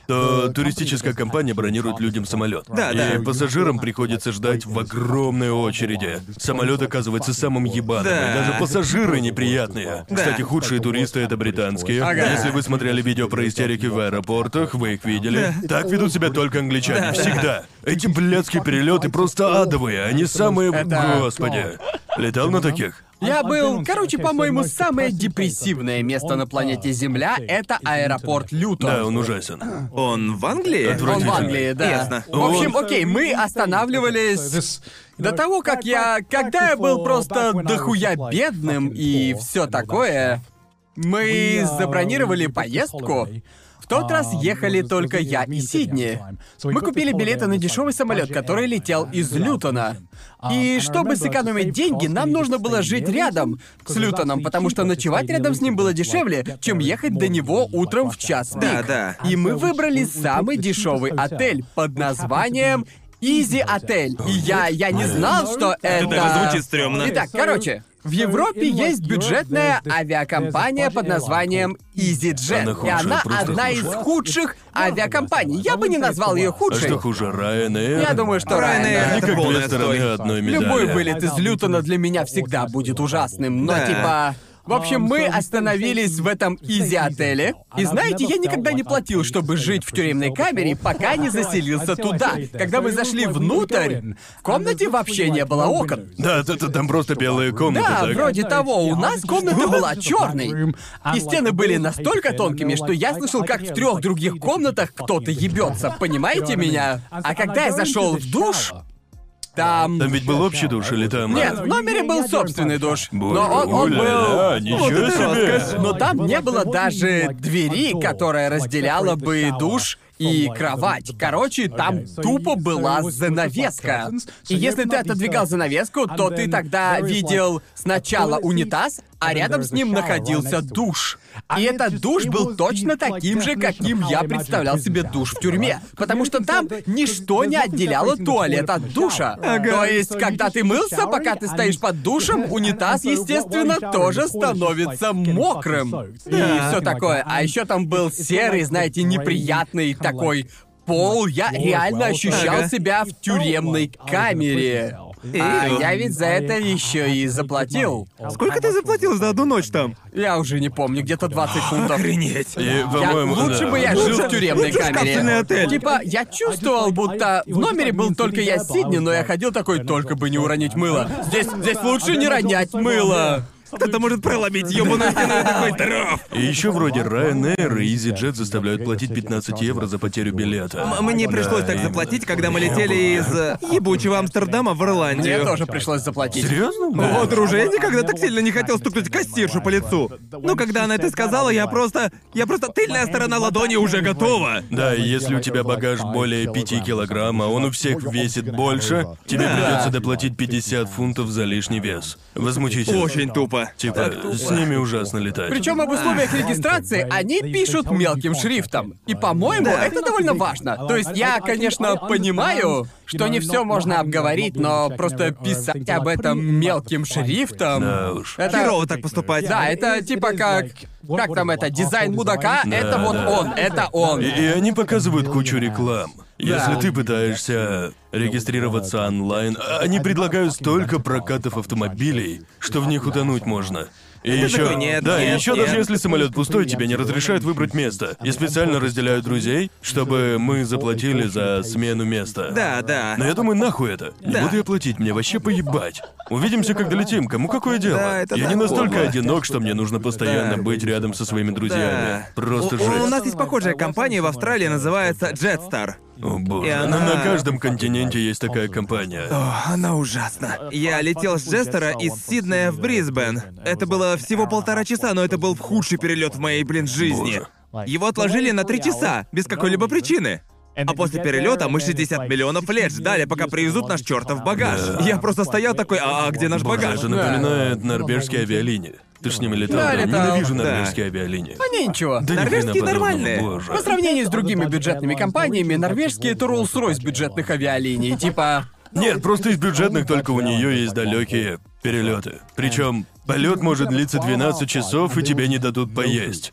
S2: то туристическая компания бронирует людям самолет.
S1: Да,
S2: и
S1: да.
S2: пассажирам приходится ждать в огромной очеди. Самолет оказывается самым ебаным,
S1: Да.
S2: и даже пассажиры неприятные.
S1: Да.
S2: Кстати, худшие туристы это британские.
S3: Ага.
S2: Если вы смотрели видео про истерики в аэропортах, вы их видели. Так ведут себя только англичане. Всегда. Эти блядские перелеты просто адовые, они самые.
S3: Это-
S2: Господи. Летал на таких?
S3: Я был, короче, по-моему, самое депрессивное место на планете Земля — это аэропорт Лютон.
S2: Да, он ужасен.
S1: Он в Англии?
S3: Он в
S2: Отвратительно.
S3: Англии, да.
S1: Ясно.
S3: В общем, окей, мы останавливались до
S5: ну,
S3: того, как я... Когда я был просто дохуя бедным и все такое, мы
S5: uh,
S3: забронировали поездку. В тот раз ехали только я и Сидни. Мы купили билеты на дешевый самолет, который летел из Лютона. И чтобы сэкономить деньги, нам нужно было жить рядом с Лютоном, потому что ночевать рядом с ним было дешевле, чем ехать до него утром в час пик.
S1: Да, да.
S3: И мы выбрали самый дешевый отель под названием Изи Отель. И я, я не знал, что это...
S1: Это даже звучит стрёмно.
S3: Итак, короче, в Европе есть бюджетная авиакомпания под названием
S2: Она
S3: EasyJet. И
S2: худшая,
S3: Э, она
S2: просто
S3: одна из
S2: худшая.
S3: худших авиакомпаний. Я бы не назвал ее
S2: А
S3: худшей.
S2: что хуже, Ryanair?
S3: Я думаю, что
S1: Ryanair
S2: Они
S3: Ryanair.
S1: это
S2: как две
S1: полная
S2: стороны
S1: отстой.
S2: одной медали.
S3: Любой вылет из Лютона для меня всегда будет ужасным, но
S1: Да.
S3: типа... В общем, мы остановились в этом изи-отеле. И знаете, я никогда не платил, чтобы жить в тюремной камере, пока не заселился туда. Когда мы зашли внутрь, в комнате вообще не было окон.
S2: Да, т- т- там просто белые комнаты,
S3: Да,
S2: так?
S3: вроде того, у нас комната
S5: Что?
S3: была черной. И стены были настолько тонкими, что я слышал, как в трех других комнатах кто-то ебется, понимаете меня? А когда я зашел в душ, там.
S2: Там ведь был общий душ или там...
S3: Нет, в номере был собственный душ. Но он, он
S2: Бу-ля-ля,
S3: был.
S2: а, ничего
S3: это
S2: себе!
S3: роскошь. Но там не было даже двери, которая разделяла бы душ и кровать. Короче, там тупо была занавеска. И если ты отодвигал занавеску, то ты тогда видел сначала унитаз, а рядом с ним находился душ. И этот душ был точно таким же, каким я представлял себе душ в тюрьме. Потому что там ничто не отделяло туалет от душа.
S5: Ага.
S3: То есть, а когда ты мылся, пока ты стоишь под душем, унитаз, естественно, тоже становится мокрым. И все такое. А еще там был серый, знаете, неприятный такой пол. Я реально ощущал
S1: Ага.
S3: себя в тюремной камере. А я ведь за это еще и заплатил.
S1: Сколько ты заплатил за одну ночь там?
S3: Я уже не помню, где-то 20 фунтов.
S1: Охренеть.
S2: И,
S3: Я-
S2: по-моему,
S3: лучше
S2: да.
S3: бы я жил в тюремной
S1: лучше в капсульный
S3: камере.
S1: отель.
S3: Типа, я чувствовал, будто в номере был только я с Сидни, но я ходил такой, только бы не уронить мыло. Здесь, здесь лучше не ронять мыло.
S1: Кто-то может проломить ёбаную стену и такой здоров.
S2: а, И еще вроде Ryanair и EasyJet заставляют платить 15 евро за потерю билета.
S1: М- Мне
S2: Да,
S1: пришлось так
S2: и-
S1: заплатить, когда мы летели из э, ебучего Амстердама в
S3: Мне
S1: Ирландию.
S3: тоже пришлось заплатить.
S2: Серьезно?
S1: О,
S2: Да.
S1: друже, я никогда так сильно не хотел стукнуть кассиршу по лицу. Но когда она это сказала, я просто... Я просто... Тыльная сторона ладони уже готова.
S2: Да, и если у тебя багаж более 5 килограмм, а он у всех весит больше, тебе
S1: Да.
S2: придется доплатить 50 фунтов за лишний вес. Возмутительно.
S1: Очень тупо.
S2: Типа, с ними ужасно летать.
S3: Причем об условиях регистрации они пишут мелким шрифтом. И, по-моему,
S5: Да.
S3: это довольно важно. То есть я, конечно, понимаю, что не все можно обговорить, но просто писать об этом мелким шрифтом.
S2: Да уж.
S3: Это-
S1: Херово так поступать.
S3: Да, это типа как... Как там это? Дизайн мудака?
S2: Да,
S3: это вот
S2: да.
S3: он, это он.
S2: И, и они показывают кучу реклам. Если
S3: Да.
S2: ты пытаешься регистрироваться онлайн, а они предлагают столько прокатов автомобилей, что в них утонуть можно. И еще,
S1: такой, «Нет,
S2: да,
S1: нет,
S2: еще
S1: нет».
S2: даже если самолет пустой, тебе не разрешают выбрать место. И специально разделяют друзей, чтобы мы заплатили за смену места.
S1: Да, да.
S2: Но я думаю, нахуй это. Не
S1: Да.
S2: буду я платить, мне вообще поебать. Увидимся, когда летим, кому какое дело.
S1: Да, это
S2: я
S1: так
S2: не настолько
S1: подло.
S2: одинок, что мне нужно постоянно
S1: Да.
S2: быть рядом со своими друзьями.
S1: Да.
S2: Просто
S1: у,
S2: жесть.
S1: у нас есть похожая компания в Австралии, называется Jetstar.
S2: О боже.
S1: И она-
S2: На, на каждом континенте есть такая компания.
S1: О, она ужасна. Я летел с Джестера из Сиднея в Брисбен. Это было всего полтора часа, но это был худший перелет в моей, блин, жизни. Его отложили на три часа, без какой-либо причины. А после перелета мы 60 миллионов лет ждали, пока привезут наш чертов багаж.
S2: Да.
S1: Я просто стоял такой, а, а где наш
S2: Боже,
S1: багаж?
S2: это напоминает норвежские авиалинии. Ты ж с ними летал,
S3: Да,
S2: да?
S3: летал.
S2: Ненавижу
S1: Да.
S2: норвежские авиалинии.
S3: Не, ничего.
S2: Да ни хрена
S1: Норвежские
S2: подобного,
S1: нормальные.
S2: Боже.
S3: По сравнению с другими бюджетными компаниями, норвежские это Rolls-Royce бюджетных авиалиний, типа...
S2: Нет, просто из бюджетных только у нее есть далекие перелеты. Причем полет может длиться 12 часов, и тебе не дадут поесть.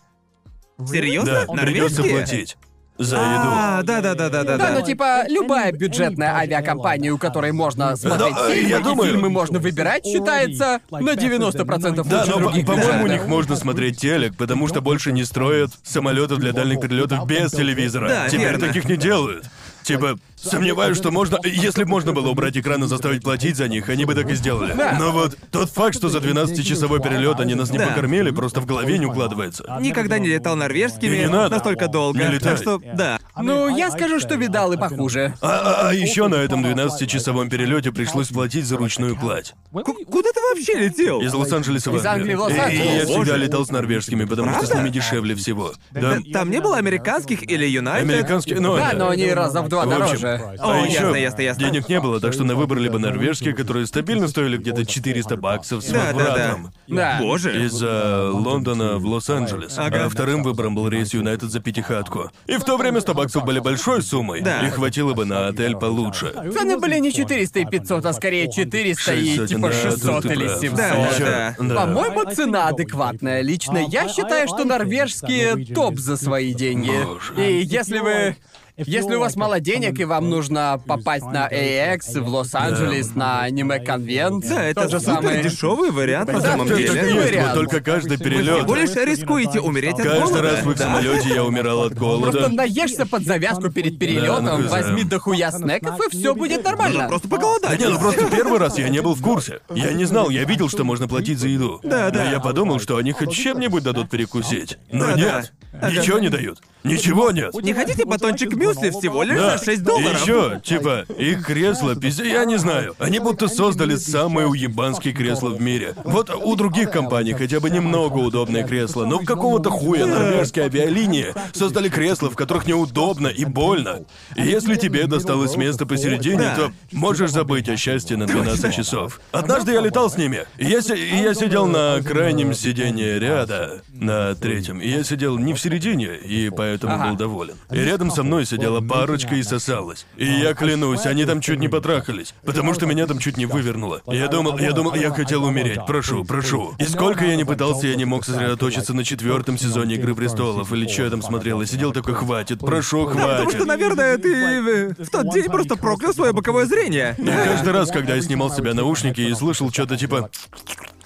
S1: Серьезно?
S2: Да, придется
S1: Норвежские?
S2: платить за еду.
S1: А, да, да, да, да, да,
S3: Да, ну
S1: да.
S3: типа любая бюджетная авиакомпания, у которой можно смотреть
S2: Да, э,
S3: фильмы,
S2: я
S3: и
S2: думаю-
S3: фильмы можно выбирать, считается на 90%
S2: Да,
S3: лучше
S2: но, по-
S3: других
S2: по-моему, у
S3: бюджетных.
S2: них можно смотреть телек, потому что больше не строят самолетов для дальних перелетов без телевизора.
S1: Да,
S2: Теперь
S1: верно.
S2: таких не делают. Типа, сомневаюсь, что можно... Если бы можно было убрать экран и заставить платить за них, они бы так и сделали.
S3: Да.
S2: Но вот тот факт, что за 12-часовой перелет они нас не
S1: Да.
S2: покормили, просто в голове не укладывается.
S1: Никогда не летал
S2: И
S1: норвежскими
S2: не надо.
S1: настолько долго.
S2: Не летай.
S1: так что, да.
S3: Ну, я скажу, что видал и похуже.
S2: А, еще на этом 12-часовом перелете пришлось платить за ручную кладь.
S1: Ку- куда ты вообще летел?
S2: Из Лос-Анджелеса в
S3: Из Англии в
S2: Англию. И- И, я
S3: Лос-Анджелес.
S2: всегда летал с норвежскими, потому что с
S1: Правда?
S2: ними дешевле всего. Да,
S1: Т- Там не было американских или юнайтед?
S2: американские... Ну,
S3: Да,
S2: да.
S3: но они раза в два
S2: В общем,
S3: дороже. дорого.
S2: А
S1: О,
S2: еще
S1: ясно, ясно, ясно.
S2: денег не было, так что на выбор либо норвежские, которые стабильно стоили где-то 400 баксов с
S1: Да, да, да.
S2: возвратом.
S3: Да.
S1: Боже.
S2: Из э, Лондона в Лос-Анджелес.
S1: Ага.
S2: А вторым выбором был рейс Юнайтед за пятихатку. И в то время 100 баксов были большой суммой.
S1: Да.
S2: И хватило бы на отель получше.
S3: Цены были не 400 и 500, а скорее 400 и
S2: 600,
S3: типа
S2: да,
S3: 600
S2: тут ты
S3: или
S2: прав.
S3: 700.
S1: Да, да, да.
S2: Да.
S3: По-моему, цена адекватная. Лично
S2: А,
S3: я считаю, что норвежские топ за свои деньги.
S2: Боже.
S3: И если вы... Если у вас мало денег и вам нужно попасть на AX в Лос-Анджелес на аниме-конвент,
S1: Да, это
S3: тот же
S1: супер
S3: самый...
S1: дешевый вариант на
S3: Да,
S1: самом
S3: ты-
S2: Так и
S3: ты-
S1: деле. Ну,
S3: ты-
S2: есть,
S3: Вариант.
S2: вот только каждый
S1: Тем более,
S2: перелет.
S1: что рискуете умереть от
S2: Каждый
S1: голода.
S2: раз в их
S1: Да.
S2: самолете я умирал от
S3: Просто
S2: голода.
S3: наешься под завязку перед
S2: Да,
S3: перелетом,
S2: ну,
S3: возьми
S2: да.
S3: дохуя снеков, и все будет
S1: Можно
S3: нормально.
S1: просто
S2: Да
S1: поголодать.
S2: не, ну просто первый раз я не был в курсе. Я не знал, я видел, что можно платить за еду.
S1: Да, да.
S2: Но я подумал, что они хоть чем-нибудь дадут перекусить. Но
S1: Да, да.
S2: нет,
S1: Ага.
S2: ничего не дают. Ничего нет.
S1: Не хотите батончик мюсли всего лишь
S2: Да.
S1: за 6 долларов?
S2: И еще, типа, их кресла, пизде, я не знаю. Они будто создали самые уебанские кресла в мире. Вот у других компаний хотя бы немного удобные кресла, но какого-то хуя норвежские авиалинии создали кресла, в которых неудобно и больно. И если тебе досталось место посередине,
S1: Да.
S2: то можешь забыть о счастье на 12 часов. Однажды я летал с ними, и я, си- и я сидел на крайнем сиденье ряда, на третьем, и я сидел не в середине, и поэтому
S3: Ага.
S2: был доволен. И рядом со мной сидела парочка и сосалась. И я клянусь, они там чуть не потрахались, потому что меня там чуть не вывернуло. Я думал, я думал, я хотел умереть, прошу, прошу. И сколько я не пытался, я не мог сосредоточиться на четвертом сезоне Игры престолов или что я там смотрел, и сидел такой, хватит, прошу,
S1: Да, потому
S2: хватит.
S1: что, наверное, ты э, в тот день просто проклял свое боковое зрение.
S2: И каждый раз, когда я снимал с себя наушники и слышал что-то типа...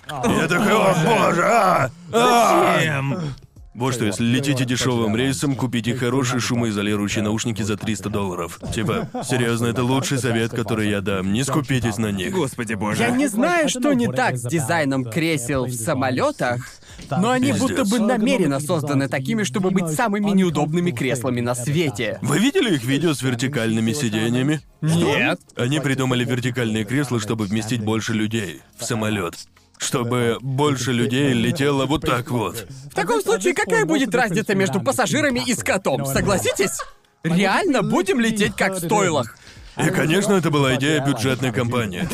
S2: Я такой, о боже, а! А!»
S1: Эм,
S2: Вот что, если летите дешевым рейсом, купите хорошие шумоизолирующие наушники за 300 долларов. Типа, серьезно, это лучший совет, который я дам. Не скупитесь на них.
S1: Господи
S3: Я
S1: боже.
S3: не знаю, что не так с дизайном кресел в самолетах, но они
S2: Пиздец.
S3: будто бы намеренно созданы такими, чтобы быть самыми неудобными креслами на свете.
S2: Вы видели их видео с вертикальными сидениями?
S3: Нет.
S2: Они придумали вертикальные кресла, чтобы вместить больше людей в самолет. Чтобы больше людей летело вот так вот.
S3: В таком случае, какая будет разница между пассажирами и скотом, согласитесь? Реально будем лететь как в стойлах.
S2: И, конечно, это была идея бюджетной компании.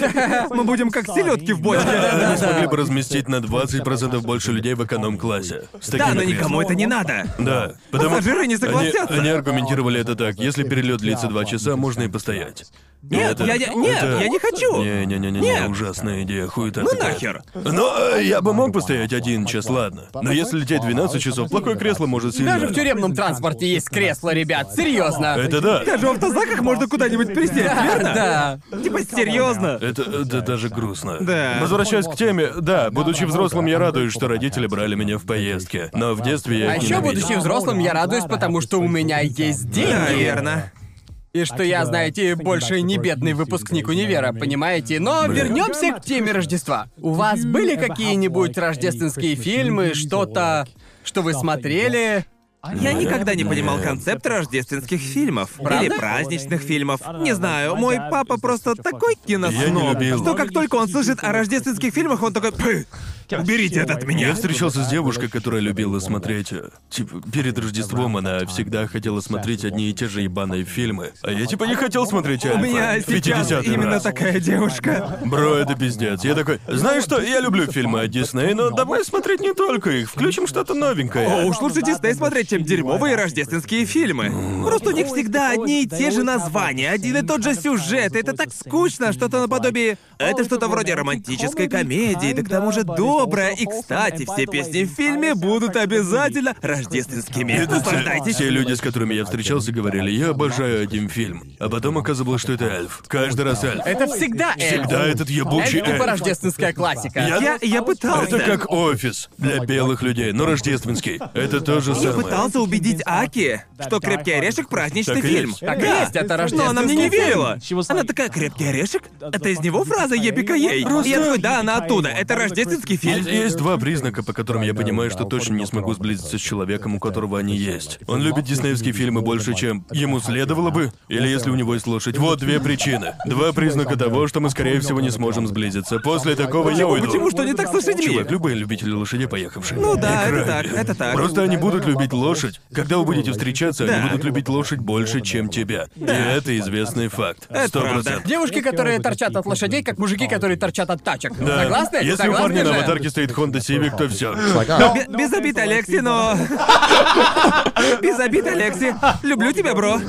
S1: Мы будем как селедки в бочке.
S2: Они смогли бы разместить на 20% больше людей в эконом-классе. С
S1: Да,
S2: такими
S1: но
S2: креслами.
S1: никому это не надо.
S2: Да, потому
S1: Пассажиры не согласятся.
S2: Они, они аргументировали это так: если перелет длится два часа, можно и постоять.
S1: Нет, я, я- нет, я не хочу.
S2: Не, не, не, не,
S1: Нет.
S2: ужасная идея, хуета.
S1: Ну
S2: какая-то.
S1: нахер.
S2: Но э, я бы мог постоять один час, ладно. Но если лететь 12 часов, плохое кресло может сильно.
S3: Даже в тюремном транспорте есть кресло, ребят, серьезно.
S2: Это да.
S1: Даже в автозаках можно куда-нибудь присесть, верно?
S3: Да.
S1: Типа серьезно.
S2: Это, это даже грустно.
S1: Да.
S2: Возвращаясь к теме, да, будучи взрослым, я радуюсь, что родители брали меня в поездки. Но в детстве я
S3: А
S2: их
S3: еще,
S2: ненавидел.
S3: будучи взрослым, я радуюсь, потому что у меня есть
S1: Да,
S3: деньги.
S1: верно.
S3: И что я, знаете, больше не бедный выпускник универа, понимаете? Но вернемся к теме Рождества. У вас были какие-нибудь рождественские фильмы, что-то, что вы смотрели?
S1: Я никогда не понимал концепт рождественских фильмов
S3: Правда?
S1: или праздничных фильмов. Не знаю, мой папа просто такой киносноб,
S2: Я не любил.
S1: что как только он слышит о рождественских фильмах, он такой «Пы, уберите это от
S2: Я
S1: меня.
S2: встречался с девушкой, которая любила смотреть... э, Типа, перед Рождеством она всегда хотела смотреть одни и те же ебаные фильмы. А я типа не хотел смотреть
S1: У
S2: «Альфа»
S1: меня
S2: в
S1: сейчас
S2: 50-й
S1: именно
S2: раз.
S1: такая девушка.
S2: Бро, это пиздец. Я такой, знаешь что, я люблю фильмы от Дисней, но давай смотреть не только их, включим что-то новенькое.
S1: О, уж лучше Дисней смотреть, чем дерьмовые рождественские фильмы. Просто у них всегда одни и те же названия, один и тот же сюжет. Это так скучно, что-то наподобие... Это что-то вроде романтической комедии, да к тому же доброе. И, кстати, все песни в фильме будут обязательно рождественскими.
S2: Это те,
S1: Наслаждайтесь.
S2: те люди, с которыми я встречался, говорили, я обожаю один фильм. А потом оказывалось, что это Эльф. Каждый раз Эльф.
S3: Это всегда эльф.
S2: Всегда этот ебучий
S3: Эльф типа
S2: Эльф.
S3: рождественская классика.
S2: Я-
S1: Я, я пытался.
S2: Это как офис для белых людей, но рождественский. Это то же
S1: Я
S2: самое.
S1: пытался убедить Аки, что «Крепкий орешек» — праздничный
S2: Так и
S1: фильм.
S2: есть.
S3: Так и
S1: Да.
S3: есть, это
S1: Но она мне не
S3: рождественский фильм.
S1: верила. Она такая «Крепкий орешек»? Это из него фраза «Епика ей». И я такой, да, она оттуда. Это рождественский
S2: Есть, есть два признака, по которым я понимаю, что точно не смогу сблизиться с человеком, у которого они есть. Он любит диснеевские фильмы больше, чем ему следовало бы, или если у него есть лошадь. Вот две причины. Два признака того, что мы, скорее всего, не сможем сблизиться. После такого я
S1: Почему,
S2: уйду.
S1: Типа, почему что не так с лошадьми?
S2: Чувак, любые любители лошадей поехавшие.
S1: Ну да,
S2: И
S1: это
S2: крабби.
S1: так, это так.
S2: Просто они будут любить лошадь. Когда вы будете встречаться,
S1: Да.
S2: они будут любить лошадь больше, чем тебя. И это известный факт.
S1: Это
S2: Сто
S1: правда.
S2: процентов.
S3: Девушки, которые торчат от лошадей, как мужики, которые торчат от тачек.
S2: Да.
S3: Согласны?
S2: Если
S3: Согласны
S2: у парня
S3: же?
S2: на аватарке стоит Honda Civic, то все.
S1: Бе- без обид, Алекси, но... Без обид, Алекси. Люблю тебя, бро.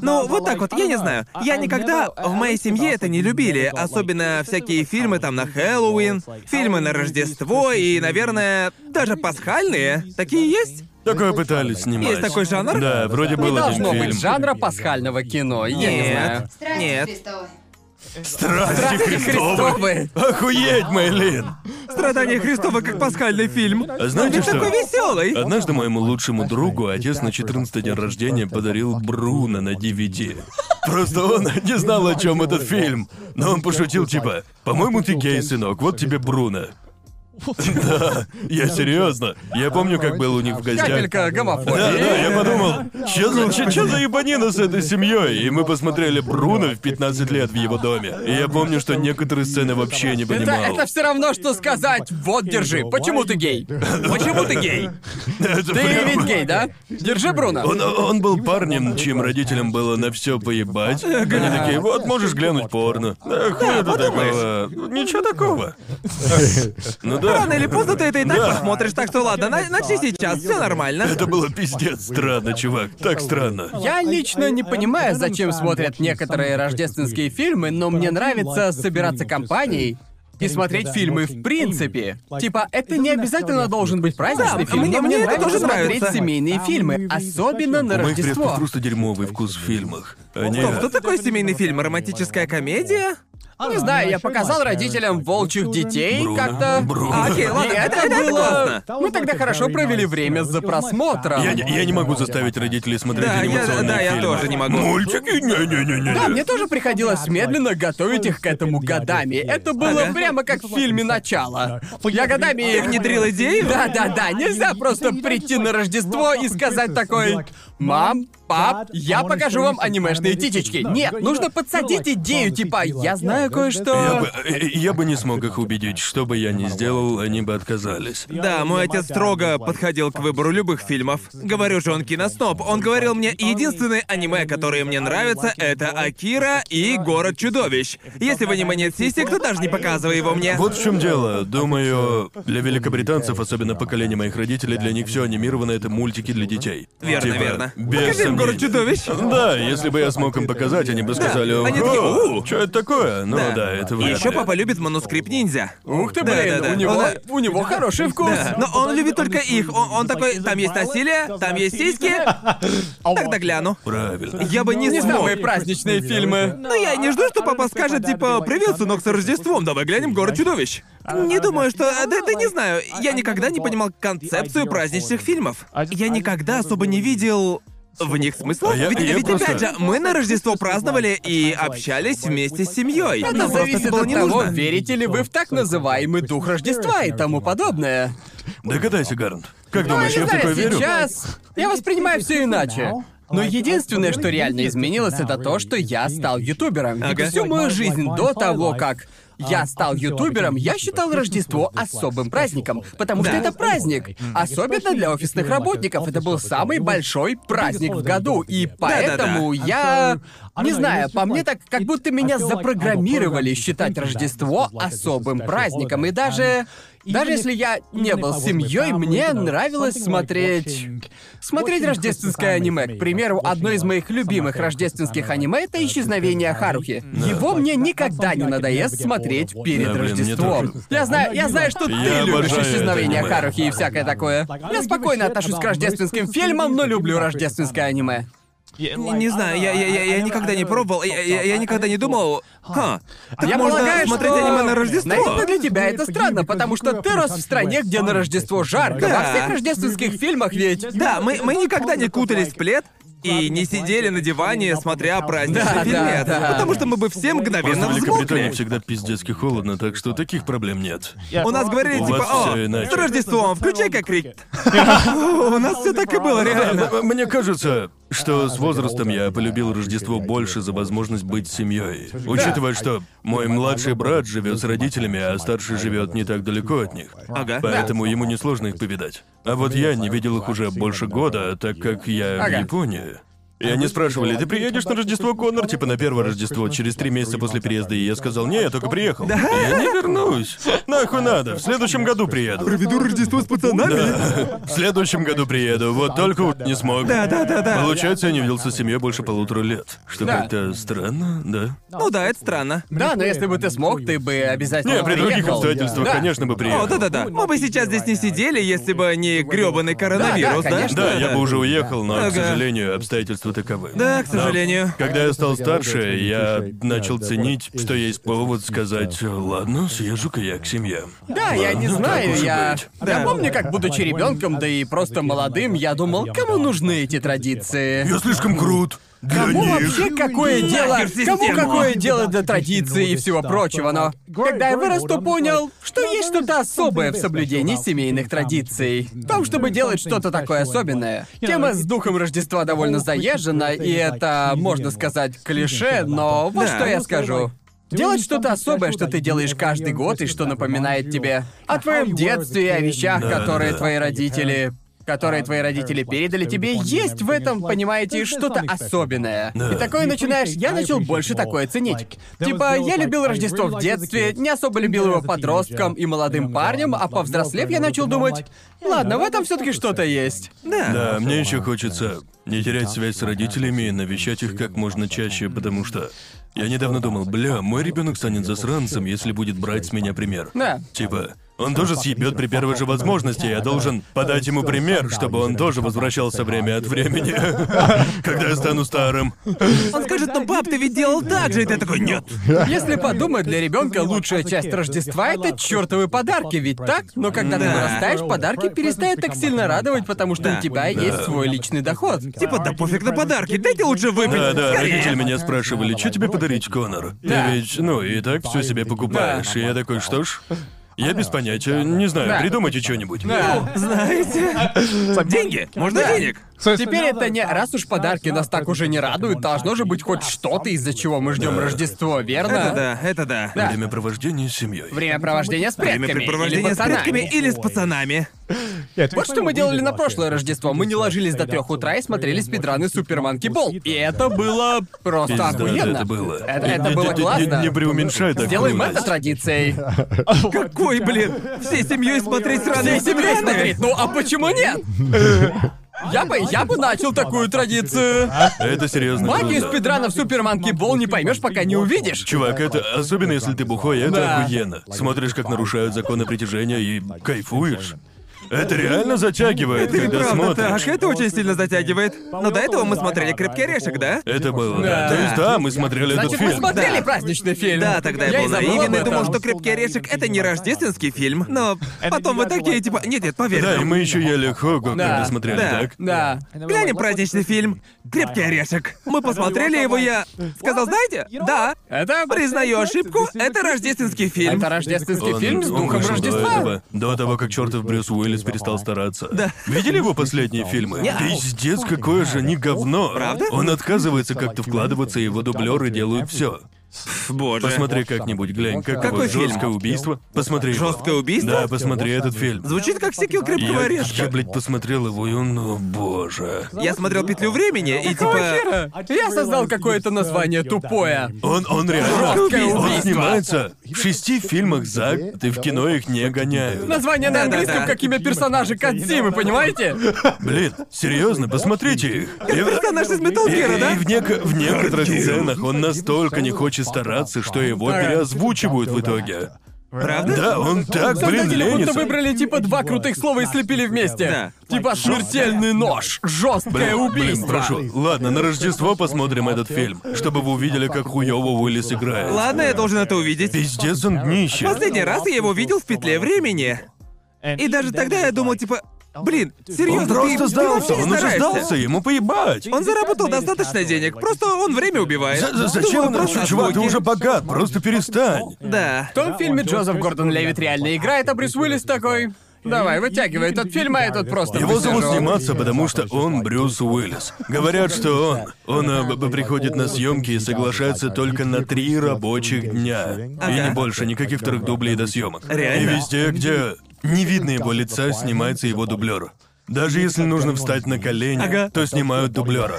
S1: Ну, вот так вот, я не знаю. Я никогда... В моей семье это не любили. Особенно всякие фильмы там на Хэллоуин, фильмы на Рождество и, наверное, даже пасхальные. Такие есть?
S2: Такое пытались снимать.
S1: Есть такой жанр?
S2: Да, вроде
S3: Не
S2: был один
S3: должно
S2: фильм.
S3: быть жанра пасхального кино, я не
S1: Нет.
S3: знаю.
S4: Страсти
S1: Нет.
S4: Христовы.
S2: Страсти Христовы.
S3: Христовы!
S2: Охуеть, Мэйлин!
S1: Страдания Христова как пасхальный фильм.
S2: А знаете
S1: Ты
S2: что? Э,
S1: такой веселый.
S2: Однажды моему лучшему другу отец на 14 день рождения подарил Бруно на DVD. Просто он не знал, о чем этот фильм. Но он пошутил типа, по-моему, ты гей, сынок, вот тебе Бруно. Да, я серьезно. Я помню, как был у них в гостях.
S3: Капелька
S2: Да,
S3: гомофобии.
S2: да, я подумал, что за, чё- чё за ебанина с этой семьей? И мы посмотрели Бруно в 15 лет в его доме. И я помню, что некоторые сцены вообще не
S3: Это,
S2: понимал.
S3: это все равно, что сказать, вот, держи, почему ты гей? Почему ты гей?
S2: Это
S3: Ты
S2: прям-
S3: ведь гей, да? Держи, Бруно.
S2: Он, он был парнем, чьим родителям было на все поебать. Они такие, вот можешь глянуть порно. Да, хуй это такого. Ничего такого. Ну да.
S1: Рано или поздно ты это и так
S2: Да.
S1: посмотришь, так что ладно, на- начни сейчас, все нормально.
S2: Это было пиздец странно, чувак. Так странно.
S3: Я лично не понимаю, зачем смотрят некоторые рождественские фильмы, но мне нравится собираться компанией и смотреть фильмы в принципе. Типа, это не обязательно должен быть праздничный
S1: Да,
S3: фильм,
S1: мне-
S3: но
S1: мне это
S3: нравится
S1: тоже
S3: смотреть
S1: нравится.
S3: семейные фильмы, особенно на
S2: У моих предков
S3: Рождество.
S2: просто дерьмовый вкус в фильмах. Они...
S1: Том, что такое семейный фильм? Романтическая комедия?
S3: Ну, Не знаю, я показал родителям волчьих детей
S2: Бруно.
S3: как-то.
S2: Бруно.
S3: А, окей, ладно,
S1: И это-
S3: это
S1: это
S3: было.
S1: классно.
S3: Мы тогда хорошо провели время за просмотром.
S2: Я, не- я не могу заставить родителей смотреть
S1: Да, я-
S2: анимационные
S1: да, я
S2: фильмы.
S1: тоже не могу.
S2: Мультики? Не-не-не-не.
S3: Да, мне тоже приходилось медленно готовить их к этому годами. Это было
S1: Ага.
S3: прямо как в фильме «Начало». Я годами
S1: внедрил идею?
S3: Да-да-да, нельзя просто прийти на Рождество и сказать такой... «Мам, пап, я покажу вам анимешные титечки». Нет, нужно подсадить идею, типа «Я знаю
S2: Я
S3: кое-что».
S2: бы, э, я бы не смог их убедить. Что бы я ни сделал, они бы отказались.
S1: Да, мой отец строго подходил к выбору любых фильмов. Говорю же, он киносноб. Он говорил мне, единственные аниме, которые мне нравятся, это Акира и Город чудовищ. Если в аниме нет сисек, то даже не показывай его мне.
S2: Вот в чем дело. Думаю, для великобританцев, особенно поколение моих родителей, для них все анимировано это мультики для детей.
S1: Верно,
S2: Типа,
S1: верно.
S2: Без
S1: Покажи им город
S2: сомнений.
S1: чудовищ.
S2: Да, если бы я смог им показать, они бы сказали,
S1: они такие,
S2: «Ого,
S1: «У».
S2: что это такое? Ну да, это
S1: И
S2: вряд
S1: еще
S2: ли.
S1: папа любит манускрипт ниндзя.
S3: Ух ты,
S1: Да,
S3: блин,
S1: да, да.
S3: у него,
S1: Он- э,
S3: у него хороший вкус.
S1: Да, но он любит только их. Он, он такой, там есть насилие, там есть сиськи. Тогда гляну.
S2: Правильно.
S1: Я бы не
S3: Ну, Не
S1: смог.
S3: самые праздничные фильмы.
S1: Но Ну, я и не жду,
S2: А,
S1: что папа скажет, типа, «Привет, сынок, с Рождеством, давай глянем «Город чудовищ». Не думаю, что... э, Да, да не знаю, я никогда не понимал концепцию праздничных фильмов. Я никогда особо не видел в них смысла.
S2: А я-
S1: ведь
S2: я
S1: ведь
S2: просто-
S1: опять же, мы на Рождество праздновали и общались вместе с семьей.
S3: Это зависит
S1: было
S3: от
S1: не
S3: того,
S1: нужно.
S3: верите ли вы в так называемый дух Рождества и тому подобное.
S2: Догадайся, Гарнт. Как думаешь, я
S3: Ну, не
S2: в
S3: знаю,
S2: такое верю?
S3: сейчас я воспринимаю все иначе. Но единственное, что реально изменилось, это то, что я стал ютубером. Ведь
S1: Ага.
S3: всю мою жизнь до того, как я стал ютубером, я считал Рождество особым праздником, потому что
S1: Да.
S3: это праздник. Особенно для офисных работников. Это был самый большой праздник в году, и
S1: Да-да-да.
S3: поэтому я... Не знаю, по мне так, как будто меня запрограммировали считать Рождество особым праздником, и даже... Даже если я не был с семьей, мне нравилось смотреть... Смотреть рождественское аниме. К примеру, одно из моих любимых рождественских аниме — это «Исчезновение Харухи». Его мне никогда не надоест смотреть перед
S2: Да, блин, мне
S3: Рождеством.
S2: тоже.
S3: я знаю, я знаю,
S2: Я
S3: что ты любишь
S2: обожаю это
S3: «Исчезновение
S2: аниме.
S3: Харухи» и всякое такое. Я спокойно отношусь к рождественским фильмам, но люблю рождественское аниме.
S1: Не, не знаю, я, э, я, я, я никогда не пробовал, я, я- я никогда не думал, ха, так
S3: Я
S1: можно
S3: полагаю,
S1: смотреть
S3: что-
S1: аниме на Рождество.
S3: Наверное, для тебя это странно, потому что ты рос в стране, где на Рождество жарко.
S1: Да.
S3: Во всех рождественских фильмах ведь...
S1: Да, мы, мы никогда не кутались в плед, и не сидели на диване, смотря праздничный
S3: Да, да,
S1: фильмец.
S3: да.
S1: Потому что мы бы все мгновенно
S2: Просто в Великобритании
S1: взмокли.
S2: всегда пиздецки холодно, так что таких проблем нет.
S1: У нас говорили
S2: У
S1: типа,
S2: вас
S1: о,
S2: всё иначе».
S1: с Рождеством, включай как крикет. У нас все так и было, реально.
S2: М- М-м-м, Мне кажется, что с возрастом я полюбил Рождество больше за возможность быть семьей. Учитывая, что мой младший брат живет с родителями, а старший живет не так далеко от них.
S1: Ага.
S2: Поэтому ему несложно их повидать. А вот я не видел их уже больше года, так как я в
S3: Ага.
S2: Японии. И они спрашивали, ты приедешь на Рождество, Коннор? Типа на первое Рождество, через три месяца после переезда. И я сказал, не, я только приехал. Я не вернусь. Нахуй надо, в следующем году приеду.
S1: Проведу Рождество с пацанами.
S2: Да. В следующем году приеду, вот только вот не смог.
S1: Да, да, да, да.
S2: Получается, я не виделся с семьей больше полутора лет. Что
S3: Да.
S2: как-то странно, да?
S1: Ну да, это странно.
S3: Да, но если бы ты смог, ты бы обязательно
S2: Не, при других
S3: приехал.
S2: обстоятельствах,
S3: Да.
S2: конечно, бы приехал.
S1: О, да-да-да. Мы бы сейчас здесь не сидели, если бы не грёбаный коронавирус,
S3: Да, да,
S1: да?
S3: конечно.
S2: Да, я бы уже уехал, но,
S1: Ага.
S2: к сожалению, обстоятельства таковы.
S1: Да, к
S2: Но
S1: сожалению.
S2: Когда я стал старше, я начал ценить, что есть повод сказать, ладно, съезжу-ка я к семье.
S3: Да, я не
S2: Ладно, так
S3: знаю,
S2: уж и
S3: я.
S2: быть.
S1: Да.
S3: Я помню, как будучи ребенком, да и просто молодым, я думал, кому нужны эти традиции?
S2: Я слишком крут для
S3: Кому
S2: них.
S3: вообще какое дело?
S1: Нахер систему.
S3: Кому какое дело до традиции и всего прочего, но когда я вырос, то понял, что есть что-то особое в соблюдении семейных традиций. В том, чтобы делать что-то такое особенное. Тема с духом Рождества довольно заезжена, и это, можно сказать, клише, но вот
S1: Да.
S3: что я скажу. Делать что-то особое, что ты делаешь каждый год и что напоминает тебе о твоем детстве и о вещах,
S2: Да,
S3: которые
S2: да.
S3: твои родители которые твои родители передали тебе, есть в этом, понимаете, что-то особенное.
S2: Да.
S3: И такое начинаешь, я начал больше такое ценить. Типа, я любил Рождество в детстве, не особо любил его подростком и молодым парнем, а повзрослев я начал думать, ладно, в этом все таки что-то есть.
S1: Да.
S2: Да, мне еще хочется не терять связь с родителями и навещать их как можно чаще, потому что я недавно думал, бля, мой ребенок станет засранцем, если будет брать с меня пример.
S3: Да.
S2: Типа, он тоже съебет при первой же возможности, я должен подать ему пример, чтобы он тоже возвращался время от времени, когда я стану старым.
S1: Он скажет, ну, пап, ты ведь делал так же, и ты такой, нет.
S3: Если подумать, для ребенка лучшая часть Рождества — это чертовы подарки, ведь так? Но когда ты
S1: Да.
S3: вырастаешь, подарки перестают так сильно радовать, потому что
S1: Да.
S3: у тебя есть свой личный доход.
S1: Типа, да пофиг на подарки, дайте лучше выпить.
S2: Да, да,
S1: Скорее.
S2: родители меня спрашивали, что тебе подарить, Конор?
S3: Да.
S2: Ты ведь, ну, и так все себе покупаешь.
S5: Да.
S2: И я такой, что ж, я без понятия, не знаю,
S3: Да.
S2: придумайте что-нибудь.
S3: Да.
S1: Знаете? Деньги. Можно
S3: Да.
S1: денег?
S3: Теперь это не... Раз уж подарки нас так уже не радуют, должно же быть хоть что-то, из-за чего мы ждем Рождество, верно?
S1: Это да, это да.
S3: Да.
S2: Время провождения с семьей.
S3: Время провождения с предками.
S1: Времяпрепровождение
S3: или
S1: с
S3: пацанами.
S1: предками или с пацанами.
S5: Вот
S3: Вот что мы делали на прошлое Рождество. Мы не ложились до трех утра и смотрели спидраны Супер Манки Болл. И это было просто
S2: Пизда,
S3: охуенно.
S2: это было.
S3: Это,
S2: Не-
S3: это
S2: не-
S3: было
S2: не- не-
S3: классно.
S2: Не преуменьшай так
S3: Сделаем
S2: крутость.
S3: это традицией.
S1: Какой, блин, всей семьей смотреть сраные
S3: Всей семьей
S1: страны?
S3: смотреть. Ну а почему нет? Я бы, я бы начал такую традицию.
S2: Это серьезно.
S3: Магию
S2: круто.
S3: спидранов Супер Манки Болл не поймешь, пока не увидишь.
S2: Чувак, это особенно если ты бухой, это
S3: Да.
S2: охуенно. Смотришь, как нарушают законы притяжения и кайфуешь. Это реально затягивает,
S1: Ты
S2: когда
S1: правда
S2: смотришь.
S1: так, это очень сильно затягивает. Но до этого мы смотрели «Крепкий орешек», да?
S2: Это было, да.
S3: Да.
S2: То есть, да, мы смотрели
S3: Значит,
S2: этот
S3: мы
S2: фильм.
S3: смотрели
S1: Да.
S3: праздничный фильм.
S1: Да, тогда я,
S3: и
S1: был
S3: забыл об
S1: наивен и
S3: этом.
S1: думал, что «Крепкий орешек» — это не рождественский фильм. Но потом вы такие, типа, нет, нет, поверь
S2: Да, и
S1: нам.
S2: мы еще ели хогу,
S3: Да.
S2: когда смотрели,
S1: Да.
S2: так?
S3: Да.
S1: Глянем праздничный фильм «Крепкий орешек». Мы посмотрели его, я сказал, знаете, да,
S3: Это
S1: признаю ошибку, это рождественский фильм.
S3: Это рождественский
S2: Он-
S3: фильм с
S2: он
S3: духом
S2: вышел До,
S3: Рождества.
S2: этого, до того, как чертов Брюс Уиллис перестал стараться. Да. Видели его последние фильмы? Пиздец, какое же не говно.
S1: Правда?
S2: Он отказывается как-то вкладываться, и его дублеры делают все.
S1: Боже.
S2: Посмотри как-нибудь, глянь, как
S1: Какой
S2: его
S1: фильм? Ну,
S2: жесткое убийство. Посмотри. его.
S1: Жесткое убийство?
S2: Да, посмотри этот фильм.
S1: Звучит как сиквел
S2: я,
S1: «Крепкого
S2: я,
S1: орешка».
S2: блядь, посмотрел его, и он, о боже.
S1: Я смотрел «Петлю времени» и типа...
S3: Какого хера? Я создал какое-то название тупое.
S2: Он, он реально...
S3: Жесткое
S2: Он
S3: убийство.
S2: снимается в шести фильмах за год, и в кино их не гоняют.
S3: Название на
S1: Да-да-да.
S3: английском, как имя персонажа Кадзимы, понимаете?
S2: Блин, серьезно, посмотрите их. И-
S1: Персонаж из Metal Gear,
S2: и-
S1: да?
S2: и в, неко- в некоторых сценах он настолько не хочет стараться, что его
S3: Да.
S2: переозвучивают в итоге.
S1: Правда?
S2: Да, он так, блин,
S3: Создатели будто
S2: ленится.
S3: выбрали типа два крутых слова и слепили вместе.
S1: Да.
S3: Типа смертельный нож, жесткое
S2: Блин, блин,
S3: убийство.
S2: прошу. Ладно, на Рождество посмотрим этот фильм, чтобы вы увидели, как хуёво Уиллис играет.
S1: Ладно, я должен это увидеть.
S2: Пиздец он днище.
S1: Последний раз я его видел в «Петле времени». И даже тогда я думал, типа, Блин, серьезно,
S2: Он просто
S1: ты,
S2: сдался,
S1: ты вообще не
S2: он уже
S1: стараешься.
S2: сдался, ему поебать.
S1: Он заработал достаточно денег, просто он время убивает.
S2: За- за- зачем он
S1: Думаю,
S2: это?
S1: просто
S2: Чувак, ты
S1: отвоги.
S2: уже богат, просто перестань.
S1: Да.
S3: В том фильме Джозеф Гордон-Левит реально играет, а Брюс Уиллис такой... Давай, вытягивай этот фильм, а этот просто
S2: Его зовут
S3: выдержал».
S2: сниматься, потому что он Брюс Уиллис. Говорят, что он, он а, б- приходит на съемки и соглашается только на три рабочих дня. И
S1: Ага.
S2: не больше никаких трех дублей до съемок.
S1: Реально?
S2: И везде, где не видно его лица, снимается его дублер. Даже если нужно встать на колени,
S1: Ага.
S2: то снимают дублера.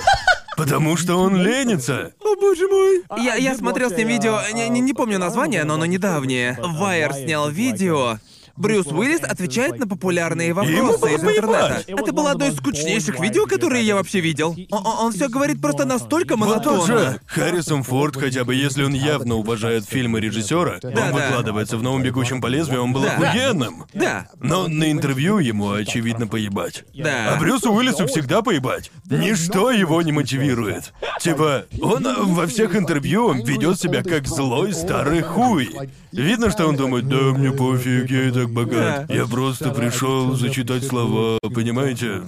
S2: Потому что он ленится.
S1: О боже мой! Я, я смотрел с ним видео, не, не- не помню название, но оно недавнее. Вайер снял видео. Брюс Уиллис отвечает на популярные
S2: Ему было
S1: вопросы из
S2: поебать.
S1: интернета. Это было одно из скучнейших видео, которые я вообще видел. Он, все говорит просто настолько
S2: Вот тот
S1: монотонно.
S2: же Харрисон Форд, хотя бы если он явно уважает фильмы режиссера,
S1: да.
S2: он выкладывается в новом бегущем по лезвию, он был
S1: Да.
S2: охуенным.
S1: Да.
S2: Но на интервью ему, очевидно, поебать.
S1: Да.
S2: А Брюсу Уиллису всегда поебать. Ничто его не мотивирует. Типа, он э, во всех интервью ведет себя как злой старый хуй. Видно, что он думает, да мне пофиг, я и так богат.
S1: Да.
S2: Я просто пришел зачитать слова, понимаете?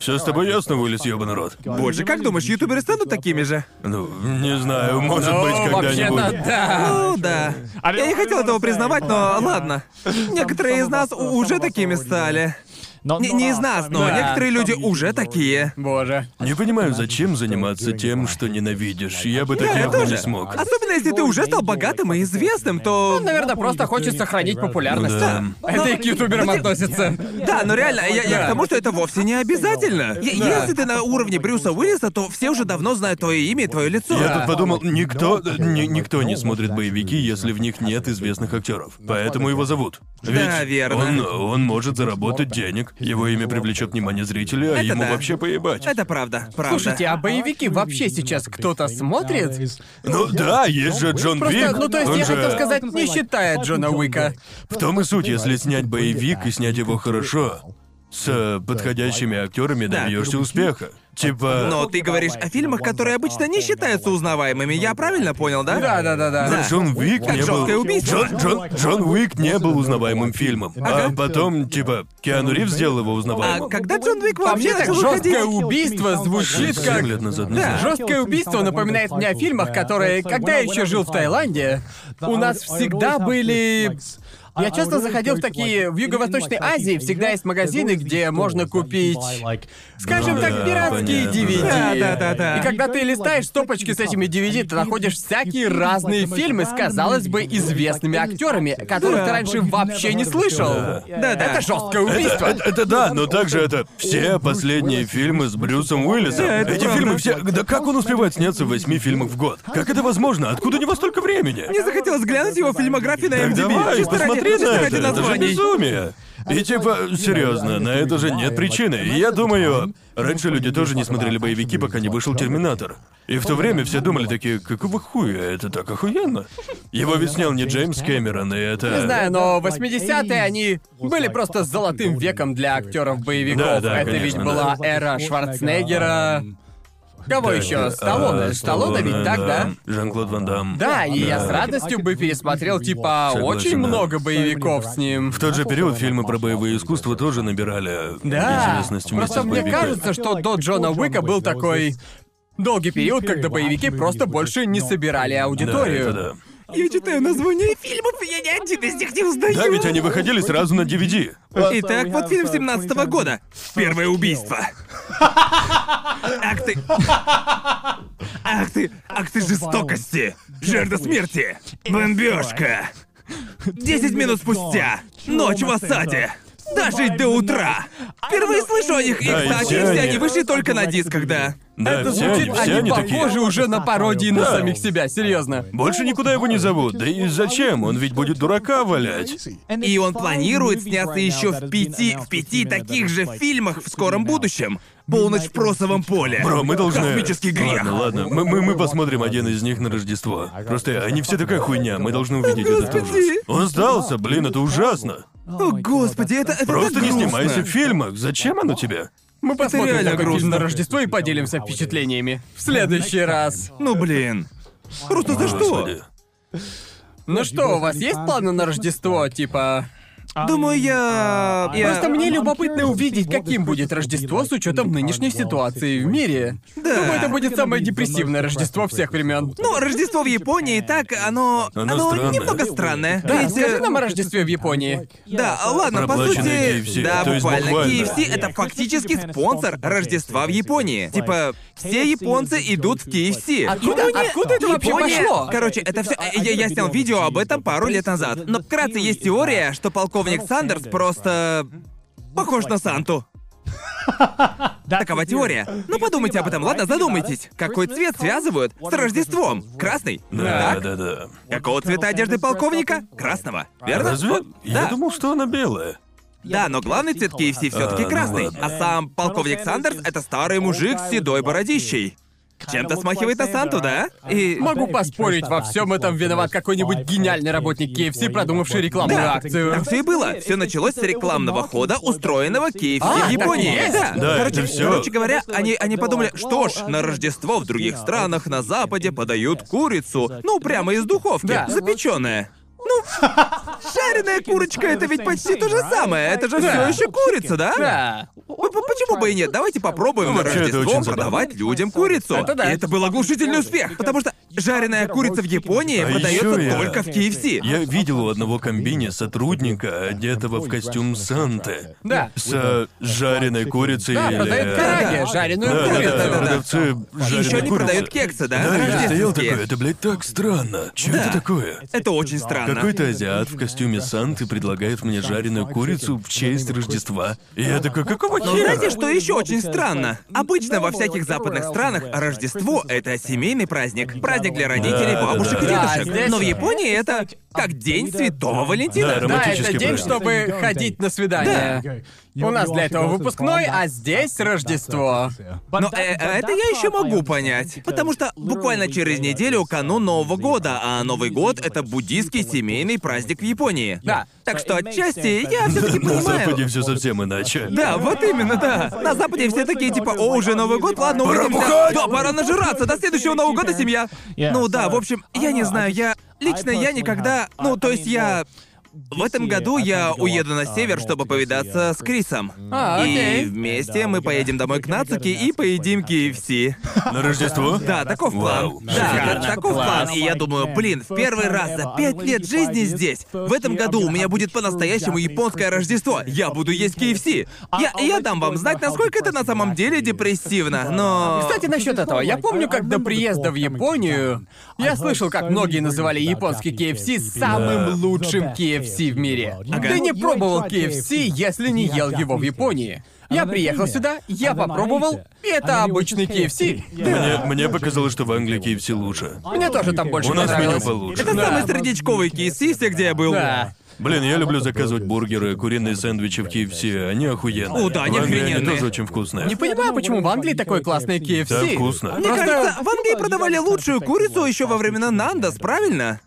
S2: Все с тобой ясно, Уиллис, ёбаный рот?
S1: Боже, как думаешь, ютуберы станут такими же?
S2: Ну, не знаю, может
S3: Ну,
S2: быть,
S3: вообще-то,
S2: когда-нибудь.
S3: да.
S1: Ну да. Я не хотел этого признавать, но ладно. Некоторые из нас у- уже такими стали. Не, не из нас, но
S3: Да.
S1: некоторые люди уже такие.
S3: Боже.
S2: Не понимаю, зачем заниматься тем, что ненавидишь. Я бы так
S1: Да, я
S2: явно не
S1: тоже. А
S2: смог.
S1: Особенно если ты уже стал богатым и известным, то...
S3: Он, Ну, наверное, просто хочет сохранить популярность.
S2: Да.
S3: Это и к ютуберам
S1: Но ты-
S3: относится.
S1: Да, но реально, я, я
S3: Да.
S1: к тому, что это вовсе не обязательно. Е-
S3: Да.
S1: Если ты на уровне Брюса Уиллиса, то все уже давно знают твое имя и твое лицо.
S2: Я тут подумал, никто, э, ни- никто не смотрит боевики, если в них нет известных актеров. Поэтому его зовут. Ведь
S1: Да, верно.
S2: Он, он может заработать денег, его имя привлечет внимание зрителей, а
S1: Это
S2: ему
S1: да.
S2: вообще поебать.
S1: Это правда, правда.
S3: Слушайте, а боевики вообще сейчас кто-то смотрит?
S2: Ну да, есть же Джон
S3: Просто,
S2: Вик.
S3: ну то есть
S2: он
S3: я
S2: же-
S3: хотел сказать, не считая Джона Уика.
S2: В том и суть, если снять боевик и снять его хорошо, с э, подходящими актерами
S1: Да.
S2: добьешься успеха. Типа.
S3: Ну,
S1: Но ты говоришь о фильмах, которые обычно не считаются узнаваемыми, я правильно понял, да?
S3: Да, да, да, да.
S2: Но э, Джон Уик
S1: Как
S2: не был.
S1: «Жёсткое убийство».
S2: Джон, Джон- Джон Уик не был узнаваемым фильмом. А потом, типа, Киану Ривз сделал его
S1: А
S2: узнаваемым.
S1: когда Джон Вик
S3: По
S1: вообще
S3: мне так
S1: начал выходить?
S3: жесткое убийство звучит
S2: Семь
S3: как.
S2: лет назад, не
S1: Да.
S2: знаю.
S3: Жесткое убийство напоминает мне о фильмах, которые, когда я еще жил в Таиланде, у нас всегда были. Я часто заходил в такие в Юго-Восточной Азии всегда есть магазины, где можно купить, скажем так,
S2: Да,
S3: пиратские
S2: понятно.
S3: DVD.
S1: Да, да, да, да.
S3: И когда ты листаешь стопочки с этими DVD, ты находишь всякие разные фильмы с, казалось бы, известными актерами, которых ты
S1: Да.
S3: раньше вообще не слышал.
S2: Да.
S3: Да, да, это жесткое убийство.
S2: Это, это да, но также это все последние фильмы с Брюсом Уиллисом.
S1: Да, это
S2: Эти
S1: правда.
S2: фильмы все. Да как он успевает сняться в восьми фильмах в год? Как это возможно? Откуда у него столько времени?
S1: Мне захотелось глянуть его фильмографию на
S2: Так
S1: MDB.
S2: давай,
S1: чисто ради,
S2: посмотри
S1: чисто
S2: на
S1: ради
S2: это, это же
S1: названий.
S2: безумие. И типа, серьезно, на это же нет причины. И я думаю, раньше люди тоже не смотрели боевики, пока не вышел Терминатор. И в то время все думали такие, какого хуя, это так охуенно. Его ведь снял не Джеймс Кэмерон, и это...
S3: Не знаю, но 80-е они были просто золотым веком для актеров боевиков.
S2: Да, да,
S3: Это ведь
S2: конечно,
S3: была эра Шварценеггера. Кого еще?
S2: А,
S3: Сталлоне. Сталлоне ведь так, да?
S2: Жан-Клод Ван Дамм.
S3: Да, и я с
S2: Да.
S3: радостью бы пересмотрел, типа,
S2: Согласен,
S3: очень
S2: да.
S3: много боевиков с ним.
S2: В тот же период фильмы про боевые искусства тоже набирали
S3: Да.
S2: известность вместе
S3: Просто
S2: с
S3: мне
S2: боевиками.
S3: кажется, что до Джона Уика был такой долгий период, когда боевики просто больше не собирали
S2: Да,
S3: аудиторию.
S2: это да.
S1: Я читаю названия фильмов, и я ни один из них не узнаю.
S2: Да, ведь они выходили сразу на DVD.
S1: Итак, вот фильм 17 года. Первое убийство. Ах ты... Ах ты... Ах ты жестокости. Жертва смерти. Бомбежка. Десять
S5: ну
S1: минут спустя. Ночь в осаде. Дожить
S5: ну
S1: до утра. Впервые слышу о них, и,
S2: Да, и
S1: кстати,
S2: все
S1: все
S2: они-
S1: они вышли только на дисках, да.
S2: Да,
S3: Это
S2: все
S3: звучит,
S1: а
S2: они, все они
S3: они
S2: такие.
S3: похожи уже на пародии на
S2: Да.
S3: самих себя, серьезно.
S2: Больше никуда его не зовут. Да и зачем? Он ведь будет дурака валять.
S1: И он планирует сняться еще в пяти, в пяти таких же фильмах в скором будущем. Полночь в просовом поле.
S2: Бро, мы должны...
S1: Космический грех.
S2: Ладно, ладно. Мы, мы, мы посмотрим один из них на Рождество. Просто они все такая хуйня. Мы должны увидеть этот ужас.
S1: Господи.
S2: Он сдался, блин, это ужасно.
S1: О, господи, это, это
S2: Просто
S1: так
S2: не
S1: грустно.
S2: снимайся в фильмах. Зачем оно тебе?
S3: Мы посмотрим
S1: реально
S3: такой фильм
S1: грустно.
S3: на Рождество и поделимся впечатлениями. В следующий раз.
S1: Ну блин. Просто за что?
S2: Господи.
S3: Ну что, у вас есть планы на Рождество? Типа,
S1: Думаю, я... я-
S3: Просто мне любопытно увидеть, каким будет Рождество с учетом нынешней ситуации в мире.
S1: Да.
S3: Думаю, это будет самое депрессивное Рождество всех времен.
S1: Ну, Рождество в Японии и так, оно...
S2: Оно странное.
S1: немного странное.
S3: Да,
S1: Ведь, э,
S3: скажи нам а о Рождестве в Японии.
S1: Да, ладно, по сути...
S2: Проплаченные KFC.
S1: Да,
S2: То есть
S1: буквально.
S2: буквально.
S1: KFC — это фактически спонсор Рождества в Японии. Типа, все японцы идут в KFC.
S3: Откуда- откуда это вообще
S1: Япония-
S3: пошло? А,
S1: Короче, это все... Я, я снял видео об этом пару лет назад. Но вкратце есть теория, что полковник Сандерс просто... Похож на Санту. Такова теория. Ну подумайте об этом, ладно, задумайтесь. Какой цвет связывают с Рождеством? Красный.
S2: Да,
S1: Так?
S2: да, да.
S1: Какого цвета одежды полковника? Красного. Верно?
S2: Разве?
S1: Вот,
S2: Я
S1: да.
S2: думал, что она белая.
S1: Да, но главный цвет KFC все-таки
S2: А, ну
S1: красный.
S2: ладно.
S1: А сам полковник Сандерс это старый мужик с седой бородищей. Чем-то смахивает на Санту, да? И.
S3: Могу поспорить, во всем этом виноват какой-нибудь гениальный работник KFC, продумавший рекламную
S1: Да,
S3: акцию.
S1: так все и было. Все началось с рекламного хода, устроенного KFC
S3: А,
S1: в
S3: так
S1: Японии.
S3: есть?
S1: Да.
S2: Да,
S1: короче,
S2: это всё.
S1: короче говоря, они, они подумали, что ж, на Рождество в других странах на Западе подают курицу. Ну, прямо из духовки,
S3: Да.
S1: запеченная. Ну, жареная курочка это ведь почти то же самое. Это же
S3: Да.
S1: все еще курица, да?
S3: Да.
S1: П- п- Почему бы и нет? Давайте попробуем
S2: Ну,
S1: на
S2: вообще, это
S1: Рождество
S2: очень забавно.
S1: продавать людям курицу.
S3: Это да.
S1: И это был оглушительный успех, потому что жареная курица в Японии
S2: А
S1: продается
S2: ещё я-
S1: только в KFC.
S2: Я видел у одного комбине сотрудника, одетого в костюм Санты.
S3: Да.
S2: С э, жареной курицей
S3: Да,
S2: или...
S3: продает караги, жареную
S2: Да, да,
S3: курицу.
S2: да,
S1: да.
S2: продавцы жареной
S1: Еще А, они
S2: курицы.
S1: продают кексы, да?
S2: Да, я стоял
S1: Рождественские.
S2: такой, это, блядь, так странно. Чё это такое?
S1: Это очень странно.
S2: Какой-то азиат в костюме Санты предлагает мне жареную курицу в честь Рождества. И я такой, какого
S3: Ну,
S1: Но
S2: хера?
S1: знаете, что еще очень странно? Обычно во всяких западных странах Рождество — это семейный праздник. Праздник для родителей,
S2: Да, да,
S1: бабушек и
S3: да. Да,
S1: дедушек.
S3: здесь-
S1: Но в Японии это как День Святого Валентина.
S2: Да,
S3: Да,
S2: Романтический
S3: это день,
S2: праздник.
S3: чтобы ходить на свидание. У нас для этого выпускной, а здесь Рождество.
S1: Но э, э, это я еще могу понять. Потому что буквально через неделю канун Нового года, а Новый год это буддийский семейный праздник в Японии.
S3: Да.
S1: Так что отчасти я все-таки
S2: На
S1: понимаю.
S2: Западе все совсем иначе.
S1: Да, вот именно, да. На Западе все такие типа, о, уже Новый год, ладно,
S2: Пора
S1: увидимся.
S2: бухать!
S1: Да, пора нажираться, до следующего Нового года, семья.
S5: Yeah,
S1: Ну да,
S5: so,
S1: в общем, я не знаю, я... Лично я никогда... Ну, то есть я... В этом году я уеду на север, чтобы повидаться с Крисом.
S3: А,
S1: И
S3: окей.
S1: вместе мы поедем домой к Нацуке и поедим KFC.
S2: На Рождество?
S1: Да, таков план.
S2: Вау.
S1: Да,
S2: Шикарно.
S1: та- таков план. И я думаю, блин, в первый раз за пять лет жизни здесь, в этом году у меня будет по-настоящему японское Рождество. Я буду есть KFC. Я, я дам вам знать, насколько это на самом деле депрессивно, но...
S3: Кстати, насчет этого. Я помню, как до приезда в Японию я слыхал, как многие называли японский KFC самым
S2: Да.
S3: лучшим KFC в мире. Ты не пробовал KFC, если не ел его в Японии. Я приехал сюда, я попробовал, и это обычный KFC.
S2: Мне, мне показалось, что в Англии KFC лучше.
S3: Мне тоже там больше
S2: У нас меню
S3: понравилось.
S2: получше.
S1: это
S3: Да.
S1: самый сердечковый KFC, все, где я был.
S3: Да.
S2: Блин, я люблю заказывать бургеры, куриные сэндвичи в KFC. Они охуенные.
S1: О, да, они
S2: В Англии
S1: охрененные.
S2: тоже очень вкусные.
S3: Не понимаю, почему в Англии такое классное KFC.
S2: Да, вкусно.
S1: Мне
S3: Просто-
S1: кажется, в Англии продавали лучшую курицу еще во времена Нандас, правильно?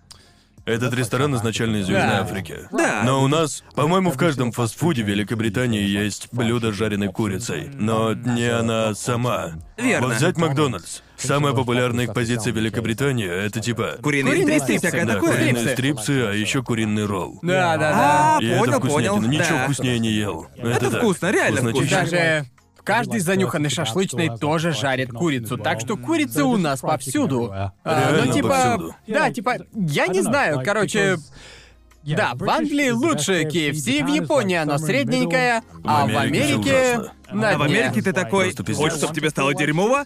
S2: Этот ресторан изначально из Южной
S3: Да.
S2: Африки.
S1: Да.
S2: Но у нас, по-моему, в каждом фастфуде Великобритании есть блюдо с жареной курицей. Но не она сама.
S1: Верно.
S2: Вот взять Макдональдс. Самая популярная их позиция в Великобритании — это типа...
S1: Куриные,
S3: Куриные
S1: стрипсы и
S3: стрипсы,
S1: всякое
S2: Да,
S1: такое.
S2: куриные
S3: Стрипсы.
S2: стрипсы, а еще куриный ролл.
S3: Да, да,
S1: А,
S3: да.
S2: И это
S1: понял,
S2: вкуснятина.
S1: понял.
S2: Ничего
S1: да.
S2: вкуснее не ел. Это,
S1: Это
S2: да.
S1: вкусно, реально
S2: Вкуснотища.
S1: вкусно.
S3: Даже каждый занюханный шашлычный тоже жарит курицу, так что курица у нас повсюду. А,
S2: Реально
S3: ну, типа,
S2: повсюду.
S3: да, типа, я не знаю, короче, да, в Англии лучшее KFC, в Японии оно средненькое, а в
S2: Америке всё
S3: Америке
S2: ужасно.
S3: на
S1: А в
S3: дне.
S1: Америке ты такой,
S2: Просто пиздец.
S1: хочешь, чтобы тебе стало дерьмово?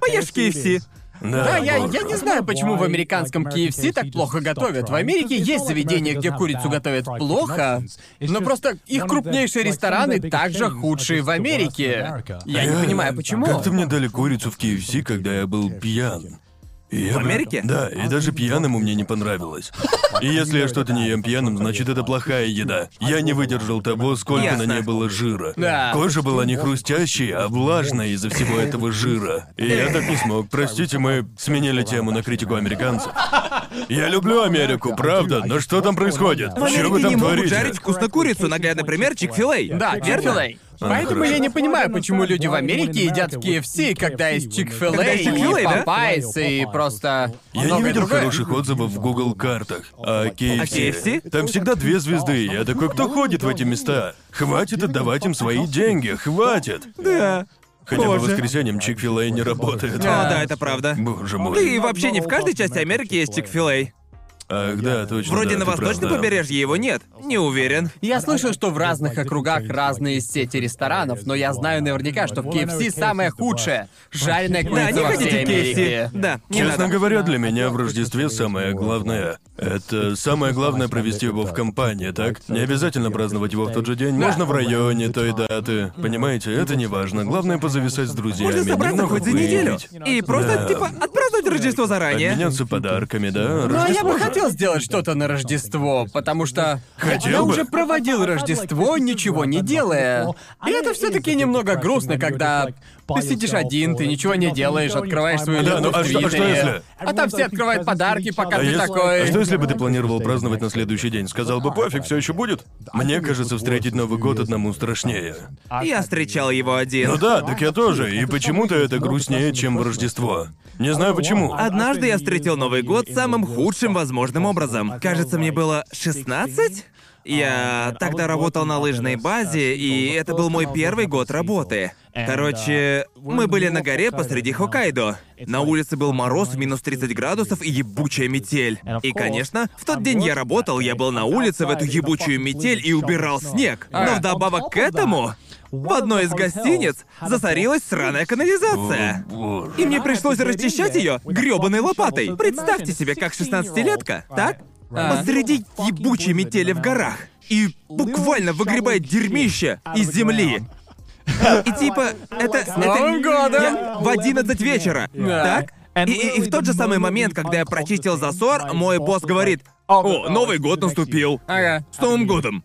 S1: Поешь KFC.
S2: Да,
S3: Да, я,
S2: бургер.
S3: я не знаю, почему в американском KFC так плохо готовят. В Америке есть заведения, где курицу готовят плохо, но просто их крупнейшие рестораны также худшие в Америке. Я не
S2: Реально.
S3: понимаю, почему.
S2: Как-то мне дали курицу в KFC, когда я был пьян. И
S1: В
S2: я бы-
S1: Америке?
S2: Да, и даже пьяному мне не понравилось. И если я что-то не ем пьяным, значит это плохая еда. Я не выдержал того, сколько
S1: Ясно.
S2: на ней было жира.
S3: Да.
S2: Кожа была не хрустящей, а влажной из-за всего этого жира. И я так не смог. Простите, мы сменили тему на критику американцев. Я люблю Америку, правда, но что там происходит?
S1: В
S2: Чего вы
S1: Америке
S2: там
S1: не могут
S2: творите?
S1: жарить вкусно курицу, наглядный пример Чикфилей.
S3: Да,
S1: верно?
S3: Chick-fil-A.
S2: Она
S3: Поэтому
S2: хорошая.
S3: я не понимаю, почему люди в Америке едят в KFC, когда есть Чикфиле
S1: Когда
S3: и
S1: есть Chick-fil-A, да?
S3: Popeyes и просто
S2: Я не
S3: многое
S2: видел
S3: другое.
S2: хороших отзывов в Google картах. А KFC?
S1: KFC?
S2: Там всегда две звезды. Я такой, кто ходит в эти места? Хватит отдавать им свои деньги, хватит.
S1: Да.
S2: Хотя по
S1: Боже.
S2: воскресеньям чик не работает.
S1: А, да, это правда.
S2: Боже мой.
S1: Да и вообще не в каждой части Америки есть Чикфилей.
S2: Ах, да, точно.
S1: Вроде на
S2: да, ты
S1: восточном
S2: прав, да.
S1: побережье его нет. Не уверен.
S3: Я слышал, что в разных округах разные сети ресторанов, но я знаю наверняка, что в KFC самое худшее. Жареная
S1: Да,
S3: курица
S1: не
S3: во всей
S1: ходите в
S3: Америке.
S1: KFC. Да, не
S2: Честно
S1: надо.
S2: говоря, для меня в Рождестве самое главное. Это самое главное провести его в компании, так? Не обязательно праздновать его в тот же день, можно в районе той даты. Понимаете, это не важно. Главное позависать с друзьями.
S1: Можно собраться
S2: немного
S1: хоть за неделю
S2: выпить,
S1: и просто, типа, отпраздновать Рождество
S3: А
S1: заранее.
S2: Обменяться подарками, да?
S3: Но Ну, а я
S2: Рождество
S3: бы
S2: же.
S3: хотел сделать что-то на Рождество, потому что
S2: Хотел
S3: я
S2: бы.
S3: уже проводил Рождество, ничего не делая. И это все-таки немного грустно, когда ты сидишь один, ты ничего не делаешь, открываешь свою
S2: Да, ну
S3: ленту
S2: а
S3: в
S2: что- а что
S3: Твиттере,
S2: если?
S3: а там все открывают подарки, пока
S2: А,
S3: ты
S2: ес-
S3: такой...
S2: а что если бы ты планировал праздновать на следующий день? Сказал бы, пофиг, все еще будет? Мне кажется, встретить Новый год одному страшнее.
S1: Я встречал его
S2: Ну
S1: один.
S2: да, так я тоже. И почему-то это грустнее, чем в Рождество. Не знаю почему.
S3: А
S1: Однажды я встретил Новый год самым худшим возможным образом. Кажется, мне было 16? Я тогда работал на лыжной базе, и это был мой первый год работы. Короче, мы были на горе посреди Хоккайдо. На улице был мороз, минус 30 градусов и ебучая метель. И, конечно, в тот день я работал, я был на улице в эту ебучую метель и убирал снег. Но вдобавок к этому, в одной из гостиниц засорилась сраная канализация.
S2: О, боже.
S1: И мне пришлось расчищать ее грёбаной лопатой. Представьте себе, как 16-летка, так?
S3: А.
S1: Посреди ебучей метели в горах. И буквально выгребает дерьмище из земли. И типа, это... это-
S3: Новым годом!
S1: Я в 11 вечера,
S3: Да.
S1: так? И, и- и в тот же самый момент, когда я прочистил засор, мой босс говорит, «О, Новый год наступил!
S3: Ага.
S1: С Новым годом!»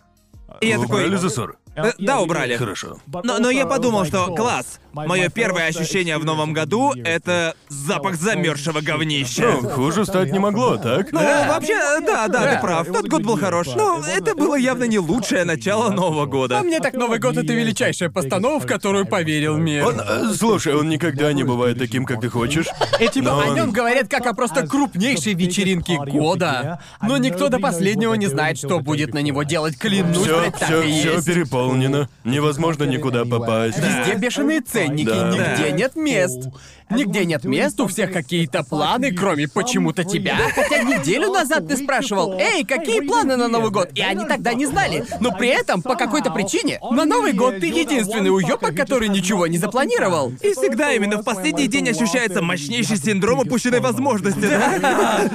S1: И я
S2: Вы
S1: такой...
S2: Убрали засор?
S1: «Э, Да, убрали.
S2: Хорошо.
S1: Но, но я подумал, что класс. Мое первое ощущение в новом году — это запах замерзшего говнища.
S2: Ну, хуже стать не могло, так?
S1: Ну, вообще, да, Э, да,
S3: Да.
S1: ты прав. Тот год был хорош. Но это было явно не лучшее начало Нового
S3: А
S1: года.
S3: мне так Новый год — это величайшая постанова, в которую поверил мир.
S2: Он, э, слушай, он никогда не бывает таким, как ты хочешь.
S3: И типа
S2: Но
S3: о
S2: он-
S3: нем говорят как о просто крупнейшей вечеринке года. Но никто до последнего не знает, что будет на него делать, клянусь,
S2: Все,
S3: блядь, Ну, так
S2: все,
S3: и
S2: все
S3: есть.
S2: переполнено. Невозможно никуда попасть.
S3: Везде бешеные ценники,
S2: Да.
S3: нигде
S1: Да.
S3: нет мест. Нигде нет мест, у всех какие-то планы, кроме почему-то тебя. Хотя неделю назад ты спрашивал, «Эй, какие планы на Новый год?» И они тогда не знали. Но при этом, по какой-то причине, на Новый год ты единственный уёбок, который ничего не запланировал.
S1: И всегда именно в последний день ощущается мощнейший синдром упущенной возможности, да?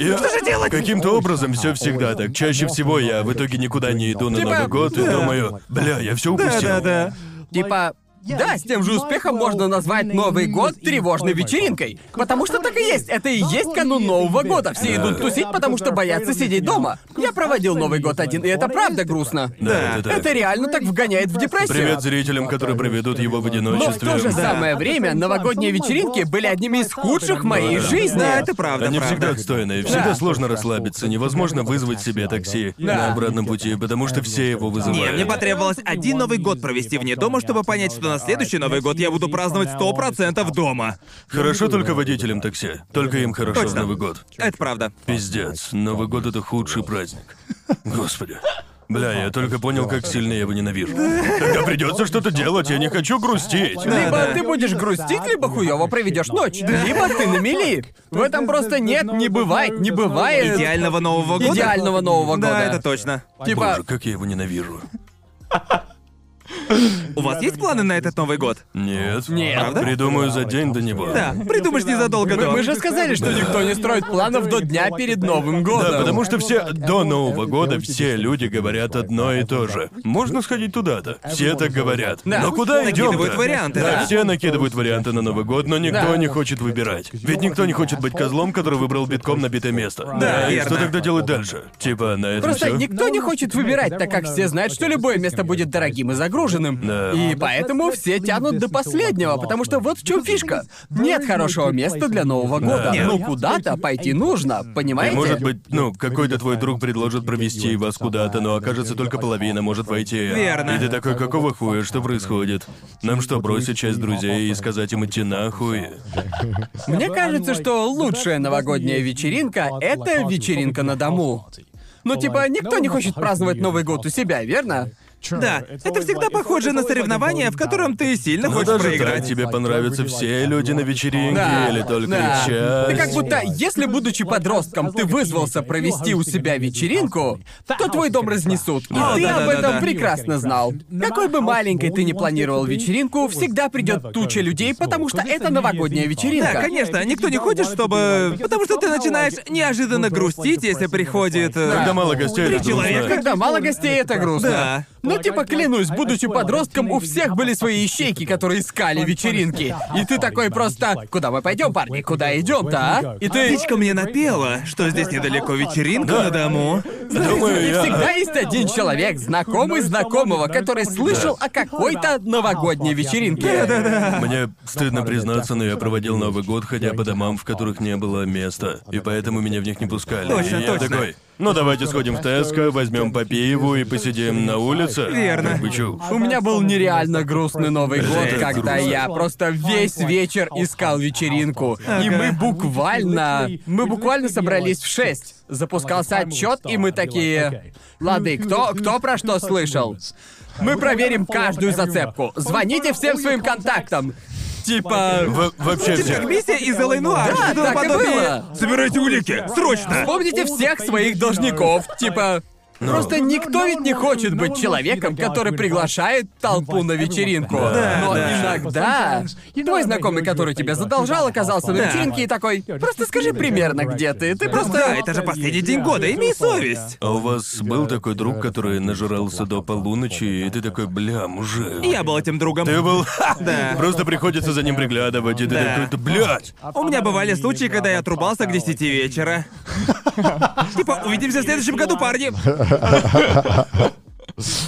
S3: Ну,
S2: Что же делать? Каким-то образом все всегда так. Чаще всего я в итоге никуда не иду на
S3: Типа,
S2: Новый год и
S3: да.
S2: думаю, бля, я все упустил.
S1: Да-да-да.
S3: Типа, да, с тем же успехом можно назвать Новый год тревожной вечеринкой. Потому что так и есть. Это и есть Э, канун Нового года. Все идут тусить, потому что боятся сидеть дома. Я проводил Новый год один, и это правда грустно.
S2: Да, это так.
S3: Это реально так вгоняет в депрессию.
S2: Привет зрителям, которые проведут его в
S3: Но в
S2: одиночестве.
S3: то же самое время новогодние вечеринки были одними из худших в моей жизни.
S1: Да, это правда,
S2: Они всегда
S1: правда.
S2: отстойные, всегда
S3: Да.
S2: сложно расслабиться, невозможно вызвать себе такси
S3: Да.
S2: на обратном пути, потому что все его
S1: Не,
S2: вызывают.
S1: мне потребовалось один Новый год провести вне дома, чтобы понять, что на следующий Новый год я буду праздновать 100% дома.
S2: Хорошо только водителям такси, только им хорошо в
S1: Точно.
S2: Новый год.
S1: Это правда.
S2: Пиздец, Новый год это худший праздник. Господи. Бля, я только понял, как сильно я его ненавижу. Тогда придется что-то делать, я не хочу грустить.
S3: Либо
S1: да.
S3: ты будешь грустить, либо хуёво проведешь ночь. Либо ты на мели. В этом просто нет, не бывает, не бывает.
S1: Идеального Нового года?
S3: Идеального Нового
S1: Да,
S3: года.
S1: это точно.
S3: Типа,
S2: Боже, как я его ненавижу.
S1: У вас есть планы на этот Новый год?
S2: Нет.
S3: Нет. Правда?
S2: Придумаю за день до него.
S1: Да, придумаешь незадолго
S3: Ну, Мы,
S1: до.
S3: мы же сказали, что никто не строит планов до дня перед Новым годом.
S2: Да, потому что все до Нового года все люди говорят одно и то же. Можно сходить туда-то. Все так говорят.
S3: Да.
S2: Но куда идем?
S1: Накидывают варианты,
S2: Да,
S1: да.
S2: все накидывают варианты на Новый год, но никто
S3: Да.
S2: не хочет выбирать. Ведь никто не хочет быть козлом, который выбрал битком набитое место. Да, и
S1: верно.
S2: что тогда делать дальше? Типа, на этом
S3: Просто
S2: всё?
S3: никто не хочет выбирать, так как все знают, что любое место будет дорогим и перезагруженным.
S2: Да.
S3: И поэтому все тянут до последнего, потому что вот в чем фишка. Нет хорошего места для Нового года.
S2: Да.
S3: Ну куда-то пойти нужно,
S2: И
S3: понимаете?
S2: может быть, ну, какой-то твой друг предложит провести вас куда-то, но окажется только половина может войти.
S1: Верно.
S2: И ты такой, какого хуя, что происходит? Нам что, бросить часть друзей и сказать им идти нахуй?
S3: Мне кажется, что лучшая новогодняя вечеринка — это вечеринка на дому. Ну типа, никто не хочет праздновать Новый год у себя, верно?
S1: Да, это всегда похоже на соревнование, в котором ты сильно
S2: Ну,
S1: хочешь
S2: даже
S1: проиграть.
S2: так тебе понравятся все люди на вечеринке
S3: Да,
S2: или только
S3: да.
S2: часть.
S3: Ты как будто, если, будучи подростком, ты вызвался провести у себя вечеринку, то твой дом разнесут. И
S1: Да,
S3: ты
S1: да,
S3: об
S1: да,
S3: этом
S1: да.
S3: прекрасно знал. Какой бы маленькой ты ни планировал вечеринку, всегда придет туча людей, потому что это новогодняя вечеринка.
S1: Да, конечно, никто не хочет, чтобы... Потому что ты начинаешь
S5: ну,
S1: неожиданно грустить, если приходит... э,
S2: Когда мало гостей,
S1: Три
S2: это грустно.
S1: человека.
S3: Когда мало гостей, это грустно.
S1: Да.
S3: Ну, типа, клянусь, будучи подростком, у всех были свои ищейки, которые искали вечеринки. И ты такой просто, куда мы пойдем, парни, куда идем-то, а? И ты...
S1: Птичка мне напела, что здесь недалеко вечеринка на дому.
S2: Думаю,
S3: И
S2: я...
S3: всегда есть один человек, знакомый знакомого, который слышал о какой-то новогодней вечеринке.
S2: Мне стыдно признаться, но я проводил Новый год, ходя по домам, в которых не было места. И поэтому меня в них не пускали.
S1: Точно,
S2: и я
S1: точно.
S2: такой, ну давайте сходим в Теско, возьмем по пиву и посидим на улице.
S1: Верно.
S2: Как бы чё.
S3: У меня был нереально грустный Новый год,
S2: Жесть.
S3: когда я просто весь вечер искал вечеринку. И мы буквально... Мы буквально собрались в 6. Запускался отчет, и мы такие... Лады, кто, кто про что слышал? Мы проверим каждую зацепку. Звоните всем своим контактам. Типа...
S2: Во- вообще
S1: Типа
S2: все.
S1: как миссия из Элэй Нуар,
S3: Да,
S1: что-то
S3: так и
S1: подобие.
S3: было.
S1: Собирайте улики, срочно!
S3: Вспомните всех своих должников, типа... Просто никто ведь не хочет быть человеком, который приглашает толпу на вечеринку.
S2: Да,
S3: Но
S1: да.
S3: иногда твой знакомый, который тебя задолжал, оказался на
S1: Да.
S3: вечеринке и такой, просто скажи примерно, где ты. Ты
S1: Просто
S3: просто...
S1: это же последний день года, имей совесть.
S2: А у вас был такой друг, который нажирался до полуночи, и ты такой, бля, мужик.
S1: Я был этим другом.
S2: Ты был...
S1: Да.
S2: Просто приходится за ним приглядывать, и ты
S1: Да.
S2: такой, «Да, блядь!
S1: У меня бывали случаи, когда я отрубался к 10 вечера. Типа, увидимся в следующем году, парни.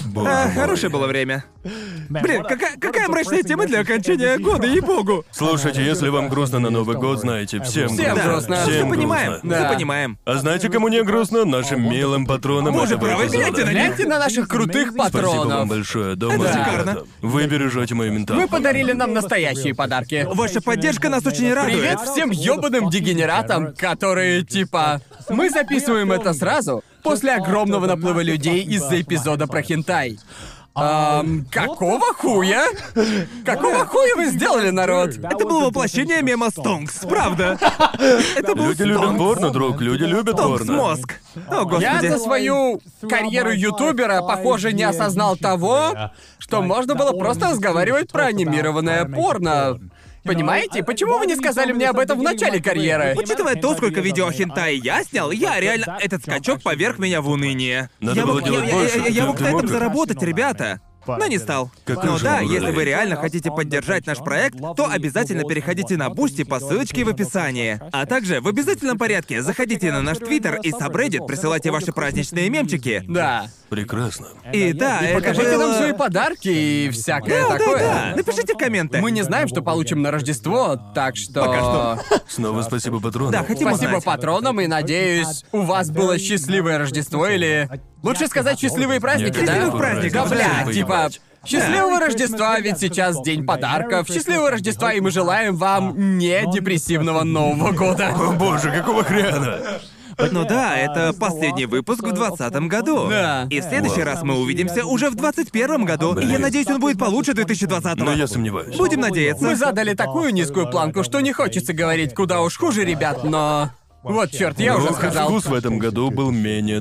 S2: Боже
S1: А,
S2: мой.
S1: хорошее было время. Блин, какая, какая мрачная тема для окончания года, ей-богу.
S2: Слушайте, если вам грустно на Новый год, знаете, всем,
S3: Всем
S2: грустно.
S3: грустно.
S1: все
S2: Всем
S1: понимаем,
S2: грустно.
S1: все
S3: Да.
S1: понимаем.
S2: А знаете, кому не грустно? Нашим милым патронам
S1: Боже,
S2: этого
S1: правый,
S2: эпизода.
S1: гляньте на них.
S3: Гляньте на наших крутых
S2: Спасибо вам
S3: патронов.
S2: большое, дома
S1: Это
S2: ребята.
S1: шикарно.
S2: Вы бережете мою менталку.
S3: Вы подарили нам настоящие подарки.
S1: Ваша поддержка нас очень радует.
S3: Привет всем ёбаным дегенератам, которые типа... Мы записываем это сразу, после огромного наплыва людей из-за эпизода про хентай.
S1: А,
S3: Ам, какого хуя? Какого хуя вы сделали, народ?
S1: Это было воплощение мема Стонкс, правда. Это был
S2: Люди любят
S1: Стонкс.
S2: порно, друг, люди любят
S1: Стонкс
S2: порно.
S1: мозг. О,
S3: Я за
S1: господи.
S3: свою карьеру ютубера, похоже, не осознал того, что можно было просто разговаривать про анимированное порно. Понимаете, почему вы не сказали мне об этом в начале карьеры?
S1: Учитывая то, сколько видео о хентае я снял, я реально... Этот скачок поверг меня в уныние.
S2: Надо
S1: я
S2: было
S1: мог,
S2: делать
S1: я- я-
S2: больше,
S1: я- я
S2: ты-
S1: мог
S2: ты
S1: на этом
S2: мог.
S1: заработать, ребята. Но не стал.
S2: Какой
S1: Но
S2: же
S1: да,
S2: он
S1: если вы
S2: уродец.
S1: реально хотите поддержать наш проект, то обязательно переходите на Бусти по ссылочке в описании. А также в обязательном порядке заходите на наш Твиттер и Сабреддит, присылайте ваши праздничные мемчики.
S3: Да.
S2: Прекрасно.
S1: И да, это
S3: Покажите
S1: было-
S3: нам свои подарки и всякое
S1: Да, да,
S3: такое.
S1: да. Напишите в комментах.
S3: Мы не знаем, что получим на Рождество, так что...
S2: Снова спасибо патронам.
S1: Да, хотим
S3: Спасибо
S1: узнать.
S3: патронам и надеюсь, у вас было счастливое Рождество или... Лучше сказать счастливые праздники, да?
S1: Счастливых праздников,
S3: Да, бля,
S2: спасибо,
S3: типа...
S2: понимаете.
S3: Счастливого Рождества, ведь сейчас день подарков. Счастливого Рождества, и мы желаем вам не депрессивного Нового года.
S2: О боже, какого хрена?
S1: Ну да, это последний выпуск в 2020 году.
S3: Да.
S1: И в следующий раз мы увидимся уже в 2021 году. И я
S2: Блин.
S1: надеюсь, он будет получше 2020
S2: Но Ну, я сомневаюсь.
S1: Будем надеяться.
S3: Мы задали такую низкую планку, что не хочется говорить куда уж хуже, ребят, но... Вот черт, я
S2: Но
S3: уже
S2: хоть
S3: сказал.
S2: вкус в этом году был менее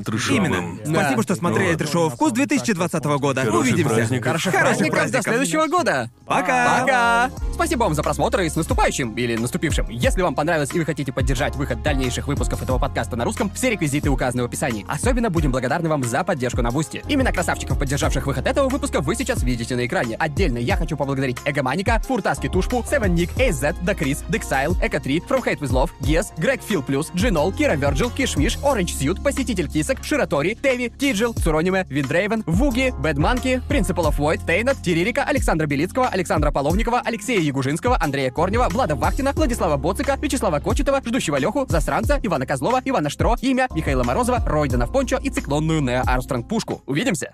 S1: Именно.
S2: трешовым.
S1: Спасибо, что смотрели
S2: Вот.
S1: «Трешовый вкус» 2020 года.
S2: Хороших
S1: Увидимся.
S2: праздников.
S1: Хороших
S3: Праздников
S1: праздников.
S3: до следующего года!
S1: Пока!
S3: Пока! Спасибо вам за просмотр и с наступающим или наступившим. Если вам понравилось и вы хотите поддержать выход дальнейших выпусков этого подкаста на русском, все реквизиты указаны в описании. Особенно будем благодарны вам за поддержку на Бусти. Именно красавчиков, поддержавших выход этого выпуска, вы сейчас видите на экране. Отдельно я хочу поблагодарить Эгоманика, Фуртаски Тушпу, Севен Ник, AZ, Дакрис, Дексайл, Эко 3, From Hate With Love, Гес, Грег Фил Плюс, Джинол, Кира Верджил, Кишмиш, Оранж Сьют, Посетитель Кисок, Ширатори, Теви, Тиджил, Сурониме, Виндрейвен, Вуги, Бэдманки, Принципал оф Войд, Тейнет, Тиририка, Александра Белицкого, Александра Половникова, Алексея Ягужинского, Андрея Корнева, Влада Вахтина, Владислава Боцика, Вячеслава Кочетова, Ждущего Леху, Засранца, Ивана Козлова, Ивана Штро, Имя, Михаила Морозова, Ройдана в Пончо и циклонную Нео Армстронг Пушку. Увидимся!